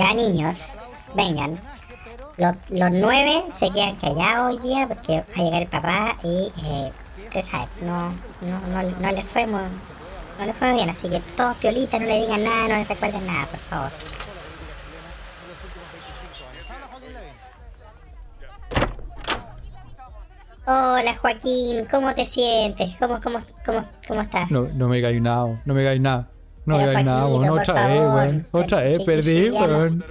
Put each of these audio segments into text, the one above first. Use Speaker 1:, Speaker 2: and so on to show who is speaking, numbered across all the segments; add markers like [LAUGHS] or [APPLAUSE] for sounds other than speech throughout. Speaker 1: Ya niños, vengan. Los, los nueve se quedan callados hoy día porque va a llegar el papá y eh, usted sabe, no, no, no, no les fue muy, no les fue muy bien, así que todos piolitas, no le digan nada, no les recuerden nada, por favor. Hola Joaquín, ¿cómo te sientes? ¿Cómo, cómo, cómo, cómo estás?
Speaker 2: No, no me caí nada, no me caí nada. No me
Speaker 1: Pero,
Speaker 2: caí nada, weón.
Speaker 1: Paquito,
Speaker 2: Otra
Speaker 1: por
Speaker 2: vez,
Speaker 1: favor.
Speaker 2: weón. Otra
Speaker 1: Pero,
Speaker 2: vez,
Speaker 1: sí,
Speaker 2: perdí,
Speaker 1: sí, ya no.
Speaker 2: weón.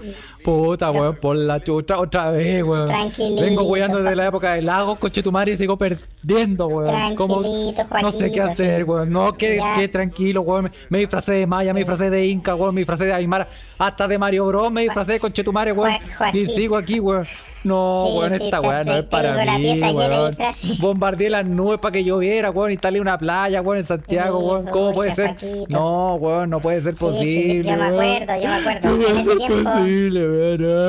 Speaker 2: Puta, weón, por la chucha, otra vez, weón.
Speaker 1: Tranquilito,
Speaker 2: Vengo weando de la época del lago, cochetumare, y sigo perdiendo, weón. ¿Cómo?
Speaker 1: Tranquilito,
Speaker 2: No sé qué
Speaker 1: Joaquito, sí.
Speaker 2: hacer, weón. No, qué,
Speaker 1: Ya.
Speaker 2: qué tranquilo, weón. Me disfracé de Maya, me disfracé de Inca, weón. Me disfracé de Aymara, hasta de Mario Bros. Me disfracé de conchetumare, weón.
Speaker 1: Jua- Joaquín.
Speaker 2: Y sigo aquí, weón. No,
Speaker 1: Sí,
Speaker 2: weón,
Speaker 1: sí,
Speaker 2: esta
Speaker 1: te-
Speaker 2: weón no
Speaker 1: te-
Speaker 2: es para
Speaker 1: tengo la
Speaker 2: mí,
Speaker 1: pieza llena de
Speaker 2: weón.
Speaker 1: disfraces.
Speaker 2: Bombardeé las nubes para que lloviera, weón. Instalé una playa, weón, en Santiago,
Speaker 1: Sí,
Speaker 2: weón. ¿Cómo puede
Speaker 1: pucha,
Speaker 2: ser?
Speaker 1: Paquito.
Speaker 2: No, weón, no puede ser
Speaker 1: Sí, sí,
Speaker 2: posible.
Speaker 1: yo me
Speaker 2: weón.
Speaker 1: acuerdo, yo me acuerdo.
Speaker 2: No
Speaker 1: En
Speaker 2: puede
Speaker 1: ese
Speaker 2: ser
Speaker 1: tiempo,
Speaker 2: posible,
Speaker 1: en
Speaker 2: weón.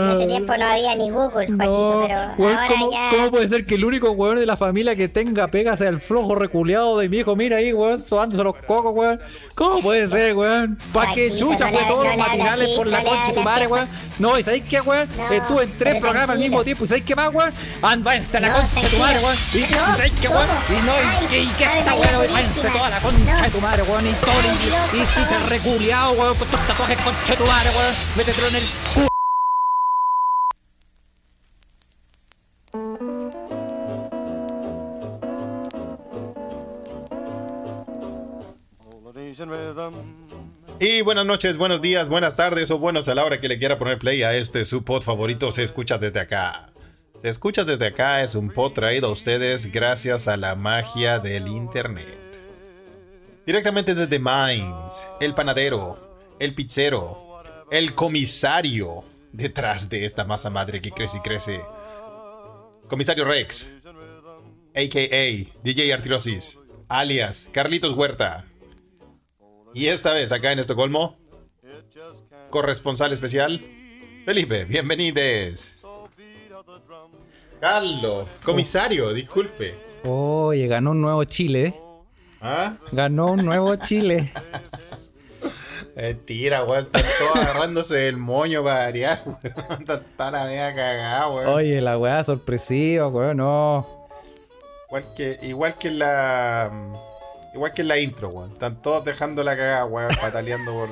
Speaker 2: Ah.
Speaker 1: ese tiempo no había ni Google, Joaquito,
Speaker 2: No,
Speaker 1: pero
Speaker 2: weón,
Speaker 1: ahora
Speaker 2: ¿cómo,
Speaker 1: ya.
Speaker 2: cómo puede ser que el único weón de la familia que tenga pega sea el flojo reculeado de mi hijo? Mira ahí, weón, sobándose los cocos, weón. ¿Cómo puede ser, weón? ¿Para qué
Speaker 1: Paquito,
Speaker 2: chucha
Speaker 1: no
Speaker 2: fue
Speaker 1: le- no
Speaker 2: todos los
Speaker 1: le hablas
Speaker 2: matinales
Speaker 1: así,
Speaker 2: por la
Speaker 1: no le
Speaker 2: concha de tu
Speaker 1: hablas
Speaker 2: madre,
Speaker 1: así,
Speaker 2: weón? No, ¿y sabéis qué, weón?
Speaker 1: No,
Speaker 2: Estuve en tres
Speaker 1: pero
Speaker 2: programas al
Speaker 1: tranquilo.
Speaker 2: mismo tiempo. ¿Y sabéis qué más, weón? Anda, váyanse a la
Speaker 1: No,
Speaker 2: concha de tu
Speaker 1: tranquilo.
Speaker 2: madre, weón. ¿Y
Speaker 1: No,
Speaker 2: sabéis qué, weón? Y no, y
Speaker 1: ¿cómo?
Speaker 2: que, y que
Speaker 1: Ay,
Speaker 2: esta
Speaker 1: María
Speaker 2: weón, váyanse
Speaker 1: Purísima.
Speaker 2: toda la concha
Speaker 1: No.
Speaker 2: de tu madre, weón. Y todo el
Speaker 1: Ay, Dios,
Speaker 2: y
Speaker 1: por
Speaker 2: si te
Speaker 1: favor.
Speaker 2: reculeado, weón, con tus tatuajes, concha de tu madre, weón. Métetelo en el culo.
Speaker 3: Y buenas noches, buenos días, buenas tardes o buenos a la hora que le quiera poner play a este su pod favorito se escucha desde acá. Se escucha desde acá es un pod traído a ustedes gracias a la magia del internet. Directamente desde Mainz, el panadero, el pizzero, el comisario detrás de esta masa madre que crece y crece. Comisario Rex, a.k.a. DJ Artirosis, alias Carlitos Huerta. Y esta vez acá en Estocolmo, corresponsal especial, Felipe, bienvenides. Carlos, comisario, disculpe.
Speaker 2: Oye, ganó un nuevo Chile, ¿eh?
Speaker 3: ¿Ah?
Speaker 2: Ganó un nuevo Chile.
Speaker 3: Eh, tira, weón, están todos agarrándose el moño para variar, weón. [LAUGHS] Está- Está la media cagada, weón.
Speaker 2: Oye, la weá sorpresiva, weón, no.
Speaker 3: Igual que, igual que en la. Igual que en la intro, weón. Están todos dejando la cagada, weón, pataleando por.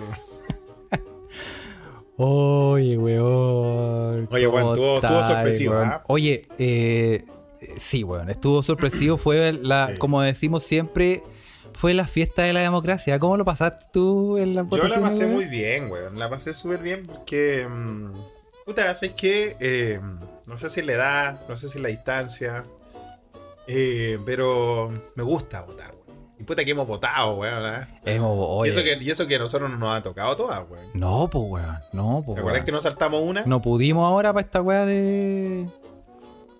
Speaker 2: Oye, weón.
Speaker 3: Oye, weón,
Speaker 2: ¿cómo
Speaker 3: estuvo- estuvo
Speaker 2: estáis,
Speaker 3: sorpresivo,
Speaker 2: weón?
Speaker 3: ¿ah?
Speaker 2: Oye, eh, sí, weón, estuvo sorpresivo. Fue la,
Speaker 3: Sí.
Speaker 2: como decimos siempre, fue la fiesta de la democracia. ¿Cómo lo pasaste tú en la
Speaker 3: Yo la pasé muy
Speaker 2: bien.
Speaker 3: bien, weón. La pasé súper bien porque. mm, puta, ¿sabes qué? Eh, no sé si la edad, no sé si la distancia. eh, pero me gusta votar, weón. Y puta que hemos votado, weón. ¿eh? Y, eso que, y eso que a nosotros no nos ha tocado todas, weón.
Speaker 2: No, pues, weón, no,
Speaker 3: ¿Te
Speaker 2: pues,
Speaker 3: acuerdas
Speaker 2: weón.
Speaker 3: que no saltamos una?
Speaker 2: No pudimos ahora para esta weá de.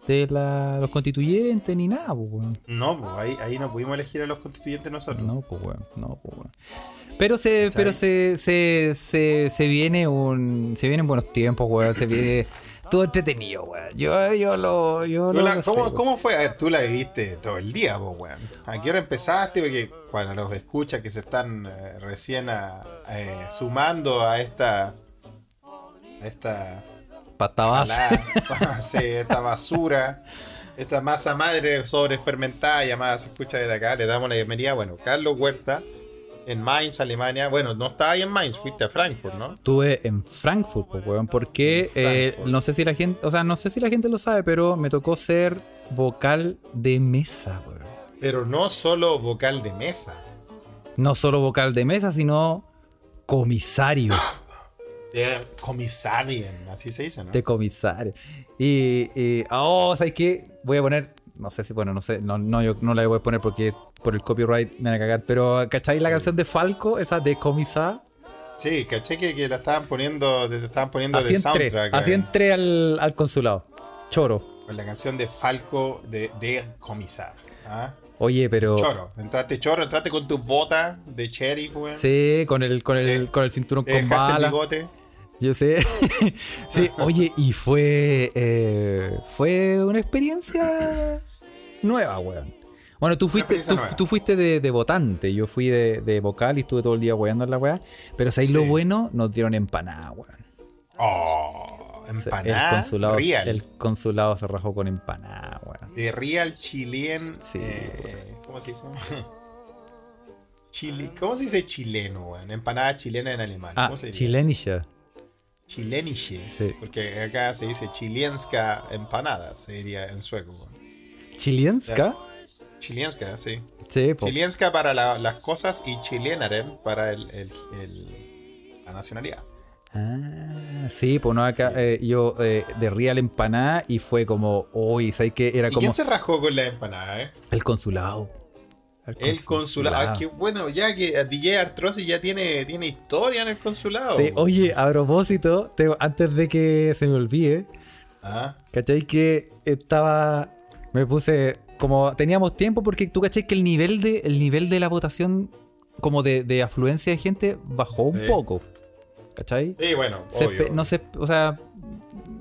Speaker 2: de la- los constituyentes ni nada, pues, weón.
Speaker 3: No, pues ahí, ahí no pudimos elegir a los constituyentes nosotros.
Speaker 2: No, pues weón, no, pues weón. Pero se,
Speaker 3: ¿Cachai?
Speaker 2: pero se, se, se, se viene un. Se vienen buenos tiempos, weón. Se
Speaker 3: [LAUGHS]
Speaker 2: viene. Todo entretenido, weón. Yo, yo lo. Yo
Speaker 3: Tú
Speaker 2: lo
Speaker 3: la-
Speaker 2: lo sé,
Speaker 3: ¿cómo,
Speaker 2: weón.
Speaker 3: cómo fue? A ver, tú la viviste todo el día, pues, weón. ¿A qué hora empezaste? Porque para los escuchas que se están eh, recién a- eh, sumando a esta. A esta.
Speaker 2: Patabas.
Speaker 3: jalada, [LAUGHS] sí, esta basura. Esta masa madre sobrefermentada llamada se escucha desde acá. Le damos la bienvenida. Bueno, Carlos Huerta, en Mainz, Alemania. Bueno, no estaba ahí en Mainz, fuiste a Frankfurt, ¿no?
Speaker 2: Estuve en Frankfurt, pues, weón. Porque
Speaker 3: En
Speaker 2: eh,
Speaker 3: Frankfurt.
Speaker 2: no sé si la gente. O sea, no sé si la gente lo sabe, pero me tocó ser vocal de mesa, weón.
Speaker 3: Pero no solo vocal de mesa.
Speaker 2: No solo vocal de mesa, sino comisario.
Speaker 3: De comisarien, así se dice, ¿no?
Speaker 2: de comisario. Y, y ah, oh, ¿sabes qué? Voy a poner, no sé si, bueno, no sé, no, no, yo no la voy a poner porque por el copyright me van a cagar, pero ¿cacháis la canción de Falco? Esa de comisar.
Speaker 3: Sí, caché que, que la estaban poniendo, te estaban poniendo
Speaker 2: Así
Speaker 3: de
Speaker 2: entré,
Speaker 3: soundtrack.
Speaker 2: así
Speaker 3: eh,
Speaker 2: entré al, al consulado. Choro.
Speaker 3: Con la canción de Falco de, de Comisar. ¿ah?
Speaker 2: Oye, pero...
Speaker 3: Choro, entraste choro, entraste con tus botas de sheriff, weón.
Speaker 2: Sí, con el, con el,
Speaker 3: Eh,
Speaker 2: con el cinturón
Speaker 3: Te
Speaker 2: con
Speaker 3: dejaste el
Speaker 2: bala.
Speaker 3: bigote.
Speaker 2: Yo sé. [LAUGHS] sí, oye, y fue. eh, fue una experiencia nueva, weón. Bueno, tú fuiste,
Speaker 3: experiencia
Speaker 2: tú,
Speaker 3: nueva.
Speaker 2: tú fuiste de, de votante, yo fui de, de vocal y estuve todo el día weando en la weá. Pero ¿sabéis lo
Speaker 3: Sí.
Speaker 2: bueno? Nos dieron empanada, weón.
Speaker 3: Oh, empanada.
Speaker 2: el, consulado,
Speaker 3: real.
Speaker 2: el consulado se rajó con empanada, weón.
Speaker 3: De real chilien.
Speaker 2: Sí,
Speaker 3: eh, ¿Cómo se dice? [LAUGHS] Chili, ¿Cómo se dice chileno, weón? Empanada chilena en alemán.
Speaker 2: Ah,
Speaker 3: ¿Cómo se dice?
Speaker 2: chilenisha.
Speaker 3: Chilenische.
Speaker 2: Sí.
Speaker 3: Porque acá se dice chilenska empanada, se diría en sueco. weón.
Speaker 2: ¿Chilenska?
Speaker 3: Chilenska, sí.
Speaker 2: Sí, po.
Speaker 3: Chilenska para la- las cosas y chilenarem para el, el- el- la nacionalidad.
Speaker 2: Ah, sí, pues no, acá eh, yo eh, de real empanada y fue como, uy, ¿sabes qué? Era
Speaker 3: ¿Y
Speaker 2: como
Speaker 3: quién se rajó con la empanada, eh?
Speaker 2: el consulado.
Speaker 3: El consulado. Ah, qué bueno, ya que a DJ Artrosi ya tiene, tiene historia en el consulado.
Speaker 2: Sí, oye, a propósito, te- antes de que se me olvide,
Speaker 3: Ah,
Speaker 2: ¿cachai? Que estaba. Me puse. Como teníamos tiempo, porque tú cachai que el nivel de, el nivel de la votación, como de, de afluencia de gente, bajó un
Speaker 3: Sí.
Speaker 2: poco. ¿cachai?
Speaker 3: sí, bueno,
Speaker 2: Se
Speaker 3: obvio.
Speaker 2: espe- no se, o sea,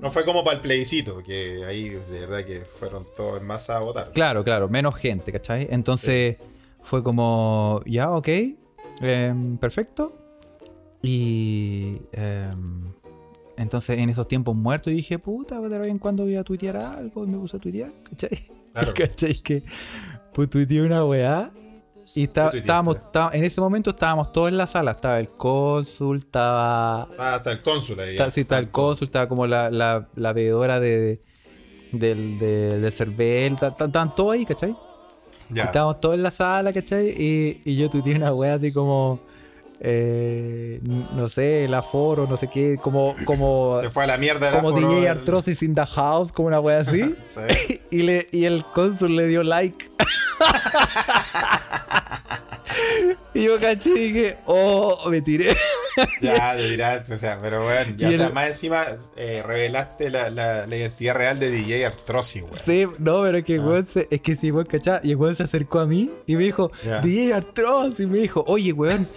Speaker 3: No fue como para el plebiscito, que ahí de verdad que fueron todos en masa a votar.
Speaker 2: Claro, claro, menos gente, ¿cachai? Entonces fue como, ya, ok, em, perfecto. Y em, entonces en esos tiempos muertos yo dije, puta, de vez en cuando voy a tuitear algo y me puse a tuitear, ¿cachai?
Speaker 3: Claro.
Speaker 2: [LAUGHS] ¿Cachai? Que pues, tuiteé una weá. Y está-
Speaker 3: ¿Qué tuiteaste?
Speaker 2: estábamos, está- en ese momento estábamos todos en la sala, estaba el cónsul, estaba
Speaker 3: Ah, hasta el cónsul ahí.
Speaker 2: Está, sí, está el cónsul, está como la, la, la bebedora de, del, de, de Cervel, ta- ta- estaban todos ahí, ¿cachai?
Speaker 3: Ya.
Speaker 2: Estábamos todos en la sala, ¿cachai? Y, y yo tuiteé una wea así como, eh, n- no sé, el aforo, no sé qué, como, como,
Speaker 3: [LAUGHS] Se fue a la mierda el
Speaker 2: como
Speaker 3: aforo,
Speaker 2: DJ
Speaker 3: el-
Speaker 2: Artrosis in the house, como una wea
Speaker 3: [LAUGHS]
Speaker 2: así.
Speaker 3: Sí.
Speaker 2: y, le, y el cónsul le dio
Speaker 3: [LAUGHS]
Speaker 2: like. [LAUGHS] y yo caché y dije, oh, me tiré.
Speaker 3: Ya, te dirás, o sea, pero bueno, ya,
Speaker 2: Y
Speaker 3: o sea,
Speaker 2: el-
Speaker 3: más encima eh, revelaste la, la- la identidad real de DJ Artrosi, weón.
Speaker 2: Sí, no, pero es
Speaker 3: Ah.
Speaker 2: que el weón se, es que sí, weón, cachá, y el weón se acercó a mí y me dijo,
Speaker 3: Ya.
Speaker 2: DJ Artros, y me dijo, oye,
Speaker 3: [LAUGHS]
Speaker 2: weón,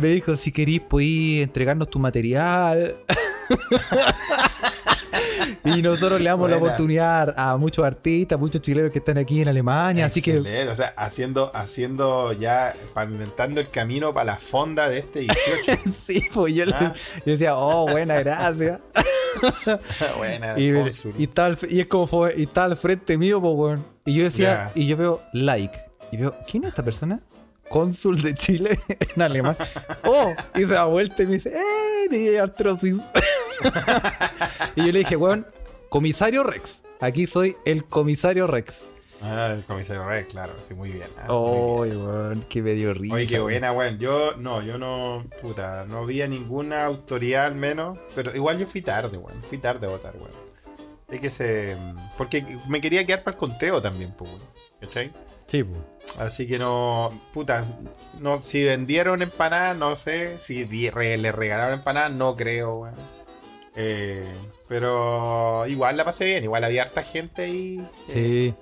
Speaker 2: me dijo, si querís, podís entregarnos tu material. [LAUGHS] y nosotros le damos la
Speaker 3: Buena.
Speaker 2: oportunidad a muchos artistas, muchos chilenos que están aquí en Alemania, así que
Speaker 3: Excelente, o sea, haciendo, haciendo ya, pavimentando el camino para la fonda de este 18.
Speaker 2: [LAUGHS] [LAUGHS] sí, pues yo, le-
Speaker 3: Ah.
Speaker 2: yo decía, oh, buena, gracias.
Speaker 3: Ah, Buena,
Speaker 2: y, me-
Speaker 3: cónsul.
Speaker 2: y estaba al f- y es como fue, y estaba al frente mío, po, weón. Y yo decía,
Speaker 3: Ya.
Speaker 2: y yo veo like. Y veo, ¿quién es esta persona? Cónsul de Chile [LAUGHS] en alemán. ¡Oh! Y se da vuelta y me dice, ¡eh! DJ Artrosis. [LAUGHS] y yo le dije, weón, comisario Rex. Aquí soy el comisario Rex.
Speaker 3: Ah, el comisario Rey, claro, sí, muy bien. ah,
Speaker 2: ¡Ay,
Speaker 3: muy bien.
Speaker 2: weón! ¡Qué medio risa!
Speaker 3: Oye, qué
Speaker 2: weón.
Speaker 3: buena, weón. Yo, no, yo no, puta, no vi a ninguna autoridad al menos. Pero igual yo fui tarde, weón. Fui tarde a votar, weón. Es que se. Porque me quería quedar para el conteo también, pues, weón. ¿Cachai?
Speaker 2: Sí, po.
Speaker 3: Así que no, puta, no, si vendieron empanadas, no sé, si di- re- le regalaron empanadas, no creo, weón. Eh, pero igual la pasé bien, igual había harta gente ahí. Eh,
Speaker 2: Sí.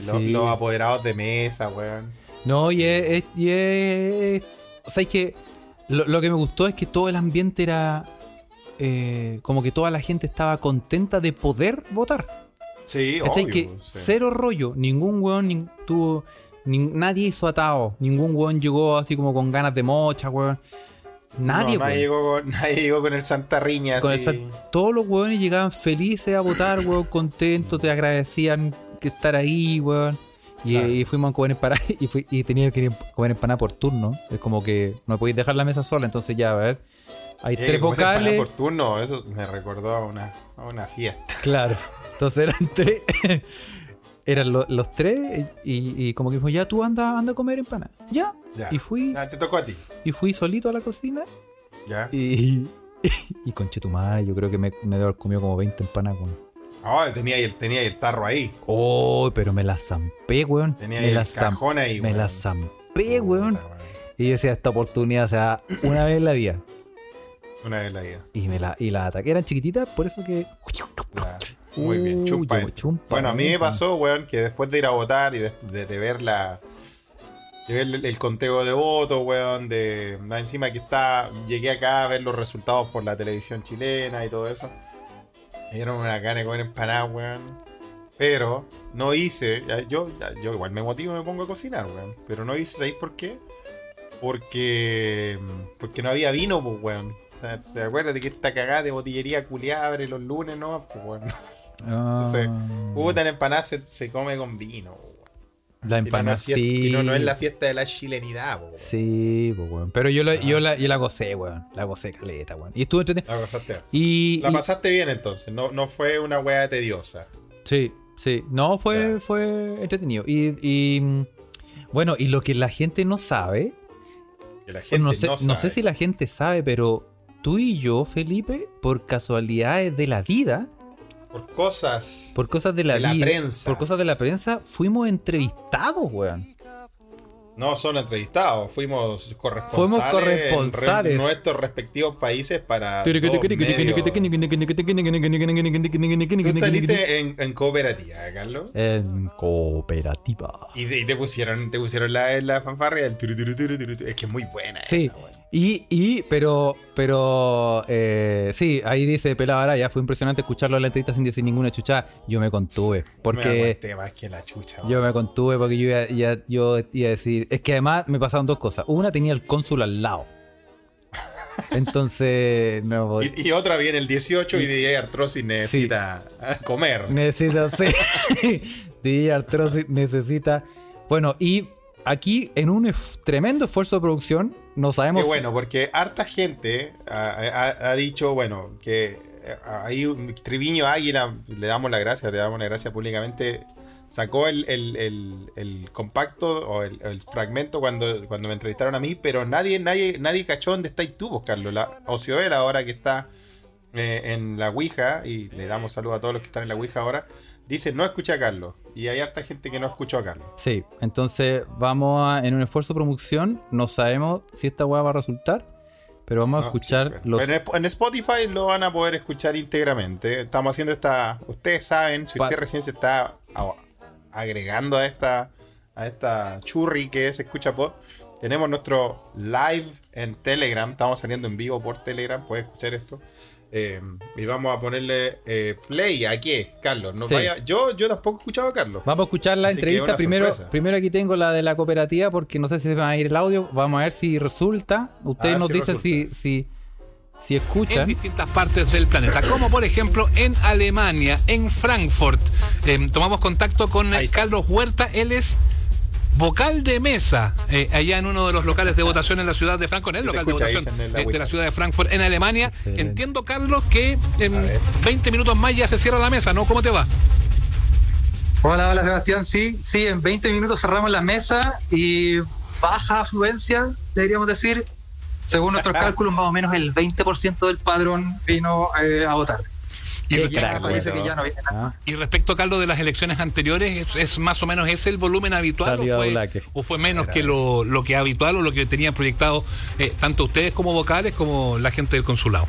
Speaker 3: sí, los,
Speaker 2: Sí.
Speaker 3: los apoderados de mesa, weón.
Speaker 2: No, y es. es- y es- o sea, es que lo, lo que me gustó es que todo el ambiente era. eh, como que toda la gente estaba contenta de poder votar.
Speaker 3: Sí,
Speaker 2: ¿Cachai?
Speaker 3: obvio,
Speaker 2: que
Speaker 3: pues, sí.
Speaker 2: cero rollo. Ningún weón nin- tuvo. nin- nadie hizo atado. Ningún weón llegó así como con ganas de mocha, weón. Nadie,
Speaker 3: No, nadie,
Speaker 2: weón.
Speaker 3: llegó con, [LAUGHS] nadie llegó con el Santa Riña,
Speaker 2: Con el
Speaker 3: así.
Speaker 2: fa- todos los weones llegaban felices a votar, weón, contentos, te agradecían que estar ahí, weón. Y,
Speaker 3: Claro.
Speaker 2: y fuimos a comer empanada [LAUGHS] y, fui- y tenía que ir a comer empanada por turno. Es como que no podéis dejar la mesa sola, entonces ya, a ver. Hay
Speaker 3: Eh,
Speaker 2: tres
Speaker 3: como una empanada
Speaker 2: vocales.
Speaker 3: Por turno, eso me recordó a una, a una fiesta.
Speaker 2: Claro. Entonces eran tres. [LAUGHS] eran lo- los tres y, y como que dijo, ya tú anda, anda a comer empanada. Ya.
Speaker 3: Ya.
Speaker 2: Y fui,
Speaker 3: Ah, te tocó a ti.
Speaker 2: y fui solito a la cocina.
Speaker 3: Ya.
Speaker 2: Y, [LAUGHS] y conche tu madre, yo creo que me, me debo haber comido como 20 empanadas, weón.
Speaker 3: Ah, tenía, ahí el, tenía ahí el tarro ahí.
Speaker 2: Oh, pero me la zampé, weón.
Speaker 3: Tenía
Speaker 2: me
Speaker 3: ahí
Speaker 2: la
Speaker 3: el cajón ahí,
Speaker 2: Me
Speaker 3: weón.
Speaker 2: la zampé, weón.
Speaker 3: Puta, weón.
Speaker 2: Y yo decía, esta oportunidad, o sea, una vez en la vida.
Speaker 3: Una vez la vida.
Speaker 2: Y me la, y la ataqué. Eran chiquititas, por eso que.
Speaker 3: Ya. Muy bien,
Speaker 2: Uy,
Speaker 3: chumpa.
Speaker 2: yo, chumpa
Speaker 3: Bueno, a mí me
Speaker 2: dentro.
Speaker 3: pasó, weón, que después de ir a votar y de, de- de ver la. de ver el, el conteo de votos, weón, de. más Encima que está. Llegué acá a ver los resultados por la televisión chilena y todo eso. Me dieron una gana de comer empanadas, weón. Pero no hice. ya, Yo, ya, yo igual me motivo y me pongo a cocinar, weón. Pero no hice, ¿sabéis por qué? Porque. Porque no había vino, pues, weón. sea, ¿Se acuerdan de que esta cagada de botillería culiada abre los lunes, no? Pues bueno.
Speaker 2: Ah,
Speaker 3: Entonces, puta, la empanada se, se come con vino. po, weón.
Speaker 2: la
Speaker 3: Si no, no
Speaker 2: empanada,
Speaker 3: es fiesta-
Speaker 2: sí.
Speaker 3: Si no, no es la fiesta de la chilenidad, po, weón.
Speaker 2: Sí, pues, weón. Pero yo la, yo, la, yo la gocé, weón. La gocé caleta, weón. Y estuve entretenido.
Speaker 3: La pasaste,
Speaker 2: Y,
Speaker 3: la
Speaker 2: y-
Speaker 3: pasaste bien entonces, no, no fue una weá tediosa.
Speaker 2: Sí, sí. No, fue,
Speaker 3: Ya.
Speaker 2: fue entretenido. Y, y, mm, bueno, y lo que la gente no sabe,
Speaker 3: Que la gente
Speaker 2: Pues no, sé,
Speaker 3: no
Speaker 2: no
Speaker 3: sabe.
Speaker 2: sé si la gente sabe, pero tú y yo, Felipe, por casualidades de la vida,
Speaker 3: Por cosas.
Speaker 2: por cosas de la,
Speaker 3: De la
Speaker 2: vida,
Speaker 3: prensa.
Speaker 2: por cosas de la prensa, fuimos entrevistados, weón.
Speaker 3: No solo entrevistados, fuimos corresponsales.
Speaker 2: Fuimos
Speaker 3: en re-
Speaker 2: corresponsales.
Speaker 3: nuestros respectivos países para. todos medios. Tú saliste en, en cooperativa, ¿eh, Carlos.
Speaker 2: En cooperativa.
Speaker 3: Y, de- y te pusieron, te pusieron la, la fanfarria del turu, turu, turu, turu, turu. Es que es muy buena
Speaker 2: Sí,
Speaker 3: esa, weón.
Speaker 2: y, y, pero, pero, eh, sí, ahí dice Pelabara, ya fue impresionante escucharlo en la entrevista sin decir ninguna chuchada. Yo me contuve,
Speaker 3: Me
Speaker 2: porque
Speaker 3: aguanté más que la chucha,
Speaker 2: yo
Speaker 3: weón.
Speaker 2: me contuve, porque yo iba, ya- yo iba a decir, es que además me pasaron dos cosas. Una, tenía el cónsul al lado. Entonces, no pod-
Speaker 3: [LAUGHS] Y, y otra viene el 18 y DJ Artrosis necesita comer.
Speaker 2: necesito, pues, sí, [LAUGHS] DJ Artrosis necesita. Bueno, y aquí, en un ef- tremendo esfuerzo de producción, no sabemos.
Speaker 3: Qué bueno, porque harta gente ha, ha- ha dicho, bueno, que eh, ahí un- Triviño Águila, le damos la gracia, le damos la gracia públicamente, sacó el, el- el- el compacto o el, el fragmento cuando, cuando me entrevistaron a mí, pero nadie, nadie, nadie cachó dónde estáis tú, vos, Carlos. La Ocioel ahora que está eh, en la Ouija, y le damos saludos a todos los que están en la Ouija ahora, dice, no escuché a Carlos. Y hay harta gente que no escuchó a Carlos.
Speaker 2: Sí, entonces vamos a, en un esfuerzo de promoción, no sabemos si esta weá va a resultar, pero vamos a
Speaker 3: No,
Speaker 2: escuchar
Speaker 3: sí, pero-
Speaker 2: los...
Speaker 3: pero Ah, en Spotify lo van a poder escuchar íntegramente. Estamos haciendo esta. Ustedes saben, si
Speaker 2: Pa-
Speaker 3: usted recién se está a- agregando a esta. a esta churri que es escucha por. Tenemos nuestro live en Telegram. Estamos saliendo en vivo por Telegram. Puedes escuchar esto. Eh, y vamos a ponerle eh, play a qué, Carlos. No
Speaker 2: Sí.
Speaker 3: vaya- yo, yo tampoco he escuchado a Carlos.
Speaker 2: Vamos a escuchar la
Speaker 3: Así que
Speaker 2: entrevista.
Speaker 3: una
Speaker 2: Primero,
Speaker 3: sorpresa.
Speaker 2: primero aquí tengo la de la cooperativa porque no sé si se va a ir el audio. Vamos a ver si resulta. Ustedes
Speaker 3: Ah,
Speaker 2: nos
Speaker 3: sí
Speaker 2: dicen si,
Speaker 3: resulta.
Speaker 2: si, si
Speaker 4: en
Speaker 2: escuchan.
Speaker 4: distintas partes del planeta, como por ejemplo en Alemania, en Frankfurt. Eh, tomamos contacto con eh,
Speaker 3: Ahí está.
Speaker 4: Carlos Huerta, él es vocal de mesa, eh, allá en uno de los locales de votación en la ciudad de Frankfurt, en el
Speaker 3: Se
Speaker 4: local
Speaker 3: escucha,
Speaker 4: de
Speaker 3: dicen, en
Speaker 4: votación
Speaker 3: la
Speaker 4: eh, de
Speaker 3: Ouija.
Speaker 4: la ciudad de Frankfurt, en Alemania.
Speaker 2: Excelente.
Speaker 4: Entiendo, Carlos, que en 20 minutos más ya se cierra la mesa, ¿no? ¿Cómo te va?
Speaker 5: Hola, hola Sebastián. Sí, sí, en 20 minutos cerramos la mesa y baja afluencia, deberíamos decir.
Speaker 3: [LAUGHS]
Speaker 5: Según nuestros cálculos, más o menos el 20% del padrón vino eh, a votar.
Speaker 4: Y,
Speaker 2: Qué
Speaker 4: re-
Speaker 5: Ya
Speaker 2: crack,
Speaker 5: parece
Speaker 3: bueno.
Speaker 5: que ya no viene nada.
Speaker 2: Ah,
Speaker 4: y respecto, Carlos, de las elecciones anteriores, ¿es, es más o menos ese el volumen habitual?
Speaker 2: Salió
Speaker 4: ¿O
Speaker 2: a
Speaker 4: fue,
Speaker 2: Blaque.
Speaker 4: o fue menos que lo, lo que habitual o lo que tenían proyectado eh, tanto ustedes como vocales como la gente del consulado?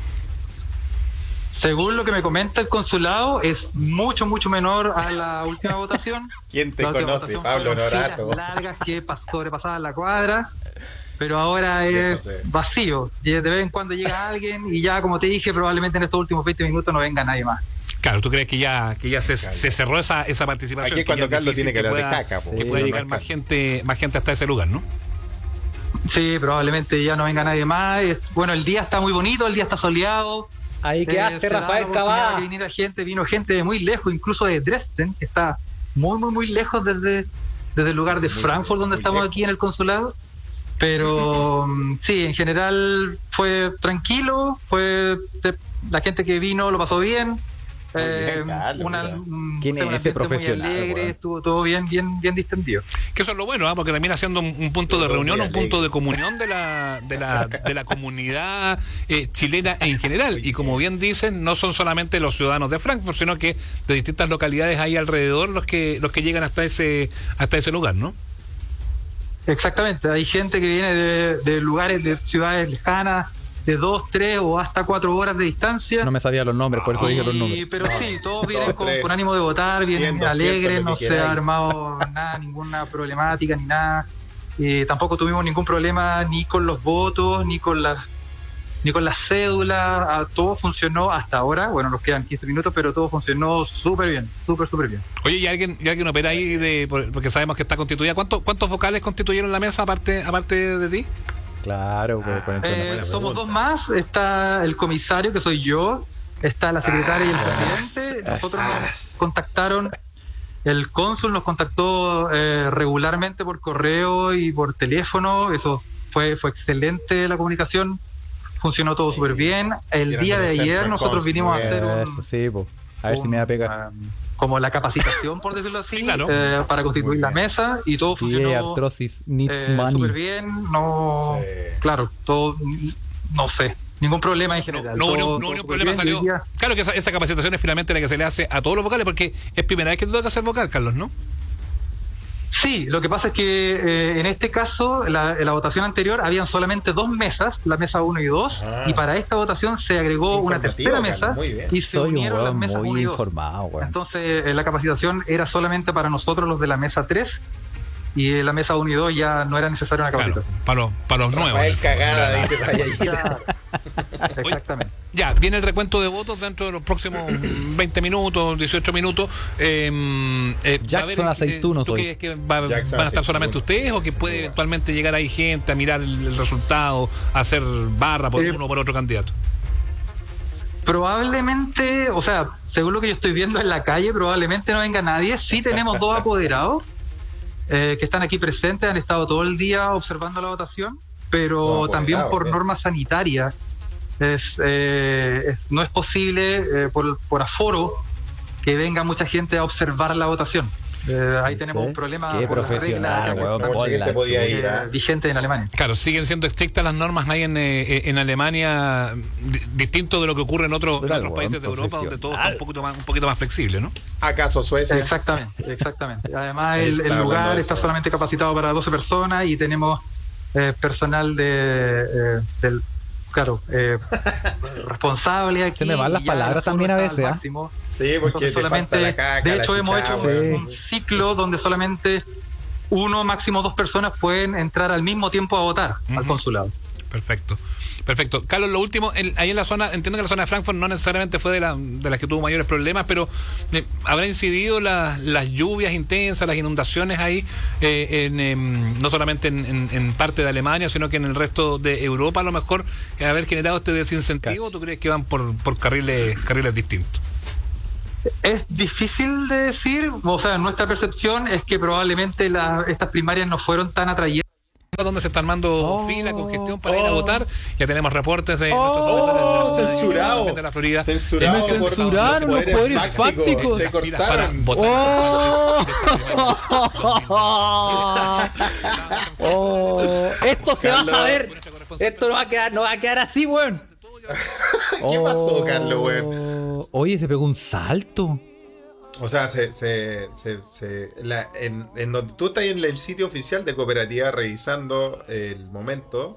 Speaker 5: Según lo que me comenta el consulado, es mucho, mucho menor a la última votación.
Speaker 3: [LAUGHS] ¿Quién te
Speaker 5: La última
Speaker 3: conoce,
Speaker 5: votación
Speaker 3: Pablo
Speaker 5: fueron filas
Speaker 3: Norato?
Speaker 5: largas que pas- sobrepasaban la cuadra, pero ahora
Speaker 3: Viejo
Speaker 5: es
Speaker 3: sé.
Speaker 5: vacío. Y De vez en cuando llega alguien y ya, como te dije, probablemente en estos últimos 20 minutos no venga nadie más.
Speaker 4: Claro, ¿tú crees que ya, que ya se,
Speaker 3: Claro.
Speaker 4: se cerró esa, esa participación?
Speaker 3: Aquí es
Speaker 4: Que
Speaker 3: cuando
Speaker 4: ya es
Speaker 3: Carlos
Speaker 4: difícil
Speaker 3: tiene que hablar de
Speaker 4: pueda-
Speaker 3: caca, po.
Speaker 4: Que
Speaker 3: Si no,
Speaker 4: pueda
Speaker 3: no
Speaker 4: llegar
Speaker 3: es
Speaker 4: más
Speaker 3: Carlos.
Speaker 4: gente, más gente hasta ese lugar, ¿no?
Speaker 5: Sí, probablemente ya no venga nadie más. Es- Bueno, el día está muy bonito, el día está soleado.
Speaker 2: Ahí
Speaker 5: Eh, se
Speaker 2: quedaste,
Speaker 5: da la
Speaker 2: Rafael
Speaker 5: oportunidad de
Speaker 2: Cavada.
Speaker 5: que viniera gente, vino gente de muy lejos, incluso de Dresden, que está muy, muy, muy lejos desde, desde el lugar de
Speaker 3: Muy,
Speaker 5: Frankfurt, donde
Speaker 3: muy
Speaker 5: estamos
Speaker 3: lejos.
Speaker 5: aquí en el consulado. Pero mm, sí, en general fue tranquilo, fue de- la gente que vino lo pasó bien.
Speaker 3: Muy bien,
Speaker 5: Eh,
Speaker 3: Carlos,
Speaker 5: una-
Speaker 3: mira.
Speaker 5: un-
Speaker 2: ¿Quién es
Speaker 5: un
Speaker 2: ese
Speaker 5: ambiente muy
Speaker 2: profesional,
Speaker 5: alegre,
Speaker 2: weón?
Speaker 5: estuvo todo bien, bien, bien distendido.
Speaker 4: Que eso es lo bueno, ¿ah? porque también haciendo un, un punto de
Speaker 3: Todo
Speaker 4: reunión,
Speaker 3: muy
Speaker 4: un punto
Speaker 3: alegre.
Speaker 4: de comunión de la, de la, de la comunidad eh, chilena en general. Y como bien dicen, no son solamente los ciudadanos de Frankfurt, sino que de distintas localidades ahí alrededor los que, los que llegan hasta ese, hasta ese lugar, ¿no?
Speaker 5: Exactamente, hay gente que viene de, de lugares, de ciudades lejanas, de dos, tres o hasta cuatro horas de distancia.
Speaker 2: No me sabía los nombres, por eso dije los
Speaker 5: Y-
Speaker 2: nombres.
Speaker 5: Pero sí, todos vienen
Speaker 3: Dos,
Speaker 5: con,
Speaker 3: tres,
Speaker 5: con ánimo de votar, vienen
Speaker 3: 100, 200,
Speaker 5: alegres,
Speaker 3: lo
Speaker 5: no
Speaker 3: que
Speaker 5: se
Speaker 3: queráis.
Speaker 5: ha armado nada, ninguna problemática ni nada. Eh, tampoco tuvimos ningún problema ni con los votos, ni con las ni con las cédulas, Ah, todo funcionó hasta ahora, bueno, nos quedan 15 minutos, pero todo funcionó súper bien, súper, súper bien.
Speaker 4: Oye, ¿y alguien, y alguien opera ahí de, por- porque sabemos que está constituida? ¿Cuántos, cuántos vocales constituyeron la mesa aparte, aparte de ti?
Speaker 2: Claro, pues, por dentro de
Speaker 5: Eh,
Speaker 2: la
Speaker 3: buena
Speaker 5: somos
Speaker 3: pregunta.
Speaker 5: dos más. Está el comisario, que soy yo. Está la secretaria y
Speaker 2: Ah,
Speaker 5: el presidente. Nosotros nos contactaron. El cónsul nos contactó eh, regularmente por correo y por teléfono. Eso fue, fue excelente la comunicación. Funcionó todo súper bien. El
Speaker 3: Gran
Speaker 5: día de
Speaker 3: centro,
Speaker 5: ayer
Speaker 3: el
Speaker 5: nosotros
Speaker 3: cónsul,
Speaker 5: vinimos a
Speaker 3: eh,
Speaker 5: hacer un,
Speaker 2: Eso sí, po. A ver si me va a pegar.
Speaker 5: um, como la capacitación, por decirlo así,
Speaker 4: Sí, claro.
Speaker 5: eh, para
Speaker 3: Muy
Speaker 5: constituir la
Speaker 3: bien.
Speaker 5: mesa y todo funcionó
Speaker 2: Yeah, Arthrosis needs
Speaker 5: eh,
Speaker 2: money.
Speaker 5: súper bien, no.
Speaker 3: Sí.
Speaker 5: Claro, todo. No sé, ningún problema en
Speaker 4: No,
Speaker 5: general.
Speaker 4: no,
Speaker 5: todo-
Speaker 4: no,
Speaker 5: todo
Speaker 4: no, ningún
Speaker 5: súper
Speaker 4: problema
Speaker 5: bien,
Speaker 4: salió.
Speaker 5: yo diría-
Speaker 4: Claro que esa, esa capacitación es finalmente la que se le hace a todos los vocales, porque es primera vez que te toca hacer vocal, Carlos, ¿no?
Speaker 5: Sí, lo que pasa es que eh, en este caso, la, en la votación anterior, habían solamente dos mesas, la mesa 1 y 2,
Speaker 3: Ah.
Speaker 5: y para esta votación se agregó una
Speaker 3: Informativo,
Speaker 5: tercera
Speaker 3: Carlos,
Speaker 5: mesa
Speaker 3: muy bien.
Speaker 5: y se
Speaker 2: Soy un
Speaker 5: unieron las
Speaker 2: weón
Speaker 5: mesas 1
Speaker 2: muy
Speaker 5: y 2.
Speaker 2: informado, weón.
Speaker 5: Entonces, eh, la capacitación era solamente para nosotros, los de la mesa 3, y eh, la mesa 1 y 2 ya no era necesaria una
Speaker 4: Claro,
Speaker 5: capacitación.
Speaker 4: para los, para los nuevos.
Speaker 3: Rafael cagada, dice
Speaker 5: Claro.
Speaker 2: [LAUGHS]
Speaker 3: Payallita.
Speaker 5: Exactamente.
Speaker 4: Ya, viene el recuento de votos dentro de los próximos [CLEARS THROAT] 20 minutos, 18 minutos. Eh, eh, va a haber,
Speaker 2: Jackson
Speaker 4: eh,
Speaker 2: Aceitunos
Speaker 4: ¿tú
Speaker 2: hoy.
Speaker 4: crees que va- van a
Speaker 3: Jackson
Speaker 4: estar solamente
Speaker 3: Aceitunos,
Speaker 4: ustedes o que
Speaker 3: sin
Speaker 4: puede
Speaker 3: duda.
Speaker 4: eventualmente llegar ahí gente a mirar el, el resultado, a hacer barra por
Speaker 5: Eh,
Speaker 4: uno o por otro candidato?
Speaker 5: Probablemente, o sea, según lo que yo estoy viendo en la calle, probablemente no venga nadie. Sí tenemos dos apoderados eh, que están aquí presentes, han estado todo el día observando la votación, pero
Speaker 3: Dos
Speaker 5: también
Speaker 3: apoderados,
Speaker 5: por
Speaker 3: bien.
Speaker 5: norma sanitaria es, eh, es- no es posible eh, por, por aforo que venga mucha gente a observar la votación. Eh, ahí tenemos un problema
Speaker 2: Este, Qué
Speaker 5: por las
Speaker 2: profesional,
Speaker 5: reglas,
Speaker 2: weón.
Speaker 3: Mucha
Speaker 2: con
Speaker 3: gente
Speaker 2: Ah, la
Speaker 3: podía
Speaker 5: eh,
Speaker 3: ir, ¿ah?
Speaker 5: vigente en Alemania.
Speaker 4: Claro, siguen siendo estrictas las normas ahí en, eh, en Alemania, di- distinto de lo que ocurre en, otro- en
Speaker 2: Claro,
Speaker 4: otros países de
Speaker 2: weón,
Speaker 4: Europa, donde todo está
Speaker 2: profesional.
Speaker 4: un poquito más, un poquito más flexible, ¿no?
Speaker 3: ¿Acaso Suecia?
Speaker 5: Exactamente, exactamente. Además, el,
Speaker 3: Está
Speaker 5: el
Speaker 3: hablando
Speaker 5: lugar
Speaker 3: de
Speaker 5: está
Speaker 3: eso.
Speaker 5: solamente capacitado para 12 personas y tenemos eh, personal de, eh, del, claro,
Speaker 3: [LAUGHS]
Speaker 5: eh, responsable aquí.
Speaker 2: Se me van las
Speaker 5: y ya
Speaker 2: palabras
Speaker 5: el aforo
Speaker 2: también a
Speaker 5: está
Speaker 2: veces,
Speaker 5: al
Speaker 2: ¿ah?
Speaker 5: máximo.
Speaker 3: Sí, porque
Speaker 5: Entonces,
Speaker 3: te falta la caca,
Speaker 5: de
Speaker 3: la
Speaker 5: hecho, hemos
Speaker 3: chucha,
Speaker 5: hecho
Speaker 3: weón.
Speaker 2: Sí.
Speaker 5: un ciclo donde solamente uno, máximo dos personas pueden entrar al mismo tiempo a votar al
Speaker 4: Ujú.
Speaker 5: consulado.
Speaker 4: Perfecto. Perfecto. Carlos, lo último, en- ahí en la zona, entiendo que la zona de Frankfurt no necesariamente fue de, la- de las que tuvo mayores problemas, pero eh, ¿habrá incidido la- las lluvias intensas, las inundaciones ahí, eh, en, em, no solamente en, en- en parte de Alemania, sino que en el resto de Europa, a lo mejor, eh, haber generado este desincentivo?
Speaker 2: Cacha.
Speaker 4: ¿Tú crees que van por, por carriles, carriles distintos?
Speaker 5: Es difícil de decir, o sea, nuestra percepción es que probablemente la- estas primarias no fueron tan atrayentes.
Speaker 4: donde se está armando
Speaker 2: Oh.
Speaker 4: fila, congestión para ir a
Speaker 3: Oh.
Speaker 4: votar. Ya tenemos reportes de
Speaker 3: Oh,
Speaker 4: nuestros
Speaker 3: censurado.
Speaker 4: de la Florida.
Speaker 3: Censurado.
Speaker 2: Me
Speaker 3: por
Speaker 2: censuraron los poderes fácticos.
Speaker 3: Te
Speaker 4: Fila para
Speaker 3: cortaron.
Speaker 4: votar. [LAUGHS]
Speaker 2: Oh, esto se va a
Speaker 3: Carlos.
Speaker 2: saber. Esto no va a quedar, no va a quedar así, weón.
Speaker 3: [LAUGHS] ¿Qué pasó, Carlos, weón?
Speaker 2: Oh, Oye, se pegó un salto.
Speaker 3: O sea, se, se, se, se- la- en, en donde tú estás en el sitio oficial de cooperativa revisando el momento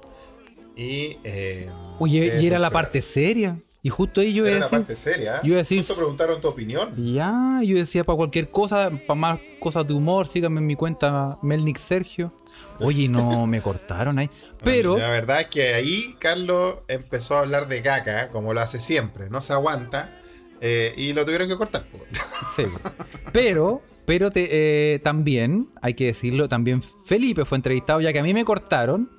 Speaker 3: y... eh,
Speaker 2: Oye,
Speaker 3: te
Speaker 2: y era la
Speaker 3: censuraron.
Speaker 2: parte seria. Y justo ahí yo
Speaker 3: Era
Speaker 2: iba
Speaker 3: la
Speaker 2: a
Speaker 3: parte
Speaker 2: decir.
Speaker 3: seria.
Speaker 2: yo iba a decir-
Speaker 3: Justo preguntaron tu opinión.
Speaker 2: Ya, yo decía para cualquier cosa, para más cosas de humor, síganme en mi cuenta Melnick Sergio. Oye, no me cortaron
Speaker 3: [LAUGHS]
Speaker 2: ahí. Pero.
Speaker 3: La verdad es que ahí Carlos empezó a hablar de caca, como lo hace siempre, no se aguanta, eh, y lo tuvieron que cortar. po.
Speaker 2: Sí. Pero, pero te- eh, también, hay que decirlo, también Felipe fue entrevistado, ya que a mí me cortaron.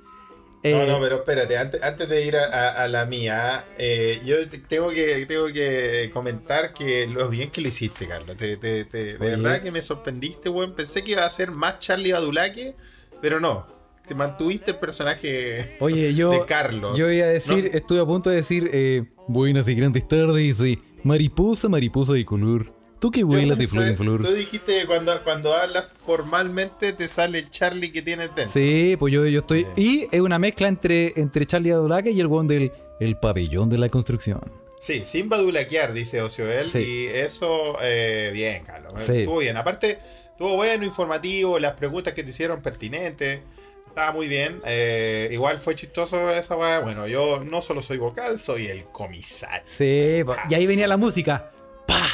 Speaker 3: No,
Speaker 2: Eh,
Speaker 3: no, pero espérate, antes, antes de ir a, a- a la mía, eh, yo te- tengo que, tengo que comentar que lo bien que lo hiciste, Carlos. Te- te- te- de
Speaker 2: Oye.
Speaker 3: verdad que me sorprendiste, weón. Pensé que iba a ser más Charlie Badulaque, pero no. Te mantuviste el personaje
Speaker 2: Oye, yo,
Speaker 3: de Carlos.
Speaker 2: yo iba a decir, estuve a punto de decir, eh, buenas y grandes tardes, y mariposa, mariposa de color, tú que
Speaker 3: Yo
Speaker 2: vuelas de
Speaker 3: pensé-
Speaker 2: flor en flor.
Speaker 3: Tú dijiste que cuando, cuando hablas formalmente te sale el Charlie que tienes dentro.
Speaker 2: Sí, pues yo, yo estoy... Y es una mezcla entre, entre Charlie Adulaque y el weón del el pabellón de la construcción.
Speaker 3: Sí, sin badulaquear, dice Ocioel.
Speaker 2: Sí.
Speaker 3: Y eso, eh, bien, Carlos. eh,
Speaker 2: Sí.
Speaker 3: Estuvo bien. Aparte, estuvo bueno, informativo, las preguntas que te hicieron pertinentes. Estaba muy bien. eh, igual fue chistoso esa weá. Bueno, yo no solo soy vocal, soy el comisario.
Speaker 2: Sí, pues, y ahí venía la música. ¡Pah!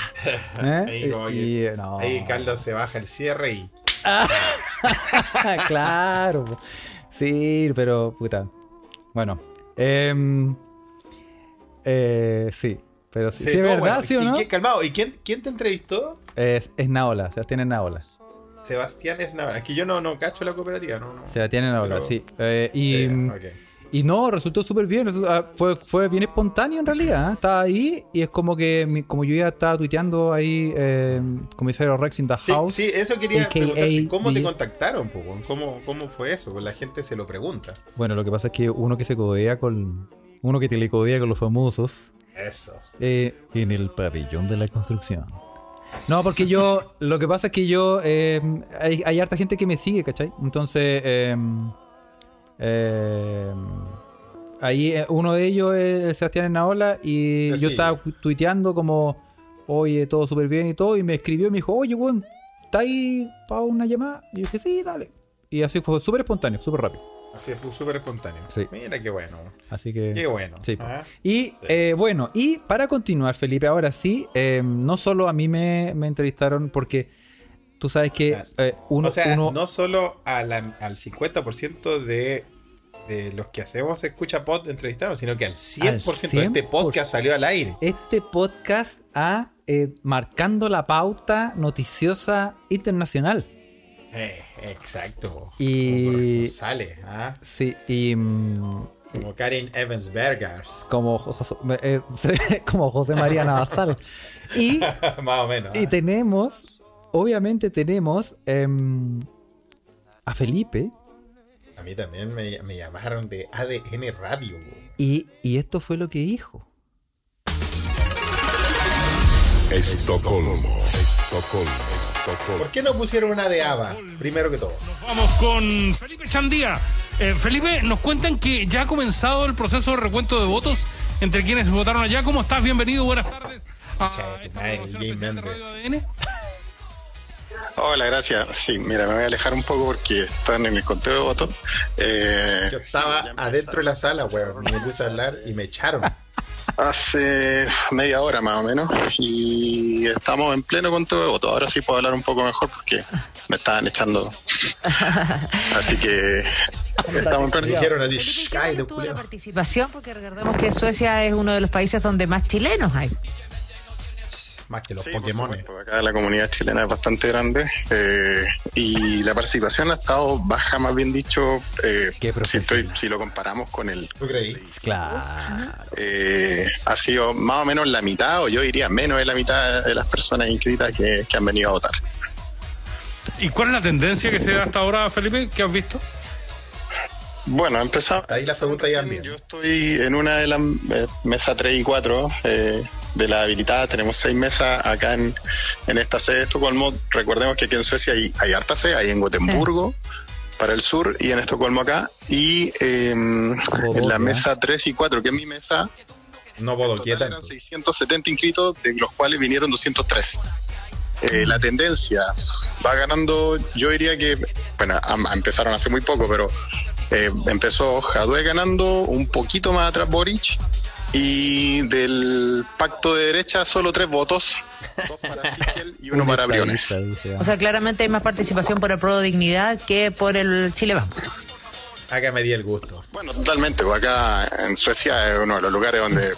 Speaker 2: ¿Eh?
Speaker 3: [LAUGHS] Ahí, como
Speaker 2: Y-
Speaker 3: que-
Speaker 2: y- no.
Speaker 3: ahí Carlos se baja el cierre y.
Speaker 2: [LAUGHS] claro. po. Sí, pero puta. Bueno. em, eh, sí, pero sí.
Speaker 3: se
Speaker 2: sí, es
Speaker 3: todo
Speaker 2: verdad,
Speaker 3: bueno.
Speaker 2: sí o
Speaker 3: ¿Y
Speaker 2: no?
Speaker 3: quién- calmado, ¿y quién, quién te entrevistó?
Speaker 2: Es, es Naola, Sebastián es Naola.
Speaker 3: Sebastián Esnaola. Es que yo no, no cacho la cooperativa, no, no.
Speaker 2: Sebastián es Naola,
Speaker 3: Pero-
Speaker 2: sí. Eh, y,
Speaker 3: Eh, ok.
Speaker 2: y Y no, resultó súper bien. resultó- ah, fue, fue bien espontáneo en realidad. ¿eh? Estaba ahí y es como que mi- como yo ya estaba tuiteando ahí, eh, comisario Rex in the
Speaker 3: Sí,
Speaker 2: house.
Speaker 3: sí, eso quería
Speaker 2: aka,
Speaker 3: preguntarte. ¿Cómo te
Speaker 2: di-
Speaker 3: contactaron, po, weón? ¿Cómo, ¿Cómo fue eso? Pues La gente se lo pregunta.
Speaker 2: Bueno, lo que pasa es que uno que se codea con. Uno que te le codea con los famosos.
Speaker 3: Eso.
Speaker 2: eh, en el pabellón de la construcción. No, porque yo. Lo que pasa es que yo. eh, hay, hay harta gente que me sigue, ¿cachai? Entonces. eh, eh, ahí eh, uno de ellos es Sebastián Enaola. Y
Speaker 3: Te
Speaker 2: yo
Speaker 3: sigue.
Speaker 2: estaba cu- tuiteando como. Oye, todo súper bien y todo. Y me escribió y me dijo, oye, weón, ¿está ahí para una llamada? Y yo dije, sí, dale. Y así fue súper espontáneo, súper rápido.
Speaker 3: Así es, súper espontáneo.
Speaker 2: Sí.
Speaker 3: Mira qué bueno.
Speaker 2: Así que.
Speaker 3: Qué bueno. ¿ah?
Speaker 2: Sí, po.
Speaker 3: Ajá.
Speaker 2: Y eh, bueno, y para continuar, Felipe, ahora sí, eh, no solo a mí me, me entrevistaron porque tú sabes que
Speaker 3: Claro.
Speaker 2: eh, uno,
Speaker 3: o sea,
Speaker 2: uno-
Speaker 3: no solo a la- al 50% de, de los que hacemos escucha pod entrevistaron, sino que al 100%, de este
Speaker 2: 100%.
Speaker 3: podcast salió al aire.
Speaker 2: este podcast ha eh, marcando la pauta noticiosa internacional.
Speaker 3: Eh, exacto.
Speaker 2: Y-
Speaker 3: Sale, ¿ah?
Speaker 2: Sí, y mm,
Speaker 3: Como Karen Evans Bergers.
Speaker 2: como, José, eh, [LAUGHS] como José María Navasal.
Speaker 3: [LAUGHS]
Speaker 2: Y
Speaker 3: [LAUGHS] Más o menos. ¿ah?
Speaker 2: Y tenemos, obviamente tenemos em, a Felipe.
Speaker 3: A mí también me, me llamaron de ADN Radio. güey.
Speaker 2: Y, y esto fue lo que dijo.
Speaker 6: Estocolmo, Estocolmo, Estocolmo.
Speaker 3: ¿Por qué no pusieron una de ABBA? Primero que todo.
Speaker 7: Vamos con Felipe Chandía. Eh, Felipe, nos cuentan que ya ha comenzado el proceso de recuento de votos entre quienes votaron allá. ¿Cómo estás? Bienvenido, buenas tardes. a
Speaker 3: Che, tu
Speaker 7: esta programación
Speaker 3: madre, Jay
Speaker 7: especial de
Speaker 3: Méndez.
Speaker 7: Radio ADN.
Speaker 8: Hola, gracias. Sí, mira, me voy a alejar un poco porque están en el conteo de votos. Eh,
Speaker 3: Yo estaba
Speaker 8: ya me
Speaker 3: adentro de la sala,
Speaker 8: empezaron.
Speaker 3: weón. y Me puse a hablar y me echaron.
Speaker 8: Hace media hora más o menos y estamos en pleno conteo de votos. Ahora sí puedo hablar un poco mejor porque me estaban echando. Así que estamos en
Speaker 3: Me
Speaker 8: pleno.
Speaker 3: dijeron así,
Speaker 9: Felipe, ¿y
Speaker 3: "Shh,
Speaker 9: qué
Speaker 3: cállate,
Speaker 9: tal estuvo la
Speaker 3: culiao".
Speaker 9: participación? Porque recordemos que Suecia es uno de los países donde más chilenos hay.
Speaker 3: Más que los
Speaker 8: Sí, por
Speaker 3: Pokémon.
Speaker 8: supuesto, acá la comunidad chilena es bastante grande eh, y la participación ha estado baja, más bien dicho, eh,
Speaker 2: Qué
Speaker 8: si, estoy-
Speaker 2: profesional.
Speaker 8: si lo comparamos con el
Speaker 3: ¿Tú creí?
Speaker 2: Claro.
Speaker 8: eh, ha sido más o menos la mitad, o yo diría menos de la mitad de las personas inscritas que, que han venido a votar.
Speaker 7: ¿Y cuál es la tendencia que se da hasta ahora, Felipe? ¿Qué has visto?
Speaker 8: Bueno, empezamos.
Speaker 3: Ahí las preguntas iban bien.
Speaker 8: Yo estoy en una de las eh, mesas 3 y 4 eh, de la habilitada. Tenemos seis mesas acá en, en esta sede de Estocolmo. Recordemos que aquí en Suecia hay, hay harta sede, hay en Gotemburgo. Para el sur y en Estocolmo acá. Y eh, en
Speaker 2: Bobolia.
Speaker 8: la mesa 3 y 4, que es mi mesa,
Speaker 3: No
Speaker 8: En
Speaker 3: puedo
Speaker 8: total
Speaker 3: quieta.
Speaker 8: eran 670 inscritos, de los cuales vinieron 203. Eh, la tendencia va ganando, yo diría que, bueno, am- empezaron hace muy poco, pero eh, empezó Jadue ganando, un poquito más atrás Boric, y del pacto de derecha solo tres votos, dos para Sichel y uno para Briones.
Speaker 9: O sea, claramente hay más participación por el Pro Dignidad que por el Chile Vamos.
Speaker 3: Acá me di el gusto.
Speaker 8: Bueno, totalmente. pues Acá en Suecia es uno de los lugares donde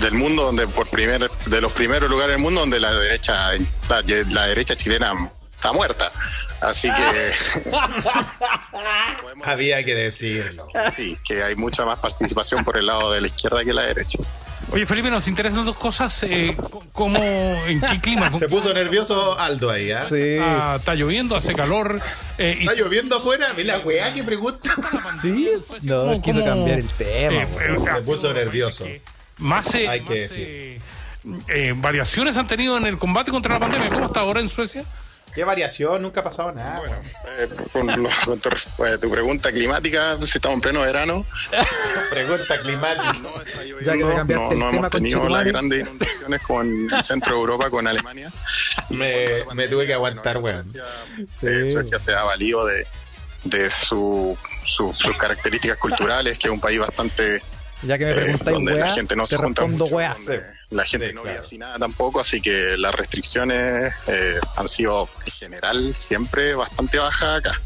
Speaker 8: del mundo donde por primer de los primeros lugares del mundo donde la derecha la, la derecha chilena está muerta. Así
Speaker 2: [LAUGHS]
Speaker 8: que podemos
Speaker 3: Había que decirlo.
Speaker 8: decir que hay mucha más participación por el lado de la izquierda que la derecha.
Speaker 7: Oye, Felipe, nos interesan dos cosas. eh, c- ¿Cómo, en qué
Speaker 3: [LAUGHS]
Speaker 7: clima?
Speaker 3: Se puso nervioso Aldo ahí, ¿ah?
Speaker 2: Sí,
Speaker 7: Ah, está lloviendo, hace calor. eh, y
Speaker 3: Está lloviendo afuera. Mira la weá que pregunta.
Speaker 9: Ah,
Speaker 2: sí. No,
Speaker 7: ¿Cómo-
Speaker 2: quiso
Speaker 7: cómo-
Speaker 2: cambiar el tema.
Speaker 7: eh,
Speaker 2: güey.
Speaker 7: eh, ha
Speaker 3: Me puso
Speaker 7: sido,
Speaker 3: nervioso.
Speaker 7: parece que Más, eh,
Speaker 3: Hay que
Speaker 7: más,
Speaker 3: decir.
Speaker 7: eh, eh, variaciones han tenido en el combate contra la pandemia. ¿Cómo está ahora en Suecia?
Speaker 3: Qué variación, nunca ha pasado nada.
Speaker 8: Bueno,
Speaker 3: weón.
Speaker 8: eh, con, lo- con tu, eh, tu pregunta climática, si estamos en pleno verano,
Speaker 3: Pregunta climática.
Speaker 8: no está lloviendo,
Speaker 2: Ya que me cambiaste
Speaker 8: no,
Speaker 2: el
Speaker 8: no
Speaker 2: tema,
Speaker 8: hemos tenido las
Speaker 2: conchetumare.
Speaker 8: grandes inundaciones con el centro de Europa, con Alemania.
Speaker 3: Me, Eh, me tuve que aguantar,
Speaker 8: Bueno,
Speaker 3: weón.
Speaker 8: Suecia,
Speaker 2: Sí.
Speaker 8: eh, Suecia se ha valido de, de su- su- sus características culturales, que es un país bastante
Speaker 2: Ya que me
Speaker 8: eh,
Speaker 2: preguntáis,
Speaker 8: donde
Speaker 2: weá,
Speaker 8: la gente no
Speaker 2: te
Speaker 8: se junta
Speaker 2: respondo,
Speaker 8: mucho,
Speaker 2: weá.
Speaker 8: donde la gente
Speaker 3: Sí,
Speaker 8: no
Speaker 3: claro.
Speaker 8: vive así nada tampoco, así que las restricciones eh, han sido en general siempre bastante bajas acá.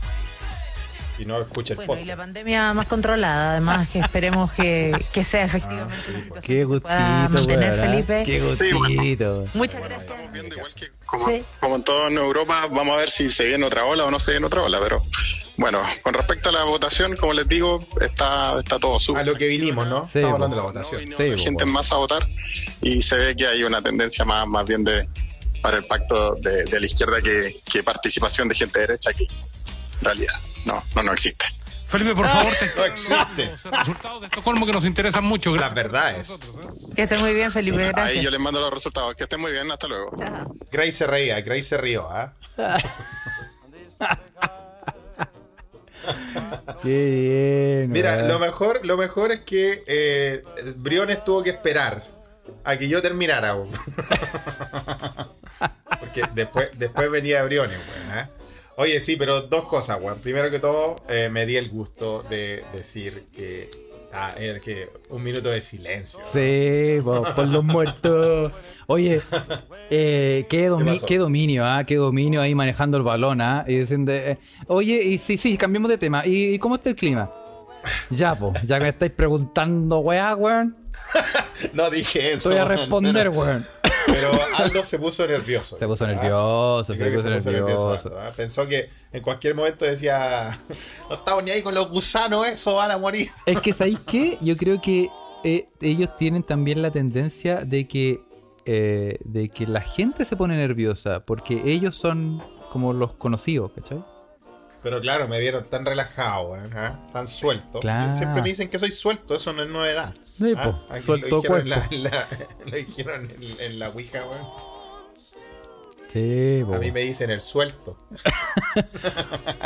Speaker 3: Y no escucha el
Speaker 9: Bueno, y la
Speaker 3: podcast.
Speaker 9: pandemia más controlada, además, que esperemos que, que sea efectivamente una situación
Speaker 2: Qué
Speaker 9: que se
Speaker 2: gustito,
Speaker 9: pueda mantener,
Speaker 2: weón, ¿ah?
Speaker 9: Felipe.
Speaker 2: Qué gustito.
Speaker 9: Muchas gracias.
Speaker 8: Estamos viendo igual que como,
Speaker 9: Sí.
Speaker 8: como en toda Europa, vamos a ver si se viene otra ola o no se viene otra ola, pero Bueno, con respecto a la votación, como les digo, está, está todo
Speaker 3: A
Speaker 8: súper.
Speaker 3: lo que vinimos, ¿no?
Speaker 2: Sí,
Speaker 3: Estamos
Speaker 2: po.
Speaker 3: hablando de la
Speaker 8: No
Speaker 3: votación.
Speaker 8: vino
Speaker 2: Sí,
Speaker 8: gente
Speaker 2: bueno.
Speaker 8: más a votar y se ve que hay una tendencia más, más bien de para el pacto de, de la izquierda que, que participación de gente derecha que en realidad no, no, no existe.
Speaker 7: Felipe,
Speaker 3: Ah.
Speaker 7: por favor, te
Speaker 3: No existe.
Speaker 7: los resultados de Estocolmo que nos interesan mucho. Gracias.
Speaker 3: Las verdades.
Speaker 9: Que estés muy bien, Felipe. Gracias.
Speaker 8: Ahí yo les mando los resultados. Que estén muy bien, hasta luego.
Speaker 9: Chao.
Speaker 3: Grace se reía, Grace se rió, ¿ah?
Speaker 2: Qué bien.
Speaker 3: Mira,
Speaker 2: weón.
Speaker 3: lo mejor, lo mejor es que eh, Briones tuvo que esperar a que yo terminara. weón. [LAUGHS] Porque después, después venía Briones, weón. ¿ah? Oye, sí, pero dos cosas, weón. Primero que todo, eh, me di el gusto de decir que. ah, eh, que un minuto de silencio.
Speaker 2: Sí, po, por, los muertos. Oye, eh, qué, domi-
Speaker 3: pasó?
Speaker 2: qué dominio, ah, qué dominio ahí manejando el balón, ah, y diciendo, eh, oye, y sí, sí, cambiemos de tema. ¿Y, y cómo está el clima? Ya, po, ya que me estáis preguntando, weá, weón,
Speaker 3: No dije eso.
Speaker 2: te voy a
Speaker 3: weón,
Speaker 2: responder,
Speaker 3: [LAUGHS] pero-
Speaker 2: weón.
Speaker 3: Pero Aldo se puso nervioso.
Speaker 2: Se puso
Speaker 3: ¿verdad?
Speaker 2: nervioso,
Speaker 3: Yo
Speaker 2: se
Speaker 3: creo que
Speaker 2: puso nervioso.
Speaker 3: Aldo, ¿verdad? Pensó que en cualquier momento decía, [LAUGHS] no estamos ni ahí con los gusanos, eso van a morir.
Speaker 2: Es que, ¿sabéis qué? Yo creo que eh, ellos tienen también la tendencia de que, eh, de que la gente se pone nerviosa, porque ellos son como los conocidos, ¿cachai?
Speaker 3: Pero claro, me vieron tan relajado, weón, ¿ah? tan suelto.
Speaker 2: Claro.
Speaker 3: Siempre me dicen que soy suelto, eso no es novedad.
Speaker 2: Sí,
Speaker 3: ¿ah?
Speaker 2: po,
Speaker 3: Aquí
Speaker 2: suelto
Speaker 3: lo dijeron, en la,
Speaker 2: cuerpo.
Speaker 3: en la- [LAUGHS] lo dijeron en, en la Ouija, weón.
Speaker 2: Sí, po.
Speaker 3: A mí me dicen el suelto.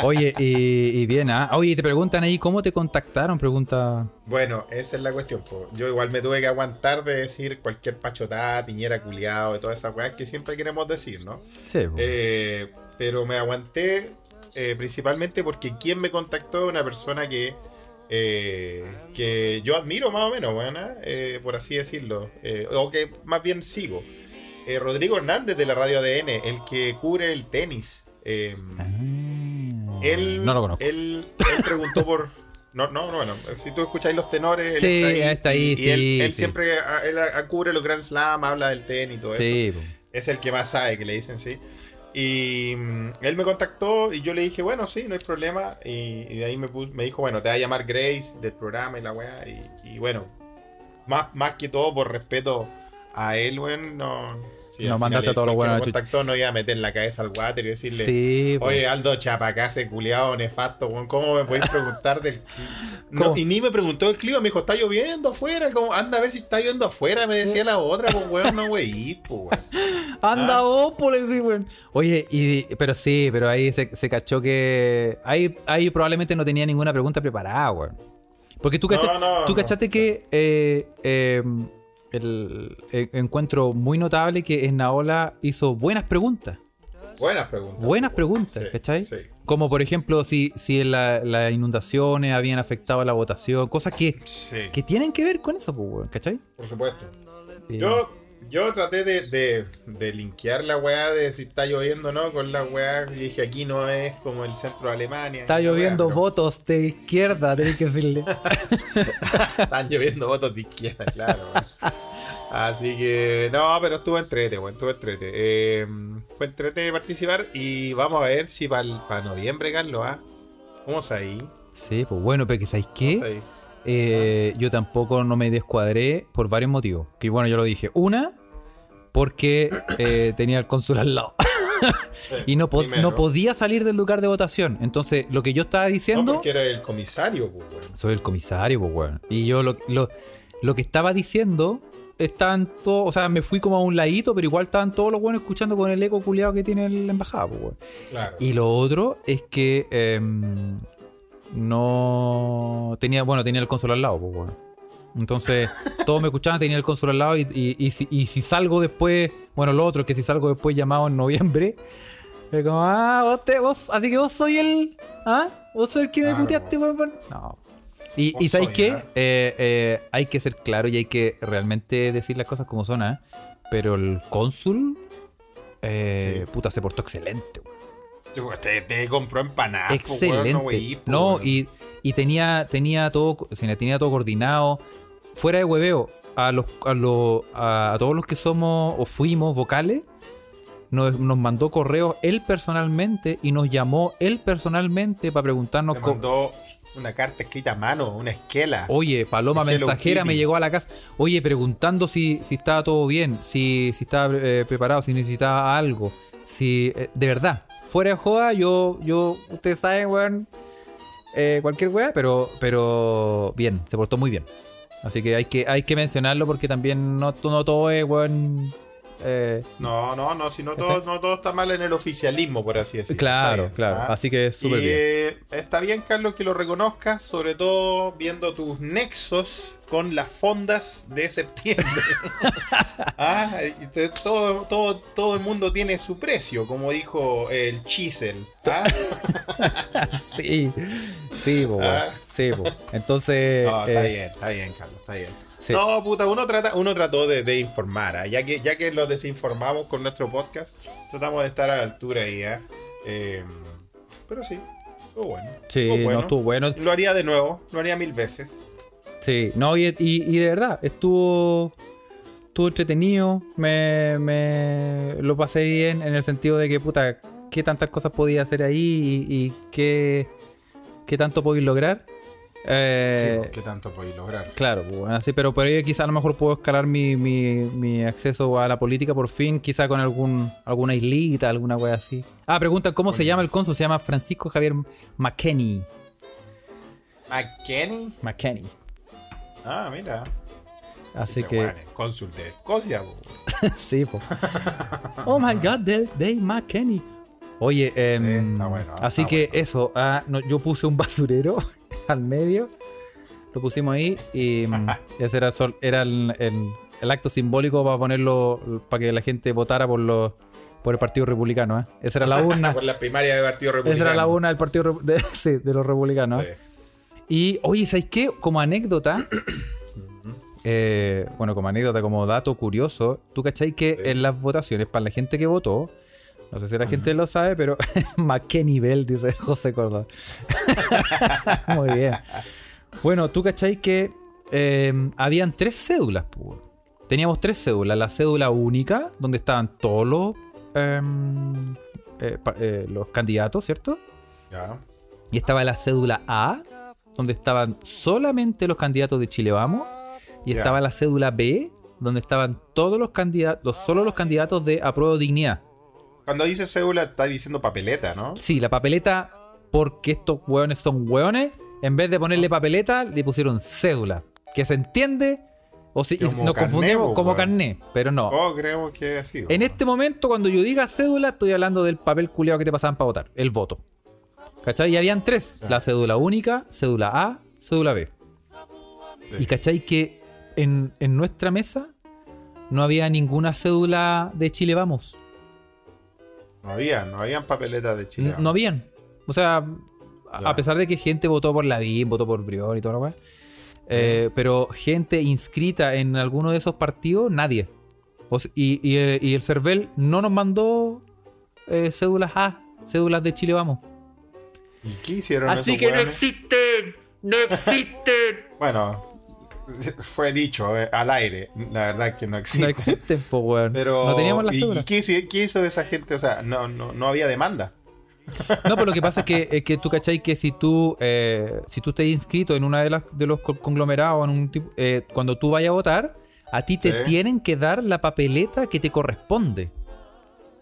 Speaker 2: Oye, y, y bien, ¿ah? Oye, te preguntan ahí, ¿cómo te contactaron? Pregunta.
Speaker 3: Bueno, esa es la cuestión. po. Yo igual me tuve que aguantar de decir cualquier pachotada, piñera culiado y todas esas weas que siempre queremos decir, ¿no?
Speaker 2: Sí, po.
Speaker 3: Eh, pero me aguanté eh, principalmente porque quien me contactó es una persona que, eh, que yo admiro más o menos, weón, ah, eh, por así decirlo. eh, o que más bien sigo. Eh, Rodrigo Hernández de la radio ADN, el que cubre el tenis. eh,
Speaker 2: Ah.
Speaker 3: él, eh,
Speaker 2: no lo conozco.
Speaker 3: Él, él preguntó por. No, no, no, bueno, si tú escucháis los tenores, él
Speaker 2: Sí,
Speaker 3: está ahí,
Speaker 2: está ahí,
Speaker 3: y- y él,
Speaker 2: sí,
Speaker 3: él
Speaker 2: sí.
Speaker 3: siempre ah, él, ah, cubre los Grand Slam, habla del tenis y todo eso
Speaker 2: sí, po.
Speaker 3: es el que más sabe, que le dicen sí. Y mm, él me contactó y yo le dije, bueno, sí, no hay problema. Y, y de ahí me, pus- me dijo, bueno, te va a llamar Grace del programa y la weá. Y, y bueno, más, más que todo por respeto a él, weón, no.
Speaker 2: No
Speaker 3: al final
Speaker 2: mandaste a
Speaker 3: él
Speaker 2: todos
Speaker 3: fue
Speaker 2: los
Speaker 3: el que
Speaker 2: weones
Speaker 3: me
Speaker 2: a la chucha.
Speaker 3: contactó, no iba a meter la cabeza al water y decirle,
Speaker 2: Sí, pues. po.
Speaker 3: oye, Aldo Chapacase, culiado, nefasto, weón, ¿cómo me podéis preguntar del cli-?" No,
Speaker 2: ¿Cómo?
Speaker 3: y ni me preguntó el clima, me dijo, está lloviendo afuera, como, anda a ver si está lloviendo afuera, me decía la otra, pues weón, no weí, pues weón. Ah.
Speaker 2: Anda vos, po, le decís, weón. Oye, y, pero sí, pero ahí se, se cachó que. Ahí, ahí probablemente no tenía ninguna pregunta preparada, weón. Porque tú, cacha-
Speaker 3: No, no,
Speaker 2: tú
Speaker 3: no.
Speaker 2: cachaste que eh, eh, el eh, encuentro muy notable que Esnaola hizo buenas preguntas.
Speaker 3: Buenas preguntas.
Speaker 2: Buenas preguntas,
Speaker 3: Sí,
Speaker 2: ¿cachai?
Speaker 3: sí.
Speaker 2: Como por ejemplo, si, si la- las inundaciones habían afectado a la votación, cosas que,
Speaker 3: Sí,
Speaker 2: que tienen que ver con eso, pues, weón, ¿cachai?
Speaker 3: por supuesto.
Speaker 2: Eh,
Speaker 3: Yo, yo traté de, de, de linkear la weá de si está lloviendo o no con la weá. Y dije, aquí no es como el centro de Alemania.
Speaker 2: Está
Speaker 3: Y la
Speaker 2: lloviendo
Speaker 3: weá, pero
Speaker 2: votos de izquierda, tenés que decirle.
Speaker 3: [LAUGHS] Están lloviendo votos de izquierda, claro. weón.
Speaker 2: [LAUGHS]
Speaker 3: Así que, no, pero estuvo entrete, weón, estuvo entrete. Eh, fue entrete participar y vamos a ver si para noviembre, Carlos, ¿ah? Vamos ahí.
Speaker 2: sí, pues bueno, pero que ¿sabéis qué?
Speaker 3: Vamos ahí.
Speaker 2: Eh, yo tampoco no me descuadré por varios motivos. Que bueno, yo lo dije. Una, porque eh, [COUGHS] tenía el cónsul al lado. [COUGHS] y no, po-
Speaker 3: primero.
Speaker 2: no podía salir del lugar de votación. Entonces, lo que yo estaba
Speaker 3: No,
Speaker 2: diciendo...
Speaker 3: porque era el comisario, pues, weón.
Speaker 2: Soy el comisario, pues, weón. Y yo lo, lo, lo que estaba diciendo, estaban todos, o sea, me fui como a un ladito, pero igual estaban todos los buenos escuchando con el eco culiado que tiene la embajada, pues, weón.
Speaker 3: Claro.
Speaker 2: Y lo otro es que em, no tenía, bueno, tenía el consul al lado, pues, weón.
Speaker 3: [LAUGHS]
Speaker 2: Entonces, todos me escuchaban, tenía el consul al lado y, y- y si, y si salgo después, bueno, lo otro es que si salgo después llamado en noviembre, es como, ah, vos, te, vos, así que vos soy el, ah, vos soy el que me
Speaker 3: Claro,
Speaker 2: puteaste, weón. No. Y,
Speaker 3: Vos
Speaker 2: y ¿sabéis
Speaker 3: soy,
Speaker 2: qué?
Speaker 3: ¿eh?
Speaker 2: Eh, eh, hay que ser claro y hay que realmente decir las cosas como son, ¿eh? Pero el cónsul, eh, puta, se portó excelente, weón.
Speaker 3: Te, te compró empanadas. po, weón,
Speaker 2: Excelente.
Speaker 3: no, weí, po,
Speaker 2: no,
Speaker 3: weón.
Speaker 2: y, y tenía, tenía, todo, co- tenía- tenía todo coordinado. Fuera de hueveo, a, los, a, los- a, a todos los que somos o fuimos vocales, nos, nos mandó correos él personalmente y nos llamó él personalmente para preguntarnos
Speaker 3: Te
Speaker 2: co-
Speaker 3: mandó una carta escrita a mano, una esquela.
Speaker 2: Oye, Paloma
Speaker 3: De Hello
Speaker 2: Mensajera
Speaker 3: Kitty.
Speaker 2: me llegó a la casa. Oye, preguntando si, si estaba todo bien, si, si estaba eh, preparado, si necesitaba algo. Si, eh, de verdad, fuera de joda, yo, yo, ustedes saben, weón, eh, cualquier weá, pero, pero bien, se portó muy bien. Así que hay que, hay que mencionarlo porque también no, no todo es, weón. eh,
Speaker 3: No, no, no, si no todo,
Speaker 2: ¿Cachai?
Speaker 3: no todo está mal en el oficialismo, por así decirlo.
Speaker 2: Claro,
Speaker 3: Está bien,
Speaker 2: claro.
Speaker 3: ¿ah?
Speaker 2: Así que es súper
Speaker 3: Y,
Speaker 2: bien.
Speaker 3: eh, está bien, Carlos, que lo reconozcas, sobre todo viendo tus nexos con las fondas de
Speaker 2: [LAUGHS]
Speaker 3: septiembre. [LAUGHS] Ah, y te- todo, todo, todo el mundo tiene su precio, como dijo el Chisel. ¿ah?
Speaker 2: sí, sí, po, weón,
Speaker 3: Ah.
Speaker 2: sí, po. Entonces,
Speaker 3: [LAUGHS] No, está
Speaker 2: eh,
Speaker 3: bien, está bien, Carlos, está bien.
Speaker 2: sí.
Speaker 3: No, puta, uno, trata, uno trató de, de informar, ¿ah? ya, que, ya que los desinformamos con nuestro podcast, tratamos de estar a la altura ahí, ¿ah? Eh, pero sí, estuvo bueno.
Speaker 2: sí,
Speaker 3: estuvo
Speaker 2: no estuvo bueno.
Speaker 3: Lo haría de nuevo, lo haría mil veces.
Speaker 2: Sí, no, y, y- y de verdad, estuvo, estuvo entretenido, me, me lo pasé bien en el sentido de que, puta, qué tantas cosas podía hacer ahí y, y qué, qué tanto podía lograr. Eh,
Speaker 3: ¿qué tanto podéis lograr?
Speaker 2: Claro, pues, bueno, así, pero por ahí quizá a lo mejor puedo escalar mi, mi- mi acceso a la política por fin, quizá con algún alguna islita, alguna wea así. Ah, pregunta, ¿cómo se llama el cónsul? Se llama Francisco Javier McKenney.
Speaker 3: ¿McKenny?
Speaker 2: McKenney.
Speaker 3: Ah, mira.
Speaker 2: Así
Speaker 3: Ese
Speaker 2: que...
Speaker 3: weón es Cónsul de Escocia, po.
Speaker 2: Sí, po. Oh my god, they, they McKenny. Oye, em,
Speaker 3: Sí, está bueno,
Speaker 2: así
Speaker 3: está
Speaker 2: que
Speaker 3: bueno.
Speaker 2: eso, ah, no, yo puse un basurero [LAUGHS] al medio, lo pusimos ahí y
Speaker 3: [LAUGHS]
Speaker 2: mm, ese era, el sol- era el, el- el acto simbólico para ponerlo, para que la gente votara por los por el Partido Republicano. ¿eh? Esa era la urna,
Speaker 3: [LAUGHS] Por la primaria de Partido
Speaker 2: esa
Speaker 3: Republicano.
Speaker 2: era la urna del Partido Repu- de, [LAUGHS] sí, de los republicanos. ¿eh?
Speaker 3: Sí.
Speaker 2: Y, oye, ¿sabes qué? Como anécdota, eh, bueno, como anécdota, como dato curioso, ¿tú cachai que en las votaciones, para la gente que votó, no sé si la gente lo sabe, pero [LAUGHS] más qué nivel, dice José Córdoba. [LAUGHS] Muy bien. Bueno, ¿tú cachai que eh, habían tres cédulas? po, weón? Teníamos tres cédulas. La cédula única, donde estaban todos los, em, eh, pa- eh, los candidatos, ¿cierto?
Speaker 3: Ya.
Speaker 2: Y estaba la cédula A, donde estaban solamente los candidatos de Chile Vamos. Y
Speaker 3: Ya.
Speaker 2: estaba la cédula B, donde estaban todos los candidatos, solo los candidatos de Apruebo Dignidad.
Speaker 3: Cuando dice cédula, está diciendo papeleta, ¿no?
Speaker 2: Sí, la papeleta, porque estos hueones son hueones, en vez de ponerle papeleta, le pusieron cédula. Que se entiende, o si y
Speaker 3: Como
Speaker 2: nos
Speaker 3: carné,
Speaker 2: confundimos
Speaker 3: po,
Speaker 2: como
Speaker 3: weón.
Speaker 2: carné, pero no.
Speaker 3: Oh, creemos que así. po.
Speaker 2: En este momento, cuando yo diga cédula, estoy hablando del papel culeado que te pasaban para votar, el voto. ¿Cachai? Y habían tres: la cédula única, cédula A, cédula B.
Speaker 3: Sí.
Speaker 2: Y cachai que en, en nuestra mesa no había ninguna cédula de Chile Vamos.
Speaker 3: No había, no habían papeletas de Chile.
Speaker 2: N- No habían. O sea, a-
Speaker 3: Ya.
Speaker 2: a pesar de que gente votó por Lavín, votó por Brión y toda la weá. eh, pero gente inscrita en alguno de esos partidos, nadie. O s- y, y el- y el CERVEL no nos mandó eh, cédulas A, cédulas de Chile Vamos.
Speaker 3: ¿Y qué hicieron esos hueones?
Speaker 2: existen, no existen.
Speaker 3: Bueno, [LAUGHS] fue dicho eh, al aire. La verdad es que no existe.
Speaker 2: [LAUGHS] no existen, po, weón.
Speaker 3: [LAUGHS] Pero,
Speaker 2: no teníamos las
Speaker 3: ¿y, y
Speaker 2: cédulas.
Speaker 3: qué, hici- qué hizo esa gente? O sea, no, no, no había demanda.
Speaker 2: No, pero lo que pasa es que, es que tú cachai que si tú, eh, si tú estás inscrito en una de las de los co- conglomerados, en un tipo, eh, cuando tú vayas a votar, a ti te
Speaker 3: Sí.
Speaker 2: tienen que dar la papeleta que te corresponde.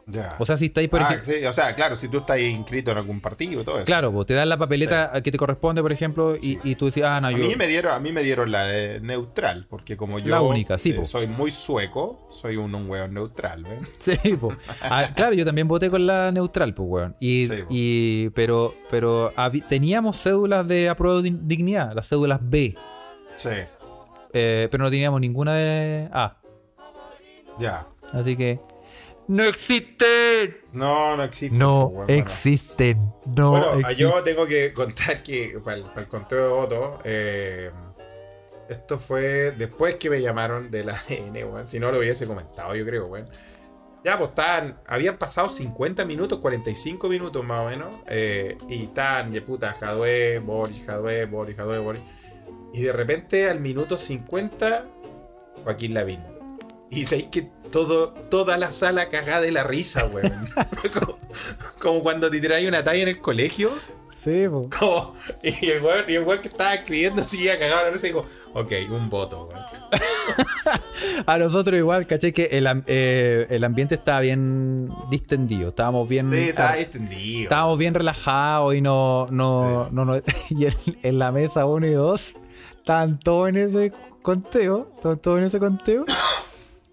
Speaker 3: Ya.
Speaker 2: O sea, si estáis, por
Speaker 3: Ah,
Speaker 2: ejemplo.
Speaker 3: sí, o sea, claro, si tú estás inscrito en algún partido y todo eso.
Speaker 2: Claro, pues, te dan la papeleta que te corresponde, por ejemplo, y, y tú decís, ah, no,
Speaker 3: A
Speaker 2: yo.
Speaker 3: mí, me dieron, a mí me dieron la de neutral, porque como yo eh,
Speaker 2: La única, sí, po.
Speaker 3: soy muy sueco, soy un, un hueón neutral. ¿ven?
Speaker 2: [LAUGHS] Sí, po. Ah, claro, yo también voté con la neutral, pues, weón. Y,
Speaker 3: Sí, po.
Speaker 2: y- pero, pero habi- teníamos cédulas de apruebo de dignidad, las cédulas B,
Speaker 3: Sí,
Speaker 2: eh, pero no teníamos ninguna de A.
Speaker 3: ya.
Speaker 2: Así que. ¡No existen!
Speaker 3: No, no existe. po,
Speaker 2: No
Speaker 3: hueón, bueno.
Speaker 2: existen. No
Speaker 3: Bueno,
Speaker 2: existen.
Speaker 3: yo tengo que contar que para el, para el conteo de votos, eh, esto fue después que me llamaron de la [LAUGHS] ADN, weón. Si no lo hubiese comentado, yo creo, weón. Ya, pues estaban, habían pasado 50 minutos, 45 minutos más o menos, eh, y estaban, de puta, Jadwe, Boris, Jadwe, Boris, Jadwe, Boris. Y de repente al minuto 50, Joaquín Lavín. Y sabéis que todo, toda la sala cagada de la risa, weón. [LAUGHS] como, como cuando te tiráis una talla en el colegio. [LAUGHS]
Speaker 2: Sí, po.
Speaker 3: Como, y el weón, y el weón que estaba escribiendo seguía cagado la risa y dijo, ok, un voto, weón.
Speaker 2: A nosotros igual, caché que el, am- eh, el ambiente estaba bien distendido. Estábamos bien.
Speaker 3: Sí, estaba
Speaker 2: ar-
Speaker 3: extendido.
Speaker 2: Estábamos bien relajados y no, no, no, [LAUGHS] no- y en, en la mesa 1 y 2 estaban todos en ese conteo, estaban todos en ese conteo.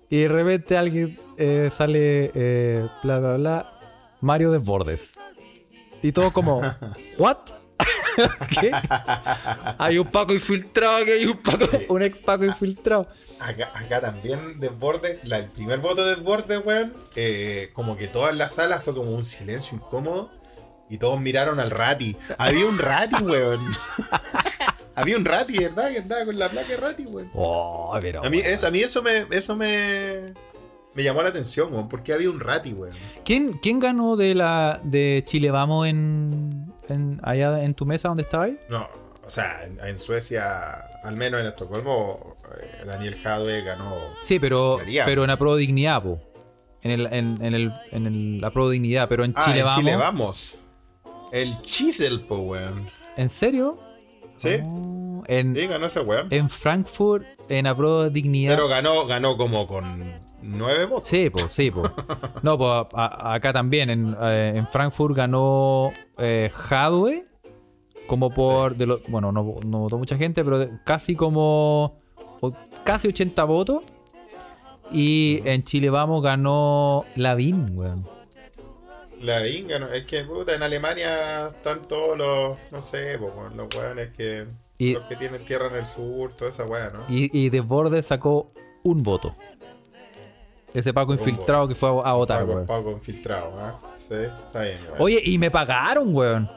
Speaker 2: Y de repente alguien eh, sale, eh, bla, bla, bla, Mario Desbordes. Y todo
Speaker 3: [LAUGHS]
Speaker 2: como, ¿what? [LAUGHS] ¿Qué? Hay un Paco infiltrado, que hay un Paco, un ex Paco infiltrado.
Speaker 3: Acá, acá también desborde, la- el primer voto de desborde, weón, eh, como que todas las salas fue como un silencio incómodo y todos miraron al Rati. Había un Rati, weón. [LAUGHS] Había un Rati, ¿verdad? Que andaba con la placa de Rati, weón.
Speaker 2: Oh, pero.
Speaker 3: A mí, es, a mí eso me eso me, me llamó la atención, weón, porque había un Rati, weón.
Speaker 2: ¿Quién, quién ganó de la de Chile Vamos en, en- allá en tu mesa donde estaba ahí?
Speaker 3: No, o sea, en, en Suecia, al menos en Estocolmo, eh, Daniel Jadwe ganó.
Speaker 2: Sí, pero,
Speaker 3: Sería.
Speaker 2: pero en Apro Dignidad, po. En el, en, en el, en el Apro Dignidad, pero en
Speaker 3: Ah,
Speaker 2: Chile,
Speaker 3: en
Speaker 2: vamos,
Speaker 3: Chile vamos. El Chisel, po, weón.
Speaker 2: ¿En serio?
Speaker 3: ¿Sí?
Speaker 2: Oh, Eh, en,
Speaker 3: Sí, ganó ese weón.
Speaker 2: en Frankfurt, en Apro Dignidad.
Speaker 3: Pero ganó, ganó como con nueve votos.
Speaker 2: Sí, po, sí,
Speaker 3: [LAUGHS]
Speaker 2: po. No, pues acá también, en, eh, en Frankfurt ganó eh, Hadwe, como por, de los, bueno, no, no votó mucha gente, pero de- casi como, o- casi 80 votos. Y en Chile Vamos ganó Lavín, weón.
Speaker 3: La Inga, ¿no? es que puta, en Alemania están todos los, no sé, po, weón, los weones que.
Speaker 2: Y-
Speaker 3: Los que tienen tierra en el sur, toda esa weá, ¿no?
Speaker 2: Y, y Desbordes sacó un voto. Ese Paco infiltrado que fue a, a votar,
Speaker 3: Pago,
Speaker 2: weón.
Speaker 3: pago infiltrado, ¿ah? Sí, está bien, weón.
Speaker 2: Oye, y me pagaron, weón.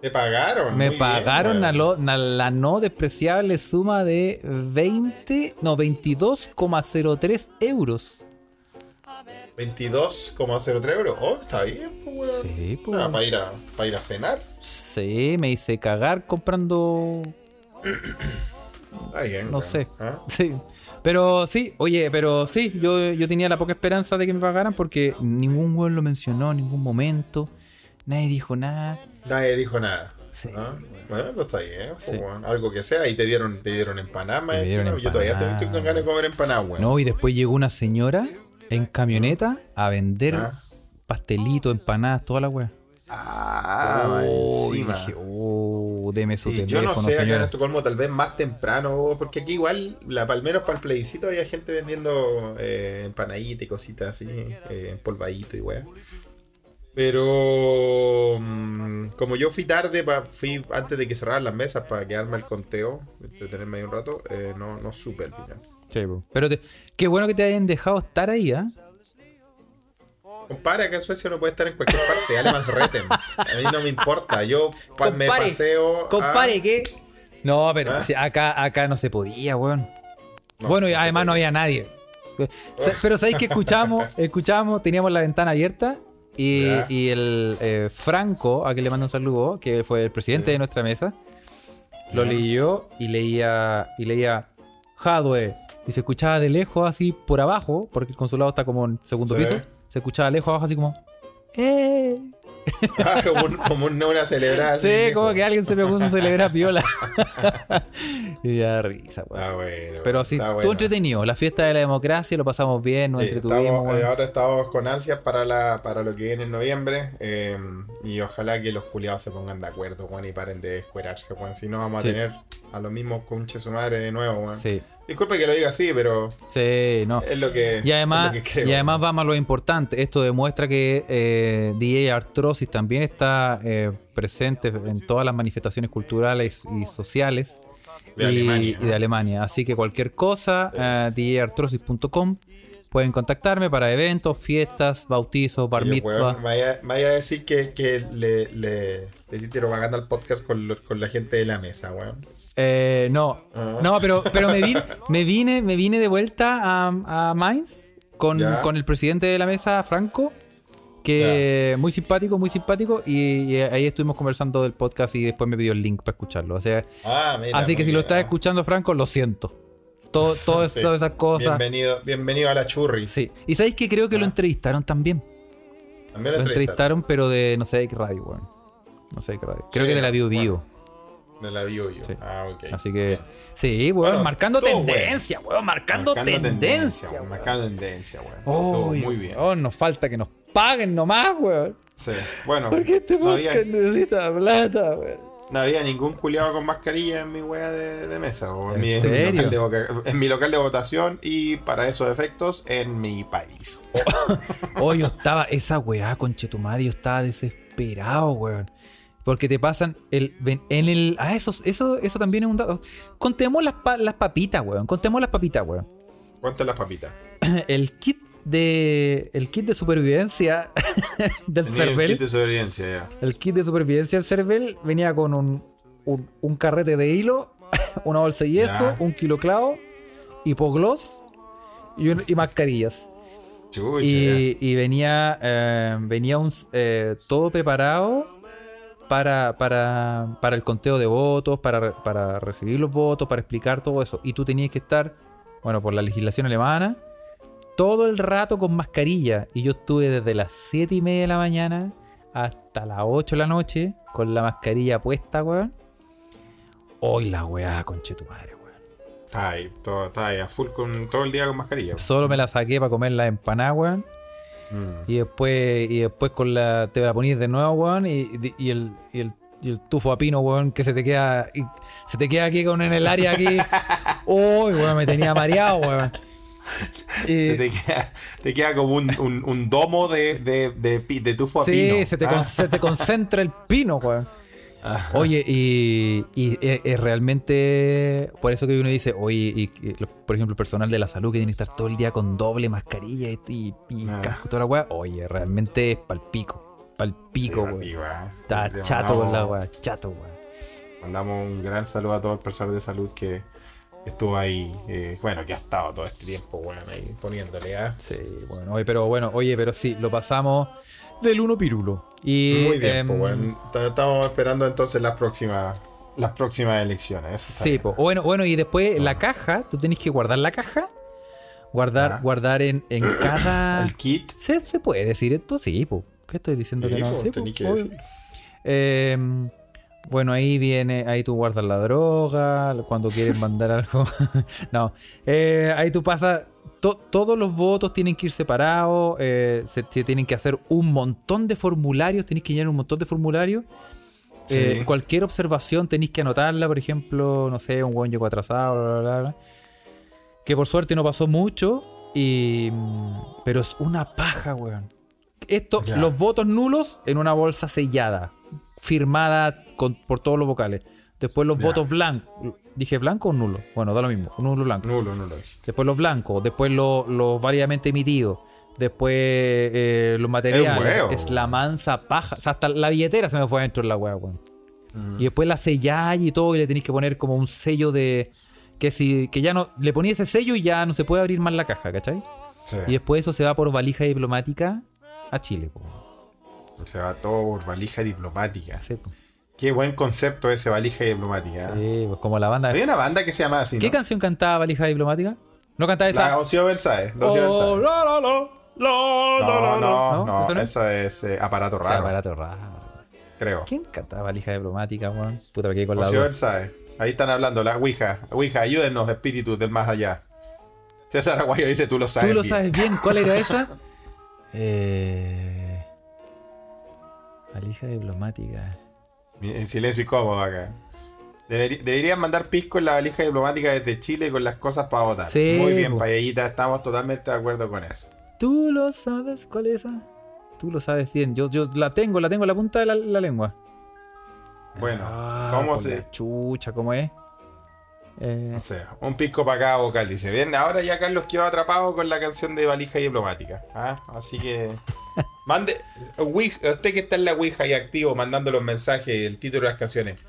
Speaker 3: Te pagaron. muy
Speaker 2: Me
Speaker 3: bien,
Speaker 2: pagaron
Speaker 3: weón.
Speaker 2: a lo- na- la no despreciable suma de 20, no, 22,03 euros.
Speaker 3: 22,03 euros. Oh, está bien, po, weón.
Speaker 2: Sí, po,
Speaker 3: Ah,
Speaker 2: weón.
Speaker 3: para ir a, para ir a cenar.
Speaker 2: Sí, me hice cagar comprando, [LAUGHS]
Speaker 3: Está bien,
Speaker 2: no
Speaker 3: weón.
Speaker 2: sé.
Speaker 3: ¿Ah?
Speaker 2: Sí. Pero sí, oye, pero sí, yo, yo tenía la poca esperanza de que me pagaran porque ningún weón lo mencionó en ningún momento. Nadie dijo nada.
Speaker 3: Nadie dijo nada.
Speaker 2: Sí,
Speaker 3: Ah, Bueno, pues está bien, po,
Speaker 2: Sí.
Speaker 3: weón. algo que sea, y te dieron, te dieron empanada,
Speaker 2: Te dieron
Speaker 3: encima. yo todavía estoy, estoy con ganas de comer empanada, weón.
Speaker 2: No, y después llegó una señora en camioneta a vender
Speaker 3: Ah.
Speaker 2: pastelitos, empanadas, toda la weá.
Speaker 3: Ah, más
Speaker 2: Oh,
Speaker 3: encima.
Speaker 2: dije, oh, deme su
Speaker 3: Sí, yo
Speaker 2: teléfono,
Speaker 3: no sé, acá en
Speaker 2: señora.
Speaker 3: Estocolmo tal vez más temprano, oh, porque aquí igual, la, al menos para el plebiscito, había gente vendiendo eh, empanaditas y cositas así, eh, empolvadito y weá. Pero mm, como yo fui tarde, pa- fui antes de que cerraran las mesas para quedarme al conteo, entretenerme ahí un rato, eh, no, no supe al final.
Speaker 2: Sí, po. Pero te- qué bueno que te hayan dejado estar ahí, ¿ah?
Speaker 3: Compare, acá en Suecia no puede estar en cualquier parte, Alemans reten. A mí no me importa, yo pa- me
Speaker 2: Compare,
Speaker 3: paseo. a-
Speaker 2: ¿qué? No, pero
Speaker 3: ¿Ah?
Speaker 2: si acá, acá no se podía, weón.
Speaker 3: No,
Speaker 2: bueno, y
Speaker 3: no se
Speaker 2: además no
Speaker 3: podía.
Speaker 2: había nadie. Se- Pero sabéis que
Speaker 3: [LAUGHS]
Speaker 2: escuchamos, escuchamos, teníamos la ventana abierta y,
Speaker 3: Ya.
Speaker 2: y el eh, Franco, a quien le mando un saludo, que fue el presidente de nuestra mesa, lo leyó y leía, y leía Hadwe. Y se escuchaba de lejos así por abajo, porque el consulado está como en segundo
Speaker 3: Sí.
Speaker 2: piso. Se escuchaba lejos abajo así como. ¡Eh!
Speaker 3: Ah, [LAUGHS] como, un- como un- una celebrada.
Speaker 2: Sí,
Speaker 3: así,
Speaker 2: como
Speaker 3: lejos.
Speaker 2: que alguien se pegó
Speaker 3: [LAUGHS]
Speaker 2: su celebra piola. [LAUGHS] y da risa, weón.
Speaker 3: Ah, bueno.
Speaker 2: Pero sí,
Speaker 3: está
Speaker 2: estuvo
Speaker 3: bueno.
Speaker 2: entretenido. La fiesta de la democracia, lo pasamos bien, nos
Speaker 3: Sí,
Speaker 2: entretuvimos,
Speaker 3: estamos- eh,
Speaker 2: weón.
Speaker 3: ahora estamos con ansias para, la, para lo que viene en noviembre. eh, y ojalá que los culiados se pongan de acuerdo, Juan, y paren de escuerarse, Juan. Si no, vamos
Speaker 2: Sí.
Speaker 3: a tener a los mismos conches su madre de nuevo, Juan.
Speaker 2: Sí,
Speaker 3: Disculpe que lo diga así, pero
Speaker 2: sí, no.
Speaker 3: es lo que.
Speaker 2: Y además,
Speaker 3: eh, es lo que creo.
Speaker 2: y además vamos a lo importante. Esto demuestra que eh, DJ Artrosis también está eh, presente en todas las manifestaciones culturales y sociales
Speaker 3: De
Speaker 2: y,
Speaker 3: Alemania,
Speaker 2: y de Alemania. Así que cualquier cosa, eh, djartrosis.com. Pueden contactarme para eventos, fiestas, bautizos, bar
Speaker 3: Oye,
Speaker 2: mitzvah.
Speaker 3: weón, vaya, vaya a decir que, que le, le, le hiciste propaganda al podcast con, lo- con la gente de la mesa, weón.
Speaker 2: Eh, no,
Speaker 3: Ah.
Speaker 2: no, pero, pero me,
Speaker 3: [LAUGHS]
Speaker 2: vine, me vine, me vine de vuelta a, a Mainz con,
Speaker 3: Ya.
Speaker 2: con el presidente de la mesa, Franco, que muy simpático, muy simpático, y, y ahí estuvimos conversando del podcast y después me pidió el link para escucharlo. O sea,
Speaker 3: Ah, mira,
Speaker 2: así
Speaker 3: muy
Speaker 2: que si lo
Speaker 3: bien,
Speaker 2: estás
Speaker 3: ah.
Speaker 2: escuchando, Franco, lo siento.
Speaker 3: [LAUGHS]
Speaker 2: todo, todo es-
Speaker 3: Sí.
Speaker 2: todas esas cosas.
Speaker 3: Bienvenido, bienvenido a la churri.
Speaker 2: Sí. Y sabéis que creo que lo entrevistaron también.
Speaker 3: También
Speaker 2: Lo
Speaker 3: la entrevistaron.
Speaker 2: entrevistaron, pero de no sé de qué radio, weón. No sé de qué radio. Creo
Speaker 3: Sí,
Speaker 2: que de la Bio Bio.
Speaker 3: De la bio yo.
Speaker 2: Sí.
Speaker 3: Ah, ok.
Speaker 2: Así que.
Speaker 3: Bien.
Speaker 2: Sí, weón,
Speaker 3: Bueno,
Speaker 2: marcando
Speaker 3: tú, weón.
Speaker 2: tendencia, weón. marcando, tendencia.
Speaker 3: weón,
Speaker 2: weón.
Speaker 3: Marcando tendencia, weón. Todo
Speaker 2: Uy,
Speaker 3: muy bien.
Speaker 2: weón, nos falta que nos paguen nomás, weón.
Speaker 3: Sí. Bueno,
Speaker 2: Porque este
Speaker 3: no
Speaker 2: podcast
Speaker 3: había,
Speaker 2: necesita plata,
Speaker 3: [LAUGHS]
Speaker 2: weón.
Speaker 3: no había ningún culiado con mascarilla en mi weá de, de mesa, o
Speaker 2: ¿En
Speaker 3: en, mi, en
Speaker 2: serio?
Speaker 3: mi local de voca- en mi local de votación y para esos efectos en mi país.
Speaker 2: Oh, yo estaba, esa weá, conchetumare, yo estaba desesperado, weón. Porque te pasan el. ven- En el. Ah, eso, eso, eso también es un dato. Contemos las, pa- las papitas, weón. Contemos las papitas, weón. [LAUGHS]
Speaker 3: ¿Cuántas las papitas?
Speaker 2: El kit de. El kit de supervivencia [LAUGHS] del
Speaker 3: Tenía un
Speaker 2: Cervel.
Speaker 3: chiste de sobrevivencia ya.
Speaker 2: El kit de supervivencia del Cervel venía con un, un, un carrete de hilo, [LAUGHS] una bolsa de yeso,
Speaker 3: Ya.
Speaker 2: un kilo clavo, hipogloss y, un- y mascarillas.
Speaker 3: Chucha,
Speaker 2: Y, y venía, eh, venía un, s- eh, todo preparado para, para, para el conteo de votos, para, re- para recibir los votos, para explicar todo eso. Y tú tenías que estar, bueno, por la legislación alemana, todo el rato con mascarilla. Y yo estuve desde las 7 y media de la mañana hasta las 8 de la noche con la mascarilla puesta, weón. Hoy la weá, conche tu madre, weón.
Speaker 3: ya. Está ahí, todo, está ahí a full con todo el día con mascarilla.
Speaker 2: Solo me la saqué para comer la empanada, weón.
Speaker 3: Mm.
Speaker 2: Y después, y después con la, te la ponís de nuevo, weón, y, y el, y, el, y el tufo a pino, weón, que se te queda, y se te queda aquí con en el área
Speaker 3: [LAUGHS]
Speaker 2: aquí. Uy, weón, me tenía mareado, weón. Y-
Speaker 3: Se te, queda, te queda como un, un- un domo de, de, de, pi- de tufo a
Speaker 2: sí,
Speaker 3: pino.
Speaker 2: se te,
Speaker 3: Ah,
Speaker 2: con- se te concentra el pino, weón. Oye, y, y e, es, es realmente por eso que uno dice, oye, y, y lo- por ejemplo, el personal de la salud que tiene que estar todo el día con doble mascarilla y, y, y
Speaker 3: Ah.
Speaker 2: casco y toda la weá, oye, realmente es palpico,
Speaker 3: sí,
Speaker 2: palpico, weón.
Speaker 3: Mati, weá.
Speaker 2: Está
Speaker 3: Le
Speaker 2: chato con la
Speaker 3: mandamos-
Speaker 2: weá, chato, weón.
Speaker 3: Mandamos un gran saludo a todo el personal de salud que estuvo ahí, eh, bueno, que ha estado todo este tiempo, weón, ahí poniéndole, ¿ah?
Speaker 2: Sí, bueno, oye, pero bueno, oye, pero sí, lo pasamos del uno pirulo. Y,
Speaker 3: Muy bien,
Speaker 2: em,
Speaker 3: pues, weón. Ta- Estamos esperando entonces las próximas las próximas elecciones. Eso está
Speaker 2: Sí,
Speaker 3: bien.
Speaker 2: po. bueno, bueno, y después la caja, tú tenés que guardar la caja, guardar,
Speaker 3: Ah.
Speaker 2: guardar en,
Speaker 3: [COUGHS]
Speaker 2: en cada.
Speaker 3: El kit.
Speaker 2: ¿Se, se puede decir esto? Sí, po. ¿Qué estoy diciendo
Speaker 3: Sí,
Speaker 2: que no?
Speaker 3: po,
Speaker 2: Sí, po,
Speaker 3: tenés que
Speaker 2: obvio.
Speaker 3: decir.
Speaker 2: Em, bueno, ahí viene, ahí tú guardas la droga, cuando
Speaker 3: [LAUGHS]
Speaker 2: quieres mandar algo. [LAUGHS] no, Eh, ahí tú pasas, to- todos los votos tienen que ir separados, eh, se, se tienen que hacer un montón de formularios, tenéis que llenar un montón de formularios. Eh,
Speaker 3: Sí.
Speaker 2: cualquier observación tenéis que anotarla, por ejemplo, no sé, un buen llegó atrasado, bla, bla, bla, bla. Que por suerte no pasó mucho, y, mm, pero es una paja, weón. Esto,
Speaker 3: Ya.
Speaker 2: los votos nulos en una bolsa sellada, firmada con- por todos los vocales. Después los
Speaker 3: Ya.
Speaker 2: votos blancos. ¿Dije blanco o nulo? Bueno, da lo mismo. Nulo blanco.
Speaker 3: Nulo, nulo.
Speaker 2: Después los blancos. Después lo- los variadamente emitidos. Después eh, los materiales.
Speaker 3: huevo.
Speaker 2: Es la mansa paja. O sea, hasta la billetera se me fue adentro en la hueá, weón.
Speaker 3: Mm.
Speaker 2: Y después la selláis y todo. Y le tenéis que poner como un sello de. Que si. Que ya no. Le ponía ese sello y ya no se puede abrir más la caja, ¿cachai?
Speaker 3: Sí.
Speaker 2: Y después eso se va por valija diplomática a Chile, po.
Speaker 3: Se va todo por valija diplomática.
Speaker 2: Sí, po.
Speaker 3: Qué buen concepto ese, valija diplomática. ¿eh?
Speaker 2: Sí, pues como la banda.
Speaker 3: Había una banda que se llamaba así,
Speaker 2: ¿Qué
Speaker 3: ¿no?
Speaker 2: canción cantaba Valija Diplomática? ¿No cantaba esa?
Speaker 3: La Ocio Versailles. la Ocio
Speaker 2: Oh,
Speaker 3: Versailles.
Speaker 2: la, la, la, la, la,
Speaker 3: No,
Speaker 2: la, la.
Speaker 3: no, no,
Speaker 2: ¿Eso no es?
Speaker 3: eso es eh, aparato
Speaker 2: O sea,
Speaker 3: raro,
Speaker 2: barato raro.
Speaker 3: creo.
Speaker 2: ¿Quién cantaba Valija Diplomática, weón? Puta, me quedé con la
Speaker 3: Ocio
Speaker 2: duda.
Speaker 3: Versailles. Ahí están hablando, la Ouija. Ouija, ayúdenos, espíritus del más allá. César Aguayo dice, tú lo sabes.
Speaker 2: ¿Tú lo
Speaker 3: bien".
Speaker 2: sabes bien cuál era
Speaker 3: [LAUGHS]
Speaker 2: esa? eh... Valija Diplomática.
Speaker 3: En silencio y cómodo acá. Deberi- deberían mandar pisco en la valija diplomática desde Chile con las cosas para votar.
Speaker 2: Sí, pues.
Speaker 3: Muy bien,
Speaker 2: po.
Speaker 3: payallita, estamos totalmente de acuerdo con eso.
Speaker 2: ¿Tú lo sabes cuál es esa? Tú lo sabes bien. Yo, yo la tengo, la tengo en la punta de la, la lengua.
Speaker 3: Bueno,
Speaker 2: Ah,
Speaker 3: ¿cómo
Speaker 2: con
Speaker 3: se.?
Speaker 2: la chucha, ¿cómo es? Eh,
Speaker 3: No sé, un pisco para cada vocal, dice. Bien, ahora ya Carlos quedó atrapado con la canción de valija diplomática. ¿ah?
Speaker 2: [LAUGHS]
Speaker 3: Así que. Mande. Ouija- usted que está en la Ouija y activo, mandando los mensajes y el título de las canciones.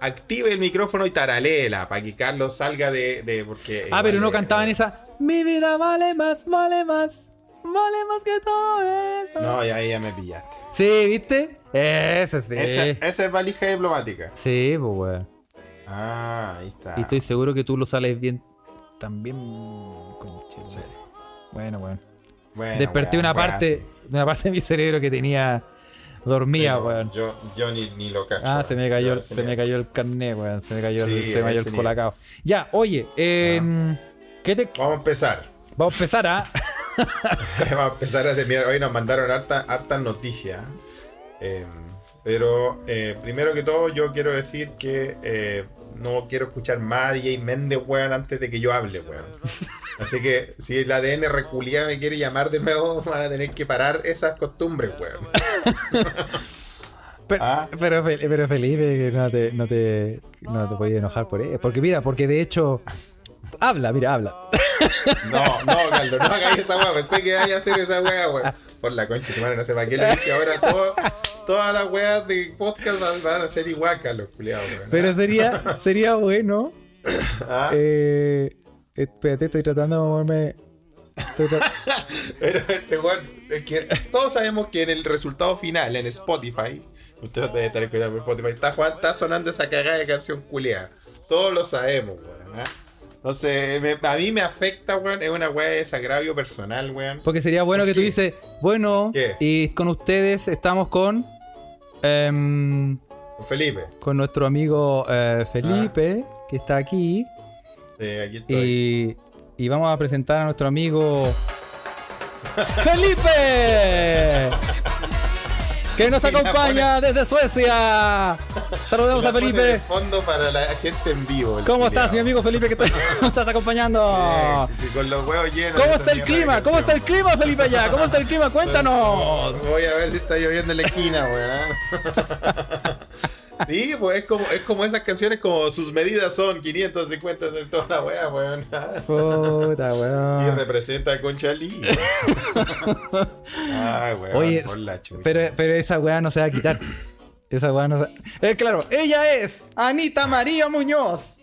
Speaker 3: Active el micrófono y taralela para que Carlos salga de. de- porque
Speaker 2: ah, pero
Speaker 3: igual
Speaker 2: no
Speaker 3: es-
Speaker 2: cantaban esa. Mi vida vale más, vale más. Vale más que todo eso.
Speaker 3: No, ya, ya me pillaste.
Speaker 2: Sí, ¿viste? Ese sí.
Speaker 3: Esa, eh. esa es valija diplomática.
Speaker 2: Sí, pues, weón.
Speaker 3: Ah, ahí está.
Speaker 2: Y estoy seguro que tú lo sales bien. también. conche tu madre. Bueno, bueno.
Speaker 3: Bueno,
Speaker 2: Desperté
Speaker 3: weón,
Speaker 2: una
Speaker 3: weón,
Speaker 2: parte,
Speaker 3: sí.
Speaker 2: una parte de mi cerebro que tenía dormía,
Speaker 3: Pero
Speaker 2: weón.
Speaker 3: Yo, yo ni, ni lo cacho.
Speaker 2: Ah, se me cayó,
Speaker 3: Yo-
Speaker 2: el- se me cayó el carnet, weón. Se me cayó, el,
Speaker 3: Sí,
Speaker 2: se me cayó
Speaker 3: ese
Speaker 2: el
Speaker 3: nivel. Ah.
Speaker 2: colacao. Ya, oye, eh, ¿qué te.
Speaker 3: Vamos a empezar.
Speaker 2: Vamos a empezar ah? a.
Speaker 3: Vamos a empezar a terminar. Hoy nos mandaron harta, harta noticia. Eh, pero eh, primero que todo, yo quiero decir que eh, no quiero escuchar más a DJ Méndez, weón, antes de que yo hable, weón. Así que si el ADN reculia me quiere llamar de nuevo, [LAUGHS] van a tener que parar esas costumbres, weón.
Speaker 2: Pero,
Speaker 3: Ah.
Speaker 2: pero, Fel- pero Felipe, no te, no te, no te podías enojar por él. Porque mira, porque de hecho. Habla, mira, habla.
Speaker 3: No, no, Carlos, no hagáis esa weá. Pensé que vaya a hacer esa weá, weón. Por la concha, de tu madre, no sé para qué lo dije. Ahora todo- todas las weas de podcast van, van a ser igual, Carlos, culiado, weón.
Speaker 2: Pero sería, sería bueno.
Speaker 3: Ah.
Speaker 2: Eh, espérate, estoy tratando de moverme. estoy tra-
Speaker 3: Pero este weón, es que todos sabemos que en el resultado final, en Spotify, ustedes deben estar escuchando por Spotify, está, Juan, está sonando esa cagada de canción culiada. Todos lo sabemos, weón. ¿ah? Entonces, me- a mí me afecta, weón. Es una weá de desagravio personal, weón.
Speaker 2: Porque sería bueno que tú
Speaker 3: ¿Qué?
Speaker 2: dices, bueno,
Speaker 3: ¿Qué?
Speaker 2: y con ustedes estamos con. em,
Speaker 3: Felipe,
Speaker 2: con nuestro amigo
Speaker 3: Ah.
Speaker 2: eh, Felipe, que está aquí.
Speaker 3: eh, aquí estoy.
Speaker 2: Y, y vamos a presentar a nuestro amigo Felipe, que nos acompaña desde Suecia. Saludemos
Speaker 3: La
Speaker 2: a
Speaker 3: pone de
Speaker 2: Felipe.
Speaker 3: fondo para la gente en vivo. el
Speaker 2: ¿Cómo estás, mi
Speaker 3: culiao.
Speaker 2: amigo Felipe,
Speaker 3: [LAUGHS]
Speaker 2: que te- nos estás acompañando?
Speaker 3: Eh, con los huevos llenos.
Speaker 2: ¿Cómo
Speaker 3: de
Speaker 2: está el
Speaker 3: esa mierda
Speaker 2: clima?
Speaker 3: de
Speaker 2: ¿Cómo está el
Speaker 3: canción,
Speaker 2: clima, Felipe, allá? ¿Cómo está el clima? Cuéntanos.
Speaker 3: Voy a ver si está lloviendo en la esquina, weón. Sí, pues es como, es como esas canciones, como sus medidas son 550 de toda la wea, weón. ¿ah?
Speaker 2: Puta,
Speaker 3: Y
Speaker 2: weón.
Speaker 3: representa
Speaker 2: [LAUGHS]
Speaker 3: a Conchalí. Ay, weón,
Speaker 2: Oye,
Speaker 3: por la chucha.
Speaker 2: pero, pero esa weá no se va a quitar. Esa weá no se Eh, claro, ella es Anita María Muñoz.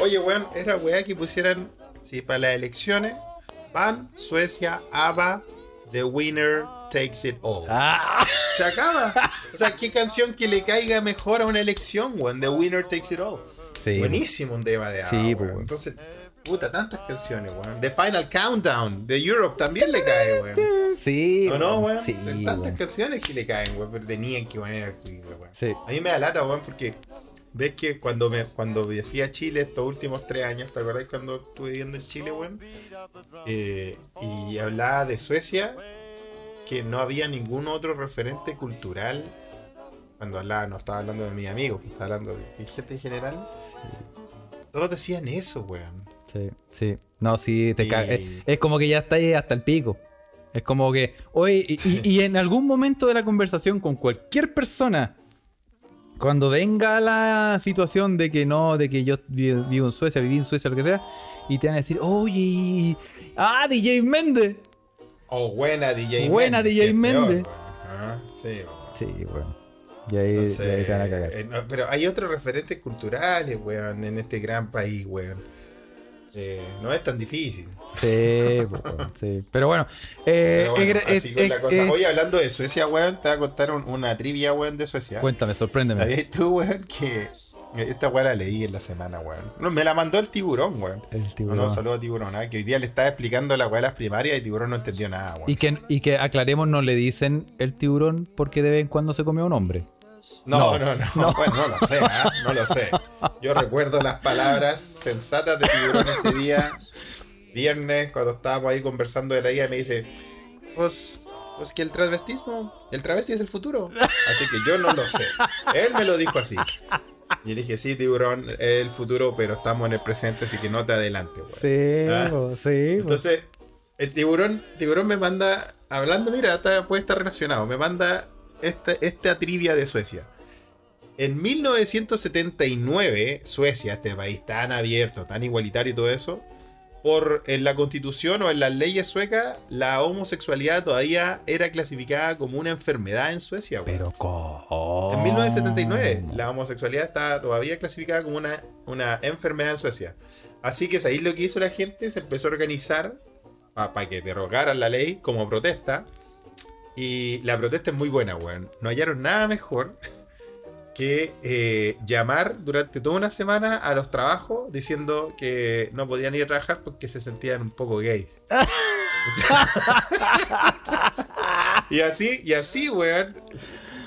Speaker 3: Oye, weón, era weá que pusieran, si para las elecciones, van Suecia, ABBA, The Winner Takes It All.
Speaker 2: Ah.
Speaker 3: Se acaba. O sea, qué canción que le caiga mejor a una elección, weón. The Winner Takes It All.
Speaker 2: Sí.
Speaker 3: Buenísimo un tema de ABBA.
Speaker 2: Sí,
Speaker 3: weón.
Speaker 2: pues, weón.
Speaker 3: Entonces, puta, tantas canciones, weón. The Final Countdown de Europe también le cae, weón.
Speaker 2: Sí.
Speaker 3: ¿O no, weón?
Speaker 2: Sí,
Speaker 3: Son tantas
Speaker 2: weón.
Speaker 3: canciones que le caen, weón, pero tenían que poner al Queen, weón.
Speaker 2: Sí.
Speaker 3: A mí me da lata, weón, porque ves que cuando me, cuando me fui a Chile estos últimos tres años, ¿te acordás cuando estuve viviendo en Chile, weón? Eh, y hablaba de Suecia, que no había ningún otro referente cultural. Cuando hablaba, no estaba hablando de mis amigos, estaba hablando de gente en general. Todos decían eso, weón.
Speaker 2: Sí, sí. No, sí, te
Speaker 3: Y-
Speaker 2: ca- Es, es como que ya está ahí hasta el pico. Es como que, oye, y, y- y en algún momento de la conversación con cualquier persona, cuando venga la situación de que no, de que yo vi- vivo en Suecia, viví en Suecia, lo que sea, y te van a decir, oye, y- ah, DJ Méndez.
Speaker 3: O buena DJ
Speaker 2: Buena
Speaker 3: Méndez,
Speaker 2: DJ
Speaker 3: que es peor,
Speaker 2: Méndez.
Speaker 3: weón. Ajá, sí, weón.
Speaker 2: Sí, bueno. Y ahí, y ahí
Speaker 3: Entonces,
Speaker 2: te van a cagar.
Speaker 3: eh, no, pero hay otros referentes culturales, weón, en este gran país, weón. Eh, no es tan difícil.
Speaker 2: Eh, Sí, po, weón, sí. Pero bueno, eh,
Speaker 3: Pero bueno,
Speaker 2: eh,
Speaker 3: así
Speaker 2: eh,
Speaker 3: con la
Speaker 2: eh,
Speaker 3: cosa.
Speaker 2: eh,
Speaker 3: Hoy hablando de Suecia, weón, te voy a contar un- una trivia, weón, de Suecia.
Speaker 2: cuéntame, sorpréndeme.
Speaker 3: ¿Sabías tú, weón, que esta weá la leí en la semana, weón? No, me la mandó el tiburón, weón.
Speaker 2: El tiburón.
Speaker 3: No, no, saludo a tiburón, ah, que hoy día le estaba explicando la weá de las primarias y tiburón no entendió nada, weón.
Speaker 2: Y que, y que aclaremos, no le dicen el tiburón porque de vez en cuando se comió un hombre.
Speaker 3: No, no, no, Bueno, no lo sé, ¿ah? no lo sé. Yo recuerdo las palabras sensatas de tiburón ese día, viernes, cuando estábamos ahí conversando de la guía, me dice, pues, pues que el transvestismo, el travesti es el futuro. Así que yo no lo sé. Él me lo dijo así. Y le dije, sí, tiburón, es el futuro, pero estamos en el presente, así que no te adelante, güey.
Speaker 2: Sí,
Speaker 3: Ah.
Speaker 2: po, sí. po.
Speaker 3: Entonces, el tiburón, tiburón me manda, hablando, mira, está- puede estar relacionado, me manda esta, esta trivia de Suecia. En 1979, Suecia, este país tan abierto, tan igualitario y todo eso, por en la constitución o en las leyes suecas, la homosexualidad todavía era clasificada como una enfermedad en Suecia. güey.
Speaker 2: Pero cómo.
Speaker 3: En 1979, la homosexualidad está todavía clasificada como una, una enfermedad en Suecia. Así que ahí lo que hizo la gente, se empezó a organizar para que derogaran la ley como protesta. Y la protesta es muy buena, weón. No hallaron nada mejor que eh, llamar durante toda una semana a los trabajos diciendo que no podían ir a trabajar porque se sentían un poco gay. [LAUGHS] y así, y así, weón.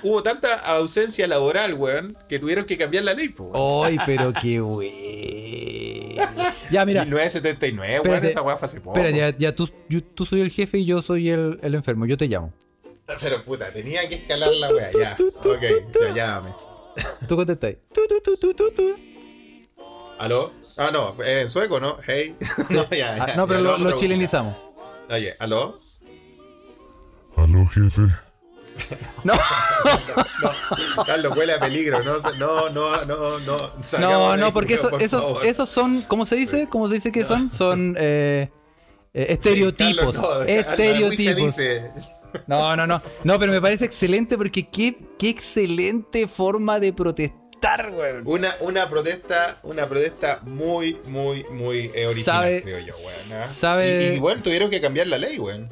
Speaker 3: Hubo tanta ausencia laboral, weón, que tuvieron que cambiar la ley, po, weón.
Speaker 2: ¡Ay, pero qué wey! Ya, Oh, mira.
Speaker 3: 1979, weón,
Speaker 2: Espérate,
Speaker 3: esa weá fue hace poco.
Speaker 2: Espera, ya, ya tú, yo- tú soy el jefe y yo soy el, el enfermo. Yo te llamo.
Speaker 3: Pero puta, tenía que escalar la weá, ya. Ok, ya llámame.
Speaker 2: Tú contestas. ahí. Tu, tu, tu, tu, tu, tu.
Speaker 3: ¿Aló? Ah, no, eh, en sueco, ¿no? Hey. [LAUGHS] no, ya,
Speaker 2: Ah,
Speaker 3: ya,
Speaker 2: no, pero
Speaker 3: ya,
Speaker 2: lo,
Speaker 3: la
Speaker 2: lo
Speaker 3: otra bocina.
Speaker 2: chilenizamos.
Speaker 3: Oye, ¿aló?
Speaker 6: Aló, jefe.
Speaker 3: Carlos, huele a peligro. No, se- no, no, no, no. salgamos
Speaker 2: No,
Speaker 3: de
Speaker 2: no,
Speaker 3: ahí,
Speaker 2: porque eso,
Speaker 3: por
Speaker 2: eso-
Speaker 3: favor.
Speaker 2: esos son, ¿cómo se dice? ¿Cómo se dice que son? Son eh, eh, estereotipos.
Speaker 3: Sí, Carlos, no, Carlos,
Speaker 2: estereotipos.
Speaker 3: dice-
Speaker 2: No, no, no. No, pero me parece excelente porque qué, qué excelente forma de protestar, weón.
Speaker 3: Una, una protesta, una protesta muy, muy, muy eh, original,
Speaker 2: Sabe-
Speaker 3: creo yo, weón. ¿ah?
Speaker 2: sabe-
Speaker 3: Y, y, bueno, tuvieron que cambiar la ley, weón.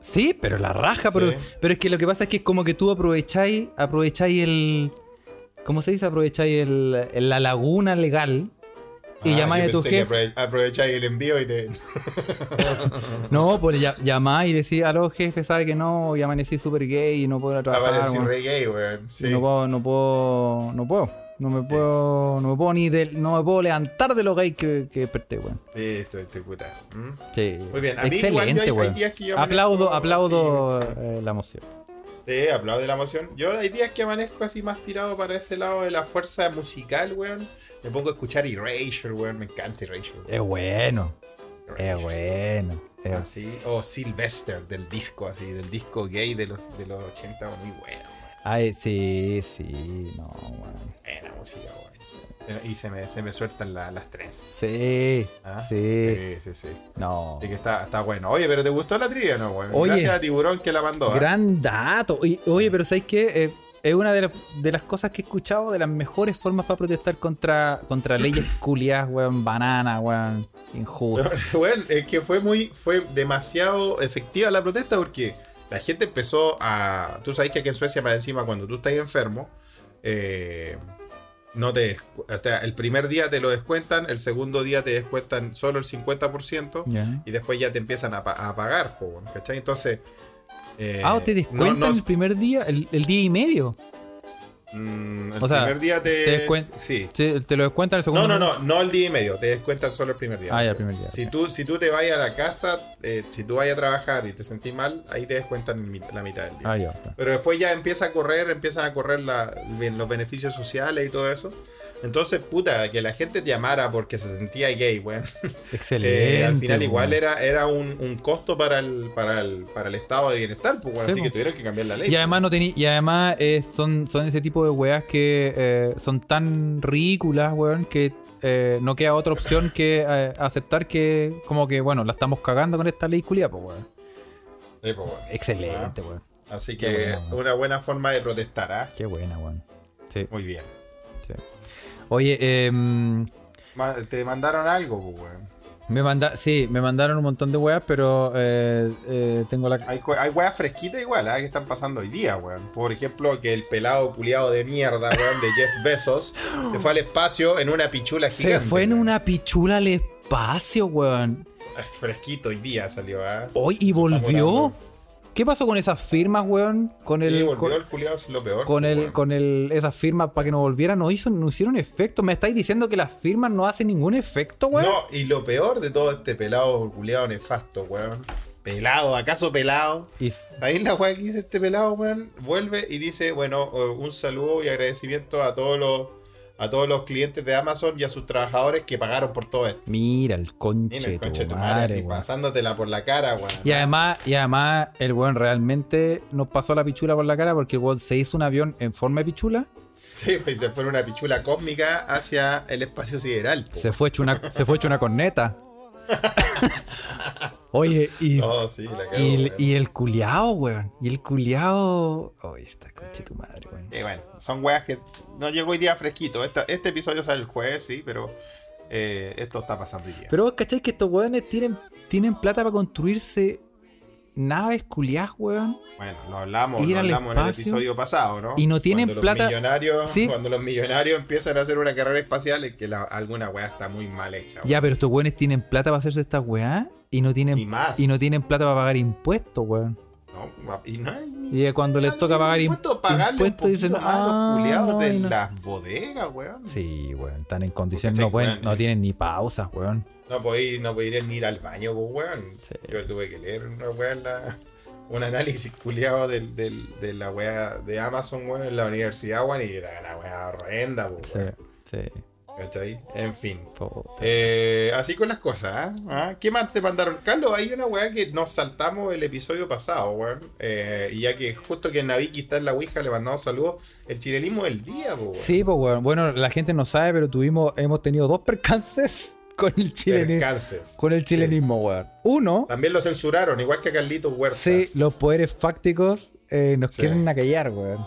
Speaker 2: Sí, pero la raja, pero,
Speaker 3: Sí.
Speaker 2: pero es que lo que pasa es que es como que tú aprovecháis, aprovecháis el. ¿Cómo se dice? Aprovecháis el, el- la laguna legal y
Speaker 3: Ah,
Speaker 2: llamáis
Speaker 3: yo
Speaker 2: a tu
Speaker 3: pensé que
Speaker 2: jefe.
Speaker 3: aprove- Aprovecháis el envío y te.
Speaker 2: No, pues ya- llamáis y decís, aló jefe, sabe que no, y amanecí súper gay y no puedo trabajar.
Speaker 3: Aparecí
Speaker 2: weón".
Speaker 3: re gay, weón. Sí.
Speaker 2: No puedo, no puedo, no puedo. No me puedo, no me puedo ni del- no me puedo levantar de lo gay que, que desperté, weón.
Speaker 3: Sí, estoy, estoy puta. ¿Mm?
Speaker 2: Sí.
Speaker 3: Muy bien, a mí igual yo hay-
Speaker 2: Excelente,
Speaker 3: hay
Speaker 2: weón.
Speaker 3: días que yo
Speaker 2: Aplaudo,
Speaker 3: amanezco-
Speaker 2: aplaudo
Speaker 3: sí, sí.
Speaker 2: eh, la emoción.
Speaker 3: Sí, aplaude la emoción. Yo hay días que amanezco así más tirado para ese lado de la fuerza musical, weón. Me pongo a escuchar Erasure, weón. Me encanta Erasure. weón.
Speaker 2: Es bueno, es
Speaker 3: Erasure.
Speaker 2: bueno. es-
Speaker 3: Así. O Sylvester del disco, así, del disco gay de los, de los 80, muy bueno.
Speaker 2: Ay, sí, sí, no, weón.
Speaker 3: Buena música, weón. Eh, Y se me, se me sueltan la- las trenzas.
Speaker 2: Sí,
Speaker 3: ¿ah?
Speaker 2: sí,
Speaker 3: sí, sí, sí.
Speaker 2: no.
Speaker 3: Así que está, está bueno. Oye, pero ¿te gustó la trivia, no, weón?
Speaker 2: Oye.
Speaker 3: Gracias a Tiburón que la mandó. ¿ah?
Speaker 2: Gran dato. Y, oye, pero ¿sabéis qué? Eh, es una de, las- de las cosas que he escuchado de las mejores formas para protestar contra, contra leyes
Speaker 3: [LAUGHS]
Speaker 2: culiadas, weón, banana, weón, injustas.
Speaker 3: Bueno, es que fue muy, fue demasiado efectiva la protesta porque la gente empezó a. Tú sabes que aquí en Suecia, para encima, cuando tú estás enfermo, eh, no te. descu- O sea, el primer día te lo descuentan, el segundo día te descuentan solo el 50%
Speaker 2: Ya.
Speaker 3: y después ya te empiezan a, pa- a pagar, po, weón, ¿cachai? Entonces. eh,
Speaker 2: ah, ¿o te descuentan
Speaker 3: no- no-
Speaker 2: el primer día, el, el día y medio.
Speaker 3: mm, el
Speaker 2: o sea,
Speaker 3: primer día te.
Speaker 2: te descuen-
Speaker 3: sí.
Speaker 2: Te, te lo descuentan el segundo.
Speaker 3: No, no, no, no el día y medio, te descuentan solo el primer
Speaker 2: Ah,
Speaker 3: día.
Speaker 2: ya,
Speaker 3: O sea,
Speaker 2: el primer día,
Speaker 3: Si,
Speaker 2: ok.
Speaker 3: tú, si tú te vas a la casa, eh, si tú vas a trabajar y te sentís mal, ahí te descuentan el mit- la mitad del día.
Speaker 2: Ah, ya. está.
Speaker 3: Pero después ya empieza a correr, empiezan a correr la- bien, los beneficios sociales y todo eso. Entonces, puta, que la gente te llamara porque se sentía gay, weón.
Speaker 2: Excelente.
Speaker 3: Eh, al final igual
Speaker 2: weón.
Speaker 3: era, era un, un costo para el, para, el, para el estado de bienestar, pues, weón,
Speaker 2: Sí,
Speaker 3: así que
Speaker 2: po.
Speaker 3: tuvieron que cambiar la ley. pues.
Speaker 2: Y además, no tení, y además eh, son, son ese tipo de weas que eh, son tan ridículas, weón, que eh, no queda otra opción que eh, aceptar que, como que, bueno, la estamos cagando con esta ley culia, pues, weón.
Speaker 3: Sí, po, weón. Ah,
Speaker 2: Excelente, pues, weón.
Speaker 3: Así
Speaker 2: Qué
Speaker 3: que
Speaker 2: buena, weón.
Speaker 3: una buena forma de protestar, ¿ah?
Speaker 2: Qué buena, weón. Sí,
Speaker 3: Muy bien.
Speaker 2: sí. Oye, eh, me
Speaker 3: Ma- Te mandaron algo, pues, weón.
Speaker 2: manda, sí, me mandaron un montón de weas, pero eh, eh, tengo la.
Speaker 3: Hay, cue- hay weas fresquitas igual, ¿ah? Que están pasando hoy día, weón. Por ejemplo, que el pelado culiado de mierda, weón, de Jeff Bezos, se fue al espacio en una pichula
Speaker 2: Se
Speaker 3: gigante.
Speaker 2: fue en
Speaker 3: weón.
Speaker 2: una pichula al espacio, weón.
Speaker 3: Fresquito hoy día salió, ¿ah?
Speaker 2: Hoy y
Speaker 3: volando.
Speaker 2: volvió. ¿Qué pasó con esas firmas, weón? Con el.
Speaker 3: y volvió
Speaker 2: con-
Speaker 3: el culiado, es lo peor.
Speaker 2: con
Speaker 3: pues,
Speaker 2: el,
Speaker 3: weón.
Speaker 2: con el, esas firmas para que no volvieran, no hizo, no hicieron efecto. ¿Me estáis diciendo que las firmas no hacen ningún efecto, weón?
Speaker 3: No, y lo peor de todo este pelado culiado nefasto, weón. Pelado, ¿acaso pelado?
Speaker 2: Y s-
Speaker 3: Ahí la weá que dice este pelado, weón, vuelve y dice, bueno, eh, un saludo y agradecimiento a todos los a todos los clientes de Amazon y a sus trabajadores que pagaron por todo esto.
Speaker 2: mira el conche,
Speaker 3: Mira el conche de
Speaker 2: tu
Speaker 3: tu madre,
Speaker 2: madre,
Speaker 3: así,
Speaker 2: weón.
Speaker 3: pasándotela por la cara, weón.
Speaker 2: Y además, y además, el weón realmente nos pasó la pichula por la cara porque el weón se hizo un avión en forma de pichula,
Speaker 3: Sí, pues se fue en una pichula cósmica hacia el espacio sideral. po.
Speaker 2: se fue hecho una, se fue hecho una
Speaker 3: [LAUGHS]
Speaker 2: corneta. Oye, y,
Speaker 3: Oh, sí, la cagó,
Speaker 2: y, el,
Speaker 3: weón.
Speaker 2: y el culiao, weón. Y el culiao. Oye, está conche tu madre, weón.
Speaker 3: Eh, bueno, son weas que no llegó hoy día fresquito. Esta- este episodio sale el jueves, sí, pero eh, esto está pasando hoy día.
Speaker 2: Pero vos cacháis que estos weones tienen, tienen plata para construirse naves culiás, weón.
Speaker 3: Bueno, lo hablamos,
Speaker 2: Ir
Speaker 3: lo
Speaker 2: al
Speaker 3: hablamos en el
Speaker 2: espacio.
Speaker 3: episodio pasado, ¿no?
Speaker 2: Y no tienen
Speaker 3: cuando
Speaker 2: plata-
Speaker 3: Los millonarios,
Speaker 2: Sí.
Speaker 3: Cuando los millonarios empiezan a hacer una carrera espacial, es que la- alguna weá está muy mal hecha. weón.
Speaker 2: Ya, pero estos weones tienen plata para hacerse estas weá y no tienen
Speaker 3: Y más.
Speaker 2: y no tienen plata para pagar impuestos, weón.
Speaker 3: No, guap- y no hay ni-
Speaker 2: Y eh, cuando les
Speaker 3: no
Speaker 2: toca
Speaker 3: tienen
Speaker 2: pagar im-
Speaker 3: impuestos, pagarle
Speaker 2: impuestos
Speaker 3: un
Speaker 2: dicen,
Speaker 3: poquito más a
Speaker 2: "Ah,
Speaker 3: los culiados de
Speaker 2: ay, no".
Speaker 3: las bodegas, weón.
Speaker 2: Sí, weón, están en condiciones,
Speaker 3: Porque,
Speaker 2: no pueden,
Speaker 3: weón,
Speaker 2: no
Speaker 3: eh.
Speaker 2: tienen ni pausas, weón.
Speaker 3: No podía, no podía ir ni ir al baño, pues, weón. Yo tuve que leer una weá, en la- [LAUGHS] un análisis culiado del, del- de la weá de Amazon, weón, en la universidad, weón, y era una weá horrenda, pues,
Speaker 2: Sí,
Speaker 3: weón.
Speaker 2: sí.
Speaker 3: ¿Cachai? En fin.
Speaker 2: puta.
Speaker 3: Eh, así con las cosas. ¿ah? ¿Ah? ¿Qué más te mandaron? Carlos, hay una weá que nos saltamos el episodio pasado, weón. Eh, y ya que justo que Naviki está en la Ouija, le mandamos saludos. El chilenismo del día, po, weón.
Speaker 2: Sí, pues weón. Bueno, la gente no sabe, pero tuvimos, hemos tenido dos percances [LAUGHS] con el chilenismo.
Speaker 3: Percances.
Speaker 2: Con el chilenismo, weón. Uno,
Speaker 3: También lo censuraron, igual que a Carlitos Huerta.
Speaker 2: sí, los poderes fácticos eh, nos
Speaker 3: Sí.
Speaker 2: quieren acallar, weón.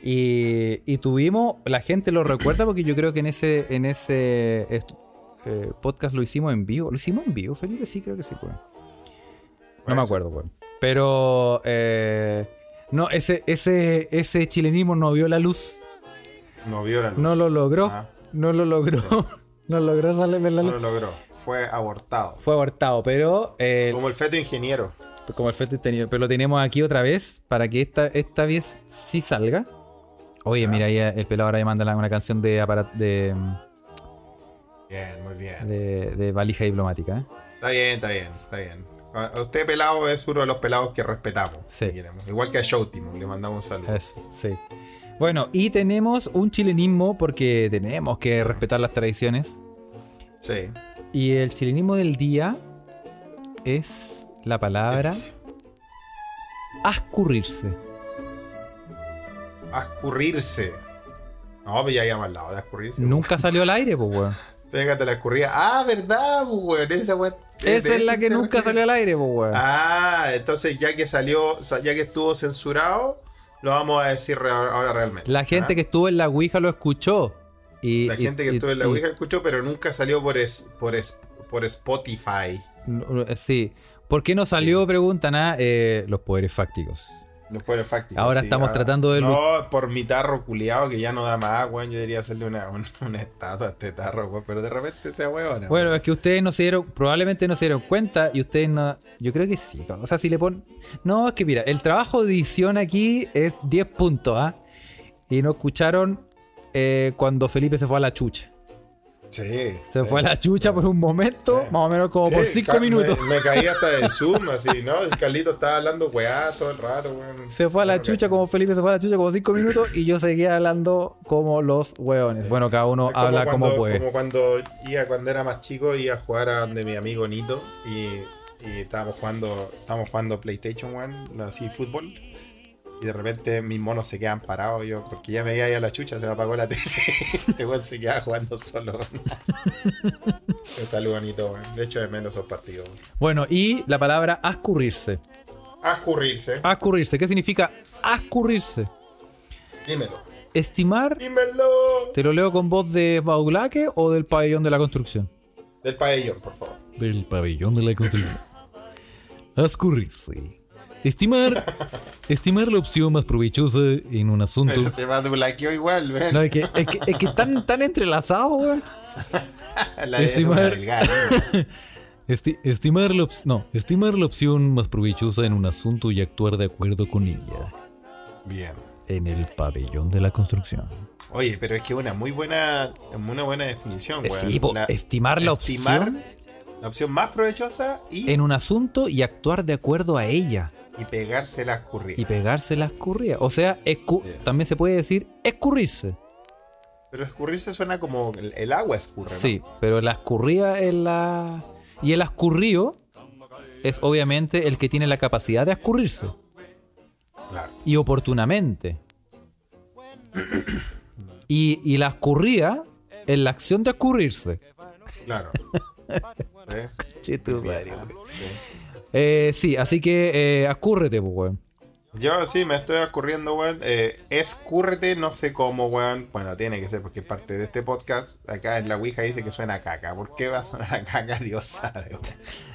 Speaker 2: Y, y tuvimos, la gente lo recuerda porque yo creo que en ese, en ese est- eh, podcast lo hicimos en vivo. ¿Lo hicimos en vivo, Felipe? Sí, creo que sí, weón. No me
Speaker 3: Parece.
Speaker 2: acuerdo, weón. Pero eh, no, ese, ese, ese chilenismo no vio la luz.
Speaker 3: No vio la luz.
Speaker 2: No lo logró.
Speaker 3: Ah.
Speaker 2: No lo logró. [LAUGHS] No logró salir en la
Speaker 3: No
Speaker 2: luz.
Speaker 3: lo logró. Fue abortado.
Speaker 2: Fue abortado, pero eh,
Speaker 3: Como el feto ingeniero.
Speaker 2: como el feto tenido, pero lo tenemos aquí otra vez para que esta, esta vez sí salga. Oye, mira, ahí eh, el pelado ahora me manda la- una canción de, apara- de,
Speaker 3: Bien, muy bien.
Speaker 2: de, de valija diplomática. ¿eh?
Speaker 3: Está bien, está bien, está bien. A- Usted pelado es uno de los pelados que respetamos.
Speaker 2: Sí.
Speaker 3: si queremos. Igual que a Showtimo, le mandamos un saludo.
Speaker 2: Eso, sí. Bueno, y tenemos un chilenismo porque tenemos que respetar las tradiciones.
Speaker 3: Sí.
Speaker 2: Y el chilenismo del día es la palabra ascurrirse.
Speaker 3: Ascurrirse. No, pues ya habíamos hablado de ascurrirse.
Speaker 2: Nunca salió al aire, pues,
Speaker 3: [LAUGHS]
Speaker 2: weón.
Speaker 3: Fíjate la escurrida. Ah, ¿verdad, weón? Esa weón.
Speaker 2: Esa es la que nunca salió al aire, pues, weón.
Speaker 3: Ah, entonces ya que salió, sa- ya que estuvo censurado, lo vamos a decir re- ahora realmente.
Speaker 2: La gente
Speaker 3: ¿Ah?
Speaker 2: que estuvo en la Ouija lo escuchó. Y,
Speaker 3: La
Speaker 2: y-
Speaker 3: gente que
Speaker 2: y-
Speaker 3: estuvo en la
Speaker 2: y-
Speaker 3: Ouija escuchó, pero nunca salió por, es, por, es, por Spotify.
Speaker 2: no, no, sí. ¿Por qué no salió? Preguntan a eh, los poderes fácticos.
Speaker 3: No fue el fáctico,
Speaker 2: Ahora estamos tratando de
Speaker 3: No, por mi tarro culiado que ya no da más, weón. Yo debería hacerle una, [LAUGHS] un- una estatua a este tarro, weón. Pero de repente se weón.
Speaker 2: Bueno, es que ustedes no se dieron, probablemente no se dieron cuenta y ustedes no. Yo creo que sí. O sea, si le ponen. No, es que mira, el trabajo de edición aquí es 10 puntos, ¿ah? Y no escucharon eh, cuando Felipe se fue a la chucha.
Speaker 3: Sí.
Speaker 2: Se fue a la chucha por un momento, más o menos como por
Speaker 3: Sí,
Speaker 2: 5
Speaker 3: ca-
Speaker 2: minutos.
Speaker 3: Me, me
Speaker 2: [LAUGHS]
Speaker 3: caí hasta del Zoom, así, ¿no? El Carlito estaba hablando weá todo el rato, weón.
Speaker 2: Se fue a la
Speaker 3: Bueno,
Speaker 2: chucha
Speaker 3: cacho.
Speaker 2: como Felipe se fue a la chucha como 5 minutos y yo seguía hablando como los hueones. Bueno, cada uno
Speaker 3: Es
Speaker 2: habla
Speaker 3: cuando,
Speaker 2: como puede.
Speaker 3: Como cuando iba, cuando era más chico, iba a jugar a donde mi amigo Nito y, y estábamos jugando, estábamos jugando PlayStation One, así fútbol. Y de repente mis monos se quedan parados, yo, porque ya me iba a ir a la chucha, se me apagó la [LAUGHS] tele. este weón se quedaba
Speaker 2: [LAUGHS]
Speaker 3: jugando solo. Un saludo, Nito, weón. De hecho, de menos esos partidos.
Speaker 2: Bueno, y la palabra ascurrirse.
Speaker 3: Ascurrirse,
Speaker 2: Ascurrirse, ¿qué significa ascurrirse?
Speaker 3: dímelo.
Speaker 2: Estimar
Speaker 3: Dímelo.
Speaker 2: ¿Te lo leo con voz de Baulaque o del pabellón de la construcción?
Speaker 3: Del pabellón, por favor.
Speaker 2: Del pabellón de la construcción. Ascurrirse. Estimar, estimar la opción más provechosa en un asunto.
Speaker 3: Ese se va de blaqueo igual, weón.
Speaker 2: No, es que, es que, es que están tan entrelazados, weón.
Speaker 3: la de
Speaker 2: estimar-
Speaker 3: Luna Delgado,
Speaker 2: [LAUGHS]
Speaker 3: weón.
Speaker 2: Esti- estimar, la op- no, estimar la opción más provechosa en un asunto y actuar de acuerdo con ella.
Speaker 3: Bien.
Speaker 2: En el pabellón de la construcción.
Speaker 3: Oye, pero es que una muy buena, una buena definición,
Speaker 2: Eh,
Speaker 3: weón.
Speaker 2: sí, po,
Speaker 3: La-
Speaker 2: estimar la
Speaker 3: estimar
Speaker 2: opción.
Speaker 3: La opción más provechosa y,
Speaker 2: En un asunto y actuar de acuerdo a ella.
Speaker 3: y pegarse las curridas.
Speaker 2: Y pegarse las curridas. O sea, escu-
Speaker 3: Yeah.
Speaker 2: también se puede decir escurrirse.
Speaker 3: Pero escurrirse suena como el, el agua escurre, ¿no?
Speaker 2: Sí, pero la escurrida es la. Y el ascurrío es obviamente el que tiene la capacidad de escurrirse.
Speaker 3: Claro.
Speaker 2: Y
Speaker 3: [COUGHS]
Speaker 2: oportunamente. Y, y la escurrida es la acción de escurrirse. [LAUGHS]
Speaker 3: Claro. ¿Eh? Sí, sí.
Speaker 2: Eh, sí, así que eh, escúrrete, pues, weón.
Speaker 3: Yo sí me estoy escurriendo, weón. Eh, escúrrete, no sé cómo, weón. Bueno, tiene que ser porque es parte de este podcast. Acá en la Ouija dice que suena a caca. [LAUGHS] ¿Por qué va a sonar a caca? Dios sabe, weón.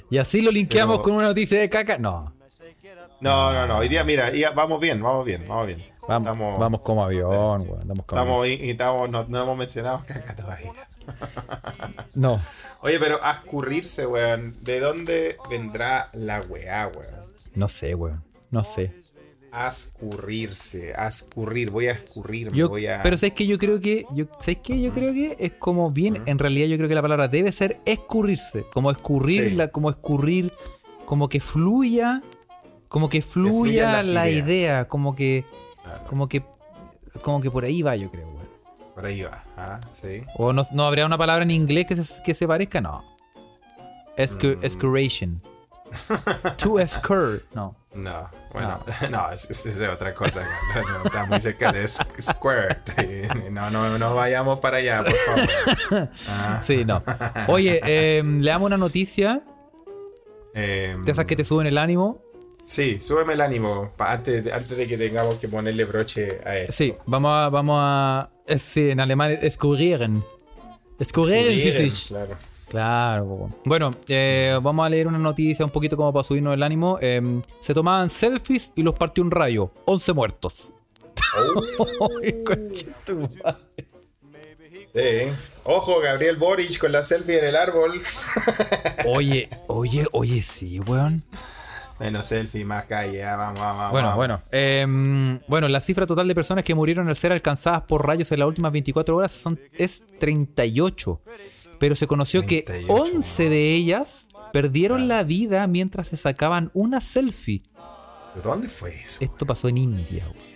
Speaker 2: Y así lo linkeamos
Speaker 3: Pero-
Speaker 2: con una noticia de caca. No.
Speaker 3: No, no, no. Hoy día, mira, ya vamos bien, vamos bien, vamos bien.
Speaker 2: Vamos,
Speaker 3: Estamos-
Speaker 2: vamos como avión, weón. Vamos como
Speaker 3: Estamos, y- y estamos- no, no hemos mencionado caca todavía.
Speaker 2: avión. No.
Speaker 3: Oye, pero a escurrirse, weón. ¿De dónde vendrá la weá, weón?
Speaker 2: No sé, weón. No sé.
Speaker 3: A escurrirse, a escurrir, voy a escurrir,
Speaker 2: Yo,
Speaker 3: voy a.
Speaker 2: Pero sabes que yo creo que. Yo, ¿Sabes qué? Yo creo que es como bien. En realidad, yo creo que la palabra debe ser escurrirse. Como escurrir,
Speaker 3: Sí.
Speaker 2: la, como escurrir. Como que fluya. Como que
Speaker 3: fluyan
Speaker 2: fluya
Speaker 3: las
Speaker 2: la
Speaker 3: ideas.
Speaker 2: idea. Como que.
Speaker 3: Claro.
Speaker 2: Como que. Como que por ahí va, yo creo, weón.
Speaker 3: Por ahí va, ah, sí.
Speaker 2: O no, no habrá una palabra en inglés que se, que se parezca, no. Escu-
Speaker 3: Mm. [LAUGHS]
Speaker 2: Escuration. to escur. No.
Speaker 3: No, bueno, [LAUGHS] no, es, es- es de otra cosa. No, no, está muy cerca de s- [LAUGHS] Squirt. No, no, no vayamos para allá,
Speaker 2: [LAUGHS]
Speaker 3: por favor. Ah.
Speaker 2: Sí, no. Oye, eh, le damos una noticia
Speaker 3: Em,
Speaker 2: de esas que te suben el ánimo.
Speaker 3: Sí, súbeme el ánimo pa- antes, de- antes de que tengamos que ponerle broche a
Speaker 2: eh,
Speaker 3: esto.
Speaker 2: Sí, vamos a. Vamos a eh, sí, en alemán, escurrieren. Escurrieren, sí,
Speaker 3: Escurrieren,
Speaker 2: sí.
Speaker 3: Claro.
Speaker 2: Claro, po. Bueno, eh, vamos a leer una noticia un poquito como para subirnos el ánimo. Eh, se tomaban selfies y los partió un rayo. 11 muertos.
Speaker 3: Oh.
Speaker 2: [LAUGHS] Conchetumare.
Speaker 3: Sí. Ojo, Gabriel Boric con la selfie en el árbol.
Speaker 2: Oye, oye, oye, sí, weón.
Speaker 3: Menos selfie, más calle. ah, Vamos, vamos, vamos.
Speaker 2: Bueno, bueno. em, bueno, la cifra total de personas que murieron al ser alcanzadas por rayos en las últimas 24 horas son, es 38. Pero se conoció
Speaker 3: 38,
Speaker 2: que 11 de ellas perdieron la vida mientras se sacaban una selfie.
Speaker 3: ¿De ¿Dónde fue eso?
Speaker 2: Esto pasó en India. weón.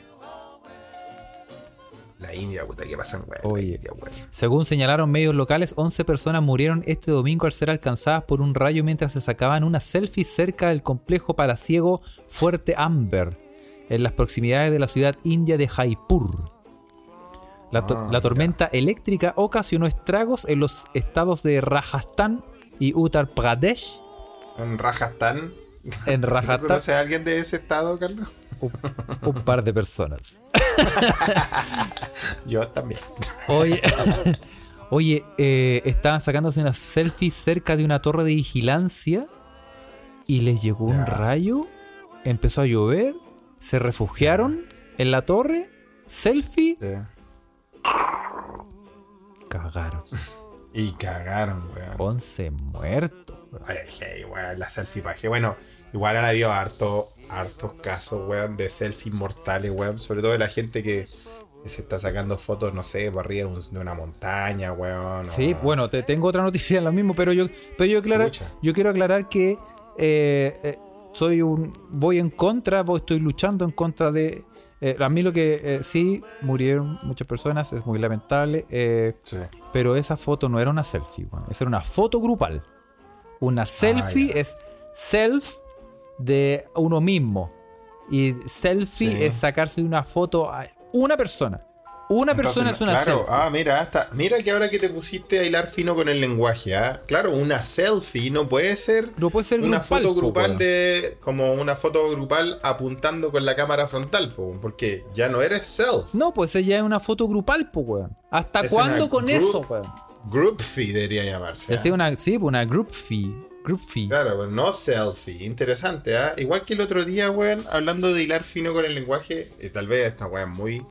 Speaker 3: La India, puta, ¿qué pasa en weón? La
Speaker 2: Oye.
Speaker 3: India, weón.
Speaker 2: Según señalaron medios locales, 11 personas murieron este domingo al ser alcanzadas por un rayo mientras se sacaban una selfie cerca del complejo palaciego Fuerte Amber, en las proximidades de la ciudad india de Jaipur. La, to-
Speaker 3: Ah,
Speaker 2: la tormenta eléctrica ocasionó estragos en los estados de Rajasthan y Uttar Pradesh.
Speaker 3: En Rajasthan.
Speaker 2: En
Speaker 3: ¿Tú
Speaker 2: Rajasthan,
Speaker 3: conoces a alguien de ese estado, Carlos? [LAUGHS]
Speaker 2: un, un par de personas.
Speaker 3: Yo también. [LAUGHS]
Speaker 2: Oye, [LAUGHS] oye eh, estaban sacándose una selfie cerca de una torre de vigilancia y les llegó un
Speaker 3: Ya.
Speaker 2: rayo, empezó a llover, se refugiaron en la torre, selfie,
Speaker 3: Sí.
Speaker 2: cagaron.
Speaker 3: Y cagaron, weón.
Speaker 2: 11 muertos. weón.
Speaker 3: Ay, ay, weón, la selfie paje. Bueno, igual han habido harto, hartos casos, weón, de selfies mortales, weón. Sobre todo de la gente que se está sacando fotos, no sé, por arriba de un- de una montaña, weón. o-
Speaker 2: Sí, bueno, te tengo otra noticia [LAUGHS] en lo mismo, pero yo, pero yo, aclarar,
Speaker 3: Chucha.
Speaker 2: yo quiero aclarar que eh, eh, soy un, voy en contra, voy, estoy luchando en contra de. eh, a mí lo que eh, sí murieron muchas personas es muy lamentable, eh,
Speaker 3: Sí.
Speaker 2: pero esa foto no era una selfie, weón, esa era una foto grupal. Una selfie
Speaker 3: Ah, ya.
Speaker 2: es self de uno mismo y selfie
Speaker 3: Sí.
Speaker 2: es sacarse una foto a una persona. Una persona es
Speaker 3: Entonces,
Speaker 2: una
Speaker 3: claro,
Speaker 2: selfie.
Speaker 3: ah, mira, hasta, mira que ahora que te pusiste a hilar fino con el lenguaje, ah, claro, una selfie no puede ser
Speaker 2: No puede ser
Speaker 3: una
Speaker 2: grupal,
Speaker 3: foto
Speaker 2: po,
Speaker 3: grupal
Speaker 2: weón.
Speaker 3: de como una foto grupal apuntando con la cámara frontal, po, porque ya no eres self.
Speaker 2: No, pues ella es una foto grupal, pues, weón. ¿Hasta
Speaker 3: Es
Speaker 2: cuándo
Speaker 3: una
Speaker 2: con
Speaker 3: group-
Speaker 2: eso, weón?
Speaker 3: Group fee debería llamarse. ah.
Speaker 2: Esa Es una, sí, pues, una group fee. Group fee.
Speaker 3: Claro, pues, no selfie, interesante, ¿ah? Igual que el otro día, weón, hablando de hilar fino con el lenguaje, eh, tal vez esta weá es muy.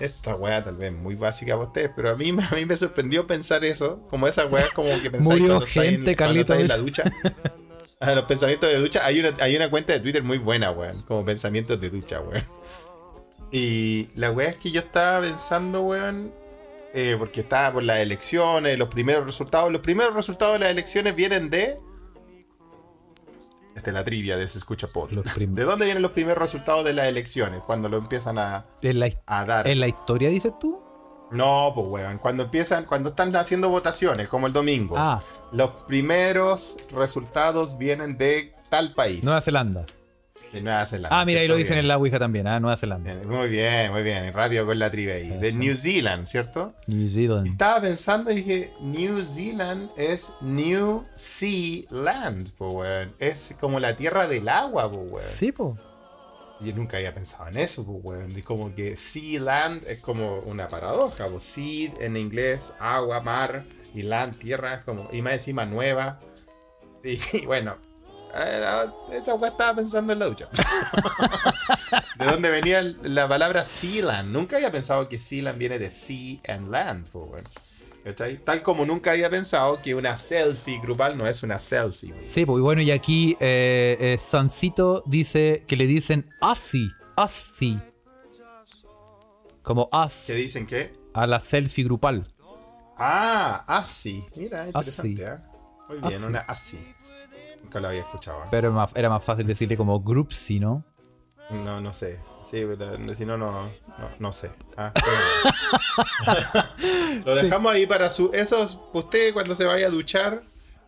Speaker 3: Esta weá tal vez es muy básica para ustedes, pero a mí, [LAUGHS] me- a mí me sorprendió pensar eso, como esas weas como que pensáis
Speaker 2: Murió
Speaker 3: cuando estáis en-
Speaker 2: gente,
Speaker 3: cuando estáis en la
Speaker 2: Carlitos.
Speaker 3: ducha.
Speaker 2: [LAUGHS]
Speaker 3: A los pensamientos de ducha, hay una, hay una cuenta de Twitter muy buena, weón, como pensamientos de ducha, weón. Y la weá es que yo estaba pensando, weón, eh, porque estaba por las elecciones, los primeros resultados. Los primeros resultados de las elecciones vienen de. Esta es la trivia de Se Escucha Pod.
Speaker 2: Los prim-
Speaker 3: [LAUGHS] ¿De dónde vienen los primeros resultados de las elecciones? Cuando lo empiezan a,
Speaker 2: En la, his-
Speaker 3: a dar.
Speaker 2: en la historia, dices tú.
Speaker 3: No, pues weón. Cuando empiezan, cuando están haciendo votaciones, como el domingo.
Speaker 2: Ah,
Speaker 3: Los primeros resultados vienen de tal país.
Speaker 2: Nueva Zelanda.
Speaker 3: de Nueva Zelanda.
Speaker 2: Ah, mira, ahí lo dicen en
Speaker 3: en
Speaker 2: la Ouija también, ah, Nueva Zelanda.
Speaker 3: Muy bien, muy bien. Rápido con la trivia ahí. De New Zealand, ¿cierto?
Speaker 2: New Zealand.
Speaker 3: Estaba pensando y dije, New Zealand es New Sea Land, po, weón. Es como la tierra del agua, po, weón.
Speaker 2: Sí, po.
Speaker 3: Yo nunca había pensado en eso, po, weón. Y como que Sea Land es como una paradoja, po. Sea en inglés, agua, mar, [LAUGHS] y land, tierra, es como, y más encima nueva. Y, y bueno, Era- esa weá estaba pensando en la ducha. [LAUGHS] ¿De dónde venía la palabra Sealand? Nunca había pensado que Sealand viene de Sea and Land, po, weón. ¿Cachai? Tal como nunca había pensado que una selfie grupal no es una selfie. weón.
Speaker 2: Sí, pues y bueno, y aquí eh, eh, Sancito dice que le dicen así, así. Como as
Speaker 3: ¿Qué dicen qué?
Speaker 2: a la selfie grupal.
Speaker 3: Ah, así. Mira, interesante.
Speaker 2: Así.
Speaker 3: ¿eh? Muy bien,
Speaker 2: Así.
Speaker 3: una así. Nunca la había escuchado. ¿eh?
Speaker 2: Pero era más, era más fácil decirle como groupsy, ¿no?
Speaker 3: No, no sé. Sí, pero si no, no, no, no sé. Ah, pero-
Speaker 2: [LAUGHS]
Speaker 3: Lo dejamos ahí para su. Esos, usted cuando se vaya a duchar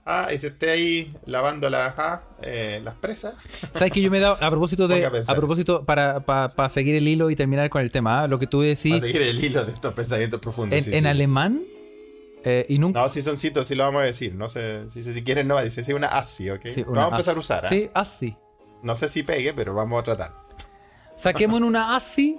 Speaker 3: ah, y se esté ahí lavando las, ah, eh, las presas.
Speaker 2: ¿Sabes que yo me he dado, a propósito de,
Speaker 3: Ponga a pensar
Speaker 2: a propósito, para, para, para seguir el hilo y terminar con el tema, ah, lo que tú
Speaker 3: Para
Speaker 2: decís,
Speaker 3: seguir el hilo de estos pensamientos profundos.
Speaker 2: en,
Speaker 3: sí,
Speaker 2: en
Speaker 3: sí.
Speaker 2: alemán, eh, y nunca...
Speaker 3: No, sí, son citos, sí lo vamos a decir. No sé, si, si, si quieren, no, dice, sí, una así, ¿ok?
Speaker 2: sí,
Speaker 3: Lo
Speaker 2: una
Speaker 3: vamos a empezar
Speaker 2: as.
Speaker 3: a usar, ¿ah?
Speaker 2: Sí, así.
Speaker 3: No sé si pegue, pero vamos a tratar.
Speaker 2: Saquemos una así,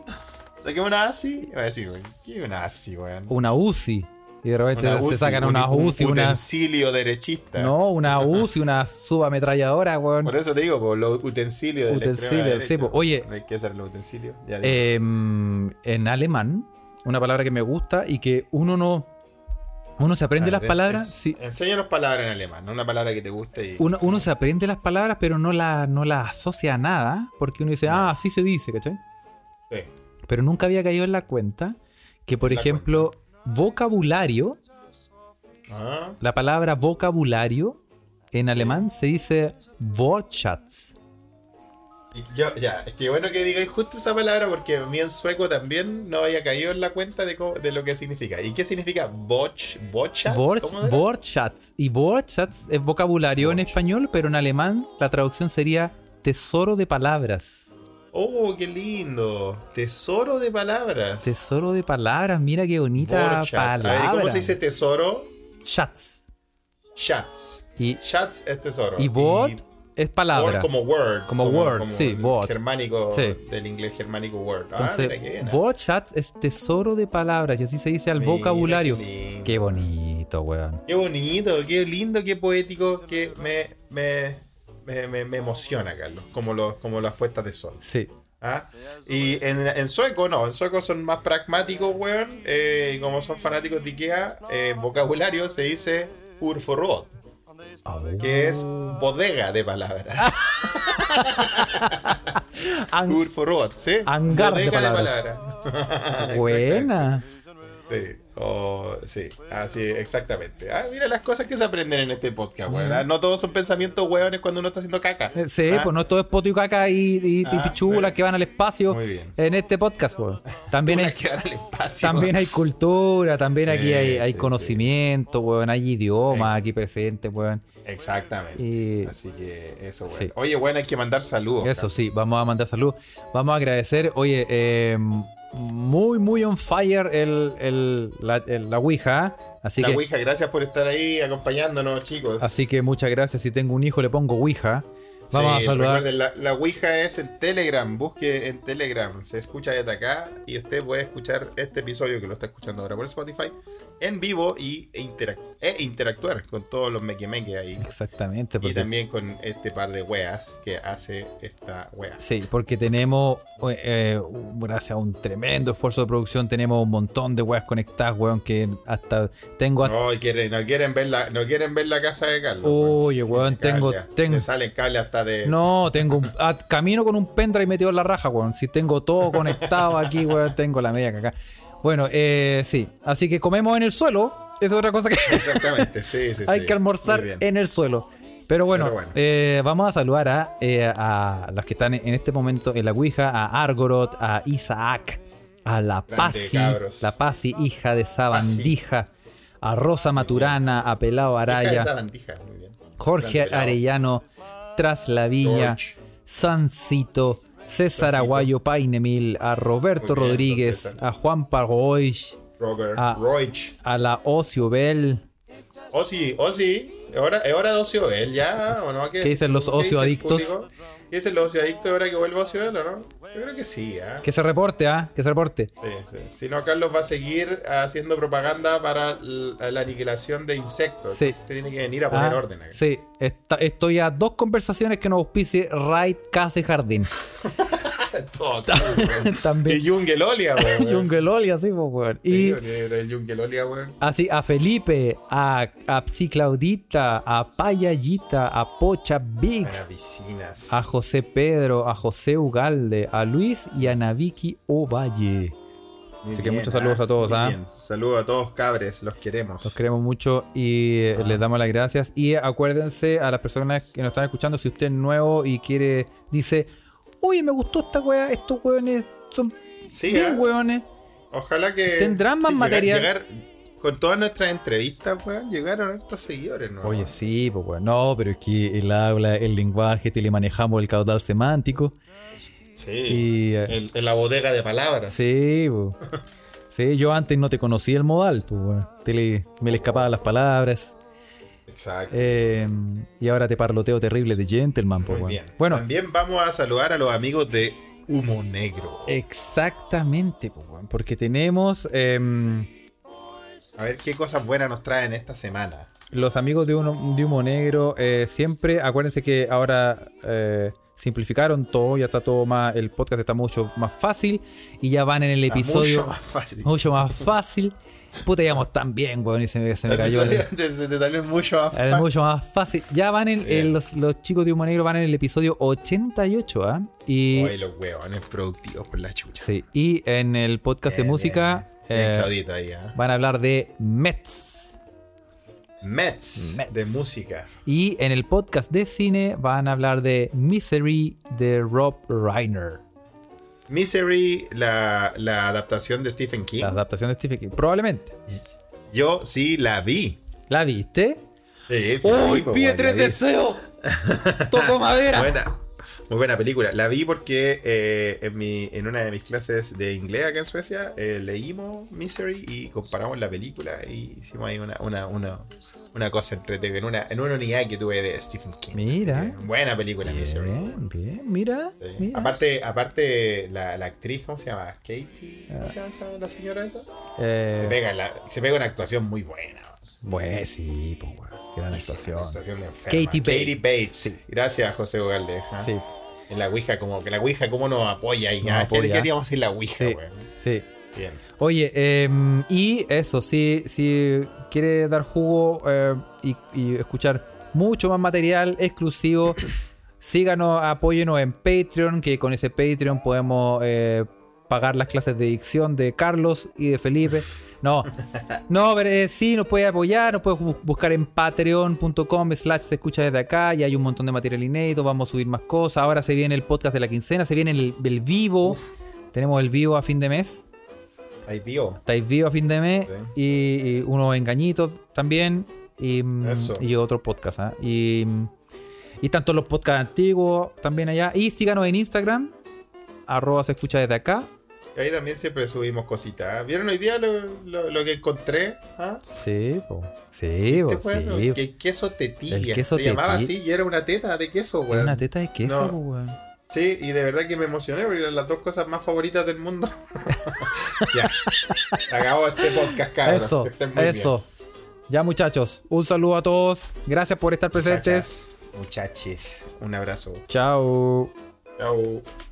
Speaker 3: Saquemos una así, voy a decir, güey, ¿qué es una así, weón?
Speaker 2: una UCI. Y de repente se
Speaker 3: UCI,
Speaker 2: sacan
Speaker 3: un-
Speaker 2: una
Speaker 3: un
Speaker 2: UCI, una...
Speaker 3: utensilio derechista.
Speaker 2: No, una
Speaker 3: [LAUGHS]
Speaker 2: UCI, una subametralladora, weón.
Speaker 3: Por eso te digo, por los utensilios de la extrema
Speaker 2: Utensilios,
Speaker 3: derecha.
Speaker 2: sí, po. Oye.
Speaker 3: Hay que hacer los utensilios. Ya, dime.
Speaker 2: Eh, en alemán, una palabra que me gusta y que uno no. Uno se aprende
Speaker 3: A
Speaker 2: las
Speaker 3: ver,
Speaker 2: palabras.
Speaker 3: es-
Speaker 2: sí.
Speaker 3: Enséñanos palabras en alemán, no una palabra que te guste y.
Speaker 2: uno, uno se aprende las palabras, pero no las no la asocia a nada. Porque uno dice, ah, así se dice, ¿cachai?
Speaker 3: Sí.
Speaker 2: Pero nunca había caído en la cuenta que, por
Speaker 3: En la
Speaker 2: ejemplo, vocabulario,
Speaker 3: Ah,
Speaker 2: la palabra vocabulario en alemán se dice Wortschatz.
Speaker 3: y yo, ya, es que bueno que digáis justo esa palabra porque a mí en sueco también no había caído en la cuenta de, cómo- de lo que significa. ¿Y qué significa? Boch, bochas.
Speaker 2: Wortsch-
Speaker 3: ¿Cómo era?
Speaker 2: Wortschatz. Y Wortschatz es vocabulario en español, pero en alemán la traducción sería tesoro de palabras.
Speaker 3: Oh, qué lindo. Tesoro de palabras.
Speaker 2: Tesoro de palabras, mira qué bonita
Speaker 3: Borchats. A ver,
Speaker 2: palabra.
Speaker 3: ¿y ¿cómo se dice tesoro?
Speaker 2: Schatz.
Speaker 3: Shats.
Speaker 2: Y,
Speaker 3: Shats es tesoro.
Speaker 2: y Wort es palabra.
Speaker 3: Word como word.
Speaker 2: Como word, sí,
Speaker 3: el
Speaker 2: word.
Speaker 3: Germánico,
Speaker 2: Sí.
Speaker 3: del inglés germánico word. Ah,
Speaker 2: Entonces,
Speaker 3: mira qué bien.
Speaker 2: Wortschatz es tesoro de palabras y así se dice al
Speaker 3: Mira,
Speaker 2: vocabulario.
Speaker 3: qué lindo.
Speaker 2: Qué bonito, weón.
Speaker 3: Qué bonito, qué lindo, qué poético, que me, me, me, me- me emociona, Carlos, como, los, como las puestas de sol.
Speaker 2: Sí.
Speaker 3: ¿ah? Y en, en sueco no, en sueco son más pragmáticos, weón, eh, y como son fanáticos de Ikea, eh, vocabulario se dice urforrod,
Speaker 2: Oh.
Speaker 3: que es bodega de palabras.
Speaker 2: Ang-
Speaker 3: Urforrod, ¿sí?
Speaker 2: Hangar de
Speaker 3: bodega
Speaker 2: palabras.
Speaker 3: de
Speaker 2: [LAUGHS]
Speaker 3: palabras. [LAUGHS]
Speaker 2: buena.
Speaker 3: Sí, o- sí, así, exactamente. Ah, mira las cosas que se aprenden en este podcast, weón. Ah, No todos son pensamientos hueones cuando uno está haciendo caca.
Speaker 2: Eh, Sí,
Speaker 3: Ah,
Speaker 2: pues no todo es poto y caca y, y, y
Speaker 3: Ah,
Speaker 2: pichulas
Speaker 3: sí.
Speaker 2: que van al espacio
Speaker 3: Muy bien.
Speaker 2: en este podcast, weón. También
Speaker 3: [LAUGHS] una
Speaker 2: hay,
Speaker 3: que va al espacio.
Speaker 2: También hay cultura, también aquí
Speaker 3: Sí,
Speaker 2: hay, hay
Speaker 3: sí,
Speaker 2: conocimiento, weón, hay idiomas
Speaker 3: Ex-
Speaker 2: aquí presentes, weón.
Speaker 3: Exactamente.
Speaker 2: Y-
Speaker 3: Así que eso, weón.
Speaker 2: Sí.
Speaker 3: Oye, bueno, hay que mandar saludos.
Speaker 2: Eso
Speaker 3: Carlos.
Speaker 2: sí, vamos a mandar salud. Vamos a agradecer, oye, eh, muy, muy on fire el, el- la, el- la Ouija. ¿eh? Así
Speaker 3: La
Speaker 2: que,
Speaker 3: Ouija, gracias por estar ahí acompañándonos, chicos.
Speaker 2: así que muchas gracias. Si tengo un hijo, le pongo Ouija. Vamos
Speaker 3: Sí,
Speaker 2: a saludar.
Speaker 3: recuerden, la, la Ouija es en Telegram, busque en Telegram, se escucha desde acá y usted puede escuchar este episodio que lo está escuchando ahora por Spotify en vivo y, e, interac- e interactuar con todos los meque ahí.
Speaker 2: Exactamente.
Speaker 3: Y
Speaker 2: porque-
Speaker 3: también con este par de weas que hace esta wea.
Speaker 2: Sí, porque tenemos, eh, eh, gracias a un tremendo esfuerzo de producción, tenemos un montón de weas conectadas, weón, que hasta tengo hasta
Speaker 3: No quieren, no quieren ver la, no quieren ver la casa de Carlos. pues.
Speaker 2: Oye,
Speaker 3: Sí,
Speaker 2: weón,
Speaker 3: cable,
Speaker 2: tengo-
Speaker 3: hasta-
Speaker 2: tengo-
Speaker 3: te salen cables hasta de.
Speaker 2: No, tengo un, ah, camino con un pendrive metido en la raja, weón. Si tengo todo conectado aquí, weón, tengo la media acá. Bueno, eh, sí. Así que comemos en el suelo. Esa es otra cosa que [LAUGHS]
Speaker 3: Exactamente, sí, sí,
Speaker 2: hay
Speaker 3: sí.
Speaker 2: que almorzar
Speaker 3: Muy bien.
Speaker 2: en el suelo. Pero bueno,
Speaker 3: Pero bueno.
Speaker 2: eh, vamos a saludar a, eh, a los que están en este momento en la Ouija, a Argorot, a Isaac, a la
Speaker 3: Grande,
Speaker 2: Pasi,
Speaker 3: cabros.
Speaker 2: la Pasi, hija de Sabandija, a Rosa Maturana, a Pelao
Speaker 3: Deja
Speaker 2: Araya.
Speaker 3: esa bandija, muy bien.
Speaker 2: Jorge
Speaker 3: Gran pelado.
Speaker 2: Arellano, Tras la Villa,
Speaker 3: George.
Speaker 2: Sancito, César
Speaker 3: Sancito.
Speaker 2: Aguayo Painemil, a Roberto
Speaker 3: Muy bien,
Speaker 2: Rodríguez,
Speaker 3: entonces,
Speaker 2: a Juan Pagoish,
Speaker 3: Robert,
Speaker 2: Ah.
Speaker 3: Roich.
Speaker 2: a la Ocio Bell.
Speaker 3: Oh, Osi, Osi, es hora, es hora de ocio él ya. ¿o no?
Speaker 2: ¿Qué dicen los
Speaker 3: qué dice el
Speaker 2: ocioadictos?
Speaker 3: público? ¿Y ese es el ocio adicto ahora que vuelva a Ciudadano, no? Yo creo que sí, ¿ah?
Speaker 2: Que se reporte, ¿ah? Que se reporte.
Speaker 3: Sí, sí. Si no, Carlos va a seguir haciendo propaganda para l- la aniquilación de insectos.
Speaker 2: Sí.
Speaker 3: Entonces usted tiene que venir a poner
Speaker 2: Ah,
Speaker 3: orden acá. [LAUGHS]
Speaker 2: Sí, Está- estoy a dos conversaciones que nos auspicie Raid Casa y
Speaker 3: [LAUGHS]
Speaker 2: Jardín. [LAUGHS]
Speaker 3: Todo, claro, weón.
Speaker 2: También.
Speaker 3: Y
Speaker 2: [LAUGHS]
Speaker 3: Yungelolia, weón.
Speaker 2: Yungeloli, así, pues, weón.
Speaker 3: Sí,
Speaker 2: Y
Speaker 3: weón, el Yungelolia, weón.
Speaker 2: así a Felipe, a, a Psi Claudita, a Payallita, a Pocha
Speaker 3: A las
Speaker 2: Biggs,
Speaker 3: piscinas.
Speaker 2: a José Pedro, a José Ugalde, a Luis y a Naviki Ovalle.
Speaker 3: Muy
Speaker 2: así que
Speaker 3: bien,
Speaker 2: muchos saludos
Speaker 3: ah,
Speaker 2: a todos,
Speaker 3: muy
Speaker 2: ¿ah?
Speaker 3: bien. Saludos a todos, cabres. Los queremos.
Speaker 2: Los queremos mucho y eh, les damos las gracias. Y acuérdense a las personas que nos están escuchando, si usted es nuevo y quiere, dice, oye, me gustó esta weá, estos weones son
Speaker 3: Sí,
Speaker 2: bien
Speaker 3: ah.
Speaker 2: weones.
Speaker 3: Ojalá que.
Speaker 2: Tendrán más
Speaker 3: llegar-
Speaker 2: material.
Speaker 3: llegar- con todas nuestras entrevistas, weón, llegaron estos seguidores, ¿no?
Speaker 2: Oye, sí, pues weón. No, pero es que el habla, el lenguaje, te le manejamos el caudal semántico.
Speaker 3: Sí.
Speaker 2: Y. eh,
Speaker 3: En, en la bodega de palabras.
Speaker 2: sí, pues.
Speaker 3: [LAUGHS]
Speaker 2: Sí, yo antes no te conocía el modal, pues weón. Te le- me le escapaban las palabras.
Speaker 3: Exacto.
Speaker 2: Eh, y ahora te parloteo terrible de gentleman, pues
Speaker 3: Muy
Speaker 2: weón.
Speaker 3: bien.
Speaker 2: Bueno,
Speaker 3: También vamos a saludar a los amigos de Humo Negro.
Speaker 2: Eh. Exactamente, po, weón, porque tenemos em,
Speaker 3: A ver qué cosas buenas nos traen esta semana.
Speaker 2: los amigos de, uno, de Humo Negro eh, siempre, acuérdense que ahora eh, simplificaron todo, ya está todo más, el podcast está mucho más fácil y ya van en el
Speaker 3: Está
Speaker 2: episodio
Speaker 3: Mucho más fácil.
Speaker 2: mucho más fácil. Puta, íbamos tan bien, weón, y se me,
Speaker 3: [LAUGHS]
Speaker 2: se me cayó el,
Speaker 3: Te- te- te salió mucho más
Speaker 2: el
Speaker 3: fácil.
Speaker 2: mucho más fácil. Ya van en,
Speaker 3: Bien.
Speaker 2: en los, los chicos de Humo Negro van en el episodio 88, ¿ah? Y...
Speaker 3: Oye, los huevones productivos por la chucha.
Speaker 2: Sí, y en el podcast de
Speaker 3: Bien,
Speaker 2: música
Speaker 3: bien, bien. Bien,
Speaker 2: eh,
Speaker 3: Claudita ahí, ¿ah?
Speaker 2: van a hablar de Mets.
Speaker 3: Mets,
Speaker 2: Mets.
Speaker 3: de música.
Speaker 2: Y en el podcast de cine van a hablar de Misery de Rob Reiner.
Speaker 3: Misery, la, la adaptación de Stephen King.
Speaker 2: La adaptación de Stephen King. Probablemente.
Speaker 3: Yo sí la vi.
Speaker 2: ¿La viste?
Speaker 3: Sí, sí,
Speaker 2: ¡Uy,
Speaker 3: po,
Speaker 2: pide
Speaker 3: weón,
Speaker 2: tres
Speaker 3: la vi.
Speaker 2: deseos! ¡Toco madera!
Speaker 3: [LAUGHS] Buena, muy buena película. La vi porque eh, en, mi, en una de mis clases de inglés acá en Suecia eh, leímos Misery y comparamos la película y hicimos ahí una, una, una, una cosa entretenida en una, en una unidad que tuve de Stephen King.
Speaker 2: Mira.
Speaker 3: Así que, buena película Misery.
Speaker 2: Bien, bien, mira.
Speaker 3: Sí.
Speaker 2: mira.
Speaker 3: Aparte, aparte la, la actriz, ¿cómo se llama? Katie, ¿cómo se llama esa- la señora esa? Se
Speaker 2: Eh,
Speaker 3: pega, la- se pega una actuación muy buena.
Speaker 2: bueno, sí, pues, weón. Gran
Speaker 3: Una
Speaker 2: actuación.
Speaker 3: actuación de enferma.
Speaker 2: Katie Bates.
Speaker 3: Katie Bates, sí. Gracias, José Ugalde. ¿ah?
Speaker 2: Sí,
Speaker 3: En la Ouija, como que la Ouija, ¿cómo nos apoya? Y
Speaker 2: Nos
Speaker 3: ya, ¿qué
Speaker 2: apoya.
Speaker 3: queríamos decir la Ouija,
Speaker 2: sí,
Speaker 3: weón?
Speaker 2: sí.
Speaker 3: Bien.
Speaker 2: Oye, em, y eso, si, si quiere dar jugo eh, y, y escuchar mucho más material exclusivo, [COUGHS] síganos, apóyenos en Patreon, que con ese Patreon podemos eh, pagar las clases de dicción de Carlos y de Felipe. No, no, pero eh, sí, nos puede apoyar, nos puede bu- buscar en patreon.com slash se escucha desde acá, y hay un montón de material inédito, vamos a subir más cosas, ahora se viene el podcast de la quincena, se viene el, el vivo, tenemos el vivo a fin de mes
Speaker 3: Ahí vio.
Speaker 2: estáis vivos a fin de mes y, y unos engañitos también y, mm,
Speaker 3: Eso.
Speaker 2: y otro podcast. ¿ah? Y, mm, y tanto los podcasts antiguos también allá. Y síganos en Instagram, arroba se escucha desde acá.
Speaker 3: Ahí también siempre subimos cositas. ¿ah? ¿Vieron hoy día lo, lo- lo que encontré? ¿Ah?
Speaker 2: Sí, po. Sí, po,
Speaker 3: Este, weón,
Speaker 2: sí. po.
Speaker 3: que queso tetilla.
Speaker 2: El queso
Speaker 3: Se llamaba
Speaker 2: tetilla.
Speaker 3: así y era una teta de queso,
Speaker 2: Es
Speaker 3: weón.
Speaker 2: una teta de queso,
Speaker 3: No. Ah,
Speaker 2: po, weón.
Speaker 3: Sí, y de verdad que me emocioné porque eran las dos cosas más favoritas
Speaker 2: [LAUGHS]
Speaker 3: del mundo. ya. Acabó este podcast, cabrón.
Speaker 2: Eso,
Speaker 3: Que estén muy bien.
Speaker 2: eso. Ya muchachos, un saludo a todos. Gracias por estar presentes.
Speaker 3: Muchachas, Muchaches, un abrazo.
Speaker 2: Chao.
Speaker 3: Chao.